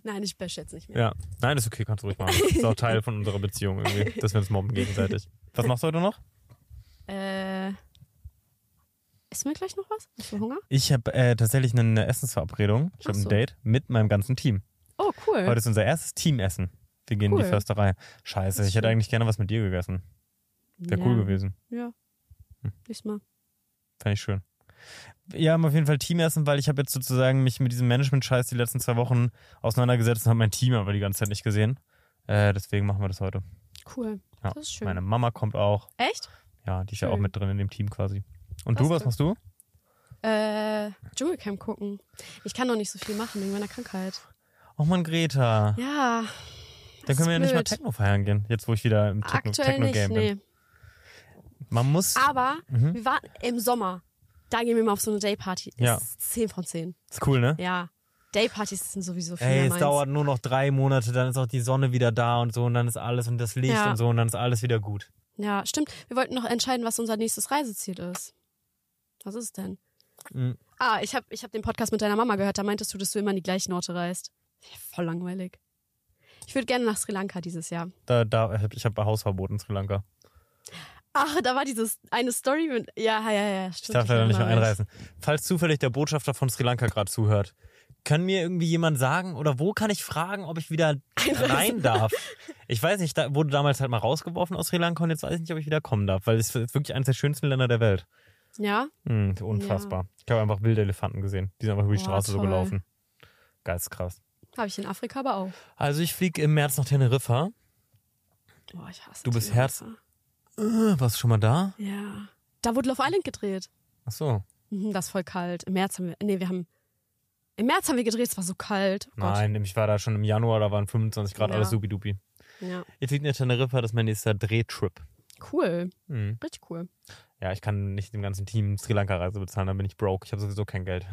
S2: Nein, ich bash jetzt nicht mehr.
S1: Ja. Nein, ist okay, kannst du ruhig machen. Ist auch Teil von unserer Beziehung irgendwie, dass wir uns mobben gegenseitig. Was machst du heute noch?
S2: Äh. Ist mir gleich noch was? Hast du Hunger?
S1: Ich habe äh, tatsächlich eine Essensverabredung. Ich
S2: Ach
S1: habe
S2: so.
S1: ein Date mit meinem ganzen Team.
S2: Oh, cool.
S1: Heute ist unser erstes Teamessen. Wir gehen in
S2: Cool.
S1: die Försterei. Scheiße,
S2: Das ist
S1: ich hätte
S2: schön.
S1: eigentlich gerne was mit dir gegessen. Wäre cool
S2: Ja.
S1: gewesen. Hm.
S2: Ja. Nächstes Mal.
S1: Fände ich schön. Wir haben auf jeden Fall Teamessen, weil ich habe jetzt sozusagen mich mit diesem Management-Scheiß die letzten zwei Wochen auseinandergesetzt und habe mein Team aber die ganze Zeit nicht gesehen. Äh, deswegen machen wir das heute.
S2: Cool.
S1: Ja,
S2: Das ist schön.
S1: Meine Mama kommt auch.
S2: Echt?
S1: Ja, die ist ja auch
S2: Schön.
S1: mit drin in dem Team quasi. Und
S2: Das
S1: du, was
S2: ist
S1: machst du?
S2: Äh, Dschungelcamp gucken. Ich kann noch nicht so viel machen wegen meiner Krankheit.
S1: Oh Mann, Greta.
S2: Ja,
S1: Dann können wir ja nicht mal
S2: blöd.
S1: Techno feiern gehen, jetzt wo ich wieder im Techno,
S2: Aktuell
S1: Techno
S2: nicht,
S1: Game bin.
S2: nee.
S1: Man muss
S2: Aber
S1: Mhm.
S2: wir waren im Sommer. Da gehen wir mal auf so eine Dayparty. Ist
S1: Ja.
S2: 10 von 10.
S1: ist cool, ne?
S2: Ja. Daypartys sind sowieso viel
S1: Ey,
S2: mehr
S1: es
S2: meins.
S1: dauert nur noch drei Monate, dann ist auch die Sonne wieder da und so und dann ist alles und das Licht
S2: Ja.
S1: und so und dann ist alles wieder gut.
S2: Ja, stimmt. Wir wollten noch entscheiden, was unser nächstes Reiseziel ist. Was ist es denn?
S1: Mhm.
S2: Ah, ich habe ich hab den Podcast mit deiner Mama gehört. Da meintest du, dass du immer an die gleichen Orte reist. Ja, voll langweilig. Ich würde gerne nach Sri Lanka dieses Jahr.
S1: Da, da, ich habe Hausverbot in Sri Lanka.
S2: Ach, da war dieses eine Story mit. Ja, ja, ja, ja. Stimmt,
S1: Ich darf leider nicht mehr
S2: erinnere mich.
S1: einreisen. Falls zufällig der Botschafter von Sri Lanka gerade zuhört, kann mir irgendwie jemand sagen oder wo kann ich fragen, ob ich wieder
S2: Einreisen.
S1: rein darf? Ich weiß nicht, da wurde damals halt mal rausgeworfen aus Sri Lanka und jetzt weiß ich nicht, ob ich wieder kommen darf, weil es ist wirklich eines der schönsten Länder der Welt.
S2: Ja,
S1: Hm, unfassbar. Ich habe einfach wilde Elefanten gesehen. Die sind einfach über die
S2: Boah,
S1: Straße so
S2: toll.
S1: gelaufen. Geistkrass.
S2: habe ich in Afrika aber auch.
S1: Also ich fliege im März nach Teneriffa.
S2: Boah, ich hasse
S1: Du bist
S2: Teneriffa.
S1: Herz- Äh, warst du schon mal da?
S2: Ja. Da wurde Love Island gedreht.
S1: Ach so.
S2: Mhm, das ist voll kalt. Im März haben wir. Nee, wir haben. Im März haben wir gedreht, es war so kalt. Oh Gott.
S1: Nein, ich war da schon im Januar, da waren 25 Grad,
S2: Ja.
S1: alles supidupi.
S2: Ja.
S1: Jetzt liegt in Teneriffa, das ist mein nächster Drehtrip.
S2: Cool.
S1: Hm.
S2: Richtig cool.
S1: Ja, ich kann nicht dem ganzen Team Sri Lanka Reise bezahlen, dann bin ich broke. Ich habe sowieso kein Geld.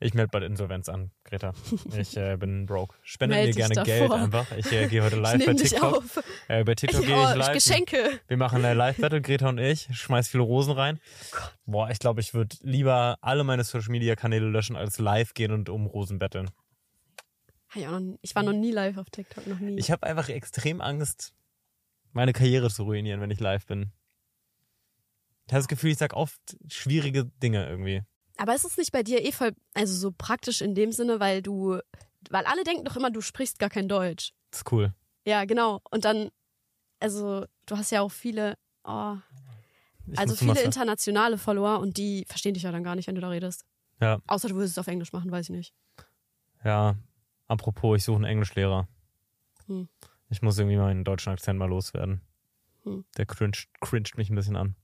S1: Ich melde bald Insolvenz an, Greta. Ich äh, bin broke. Spende
S2: Meld
S1: mir
S2: dich
S1: gerne
S2: davor.
S1: Geld einfach. Ich äh, gehe heute live
S2: ich
S1: bei
S2: nehme dich
S1: TikTok.
S2: auf.
S1: Äh, bei
S2: Ich,
S1: TikTok gehe ich
S2: oh,
S1: live.
S2: Geschenke.
S1: Wir machen eine Live-Battle, Greta und ich. Ich Schmeiß viele Rosen rein. Boah, ich glaube, ich würde lieber alle meine Social Media Kanäle löschen, als live gehen und um Rosen betteln.
S2: Hab Ich, auch noch, nie- ich war noch nie live auf TikTok, noch nie.
S1: Ich habe einfach extrem Angst, meine Karriere zu ruinieren, wenn ich live bin. Ich habe das Gefühl, ich sag oft schwierige Dinge irgendwie.
S2: Aber ist es nicht bei dir eh voll, also so praktisch in dem Sinne, weil du, weil alle denken doch immer, du sprichst gar kein Deutsch.
S1: Das ist cool.
S2: Ja, genau. Und dann, also du hast ja auch viele, oh,
S1: Ich
S2: also
S1: muss immer
S2: viele
S1: ver-
S2: internationale Follower und die verstehen dich ja dann gar nicht, wenn du da redest.
S1: Ja.
S2: Außer du würdest es auf Englisch machen, weiß ich nicht.
S1: Ja, apropos, ich suche einen Englischlehrer.
S2: Hm.
S1: Ich muss irgendwie meinen deutschen Akzent mal loswerden.
S2: Hm.
S1: Der cringe, cringet mich ein bisschen an.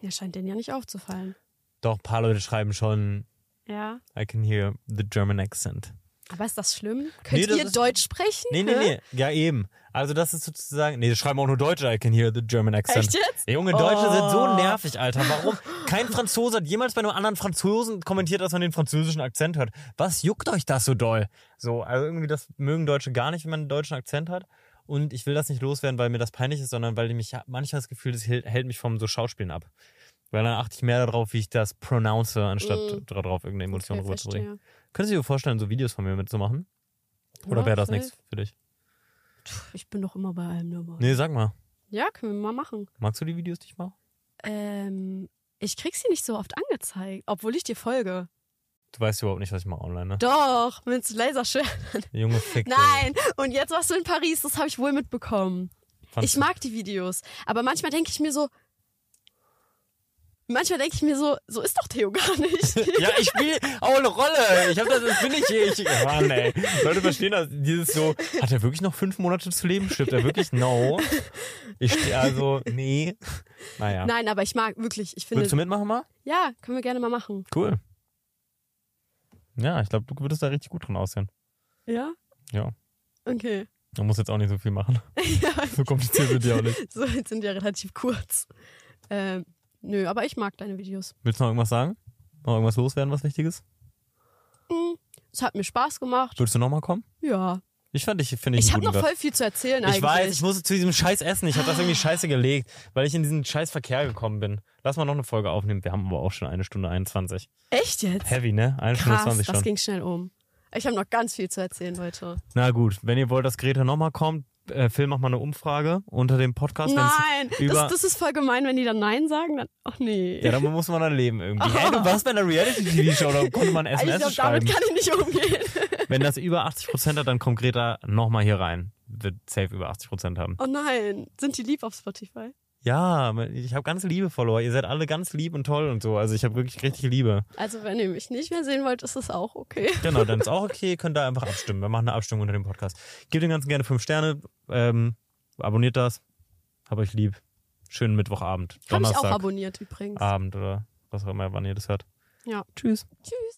S2: Ja, scheint denen ja nicht aufzufallen.
S1: Doch, ein paar Leute schreiben schon,
S2: Ja.
S1: I can hear the German accent.
S2: Aber ist das schlimm? Könnt
S1: das
S2: ihr
S1: ist-
S2: Deutsch sprechen?
S1: Nee, nee,
S2: Hä?
S1: nee. Ja, eben. Also das ist sozusagen. Nee, das schreiben auch nur Deutsche, I can hear the German accent.
S2: Echt jetzt?
S1: Junge, Deutsche sind so
S2: Oh.
S1: nervig, Alter. Warum? Kein Franzose hat jemals bei einem anderen Franzosen kommentiert, dass man den französischen Akzent hört. Was juckt euch das so doll? So, also irgendwie das mögen Deutsche gar nicht, wenn man einen deutschen Akzent hat. Und ich will das nicht loswerden, weil mir das peinlich ist, sondern weil ich mich manchmal das Gefühl, das hält hält mich vom so Schauspielen ab. Weil dann achte ich mehr darauf, wie ich das pronounce, anstatt
S2: Mm.
S1: darauf, irgendeine Emotion
S2: Okay,
S1: rüberzubringen.
S2: verstehe.
S1: Könntest du dir vorstellen, so Videos von mir mitzumachen? Oder
S2: Ja,
S1: wäre das
S2: safe.
S1: nichts für dich?
S2: Ich bin doch immer bei allem dabei.
S1: Nee, sag mal.
S2: Ja, können wir mal machen.
S1: Magst du die Videos, die ich mache?
S2: Ähm, ich krieg sie nicht so oft angezeigt, obwohl ich dir folge.
S1: Du weißt überhaupt nicht, was ich mache online, ne?
S2: Doch, mit Laserschwert.
S1: Junge Fick. ey.
S2: Nein, und jetzt warst du in Paris, das habe ich wohl mitbekommen.
S1: Fandst
S2: Ich mag die Videos, aber manchmal denke ich mir so, manchmal denke ich mir so, so ist doch Theo gar nicht.
S1: Ja, ich spiele auch eine Rolle. Ich hab das, das bin ich hier. Ich, Mann, ey. Leute verstehen das. Dieses so, hat er wirklich noch fünf Monate zu leben? Stirbt er wirklich? No. Ich stehe also, nee. Naja.
S2: Nein, aber ich mag wirklich, ich
S1: Willst du
S2: finde,
S1: mitmachen mal?
S2: ja, können wir gerne mal machen.
S1: Cool. Ja, ich glaube, du würdest da richtig gut drin aussehen.
S2: Ja?
S1: Ja.
S2: Okay.
S1: Man muss jetzt auch nicht so viel machen.
S2: Ja,
S1: So kompliziert wird die auch nicht.
S2: so, jetzt sind die ja relativ kurz. Ähm, nö, aber ich mag deine Videos.
S1: Willst du noch irgendwas sagen? Noch irgendwas loswerden, was Wichtiges?
S2: Mm, Es hat mir Spaß gemacht.
S1: Würdest du nochmal kommen?
S2: Ja.
S1: Ich fand dich, finde ich,
S2: Ich
S1: einen
S2: habe
S1: guten
S2: noch
S1: Gast.
S2: voll viel zu erzählen eigentlich.
S1: Ich weiß, ich musste zu diesem Scheiß essen. Ich habe das irgendwie scheiße gelegt, weil ich in diesen scheiß Verkehr gekommen bin. Lass mal noch eine Folge aufnehmen. Wir haben aber auch schon eine Stunde 21.
S2: Echt jetzt?
S1: Heavy, ne? Eine Stunde
S2: Krass,
S1: 20
S2: das
S1: schon.
S2: ging schnell um. Ich habe noch ganz viel zu erzählen, Leute.
S1: Na gut, wenn ihr wollt, dass Greta nochmal kommt, äh, Phil, mach mal eine Umfrage unter dem Podcast. wenn's
S2: Nein,
S1: über-
S2: das, das ist voll gemein, wenn die dann Nein sagen. Dann, ach nee.
S1: Ja, dann muss man dann leben irgendwie. Hey, du warst bei einer Reality-TV-Show, da Äh, konnte man
S2: Also ich
S1: SMS
S2: glaube,
S1: schreiben.
S2: damit kann ich nicht umgehen.
S1: Wenn das über 80% hat, dann kommt Greta nochmal hier rein. Wird safe über 80% haben.
S2: Oh nein, sind die lieb auf Spotify?
S1: Ja, ich habe ganz liebe Follower. Ihr seid alle ganz lieb und toll und so. Also ich habe wirklich richtig Liebe.
S2: Also wenn ihr mich nicht mehr sehen wollt, ist das auch okay.
S1: Genau, dann ist auch okay. Ihr könnt da einfach abstimmen. Wir machen eine Abstimmung unter dem Podcast. Gebt dem Ganzen gerne fünf Sterne. Ähm, abonniert das. Hab euch lieb. Schönen Mittwochabend.
S2: Hab ich auch
S1: Donnerstagabend
S2: abonniert übrigens.
S1: Abend oder was auch immer, wann ihr das hört.
S2: Ja.
S1: Tschüss.
S2: Tschüss.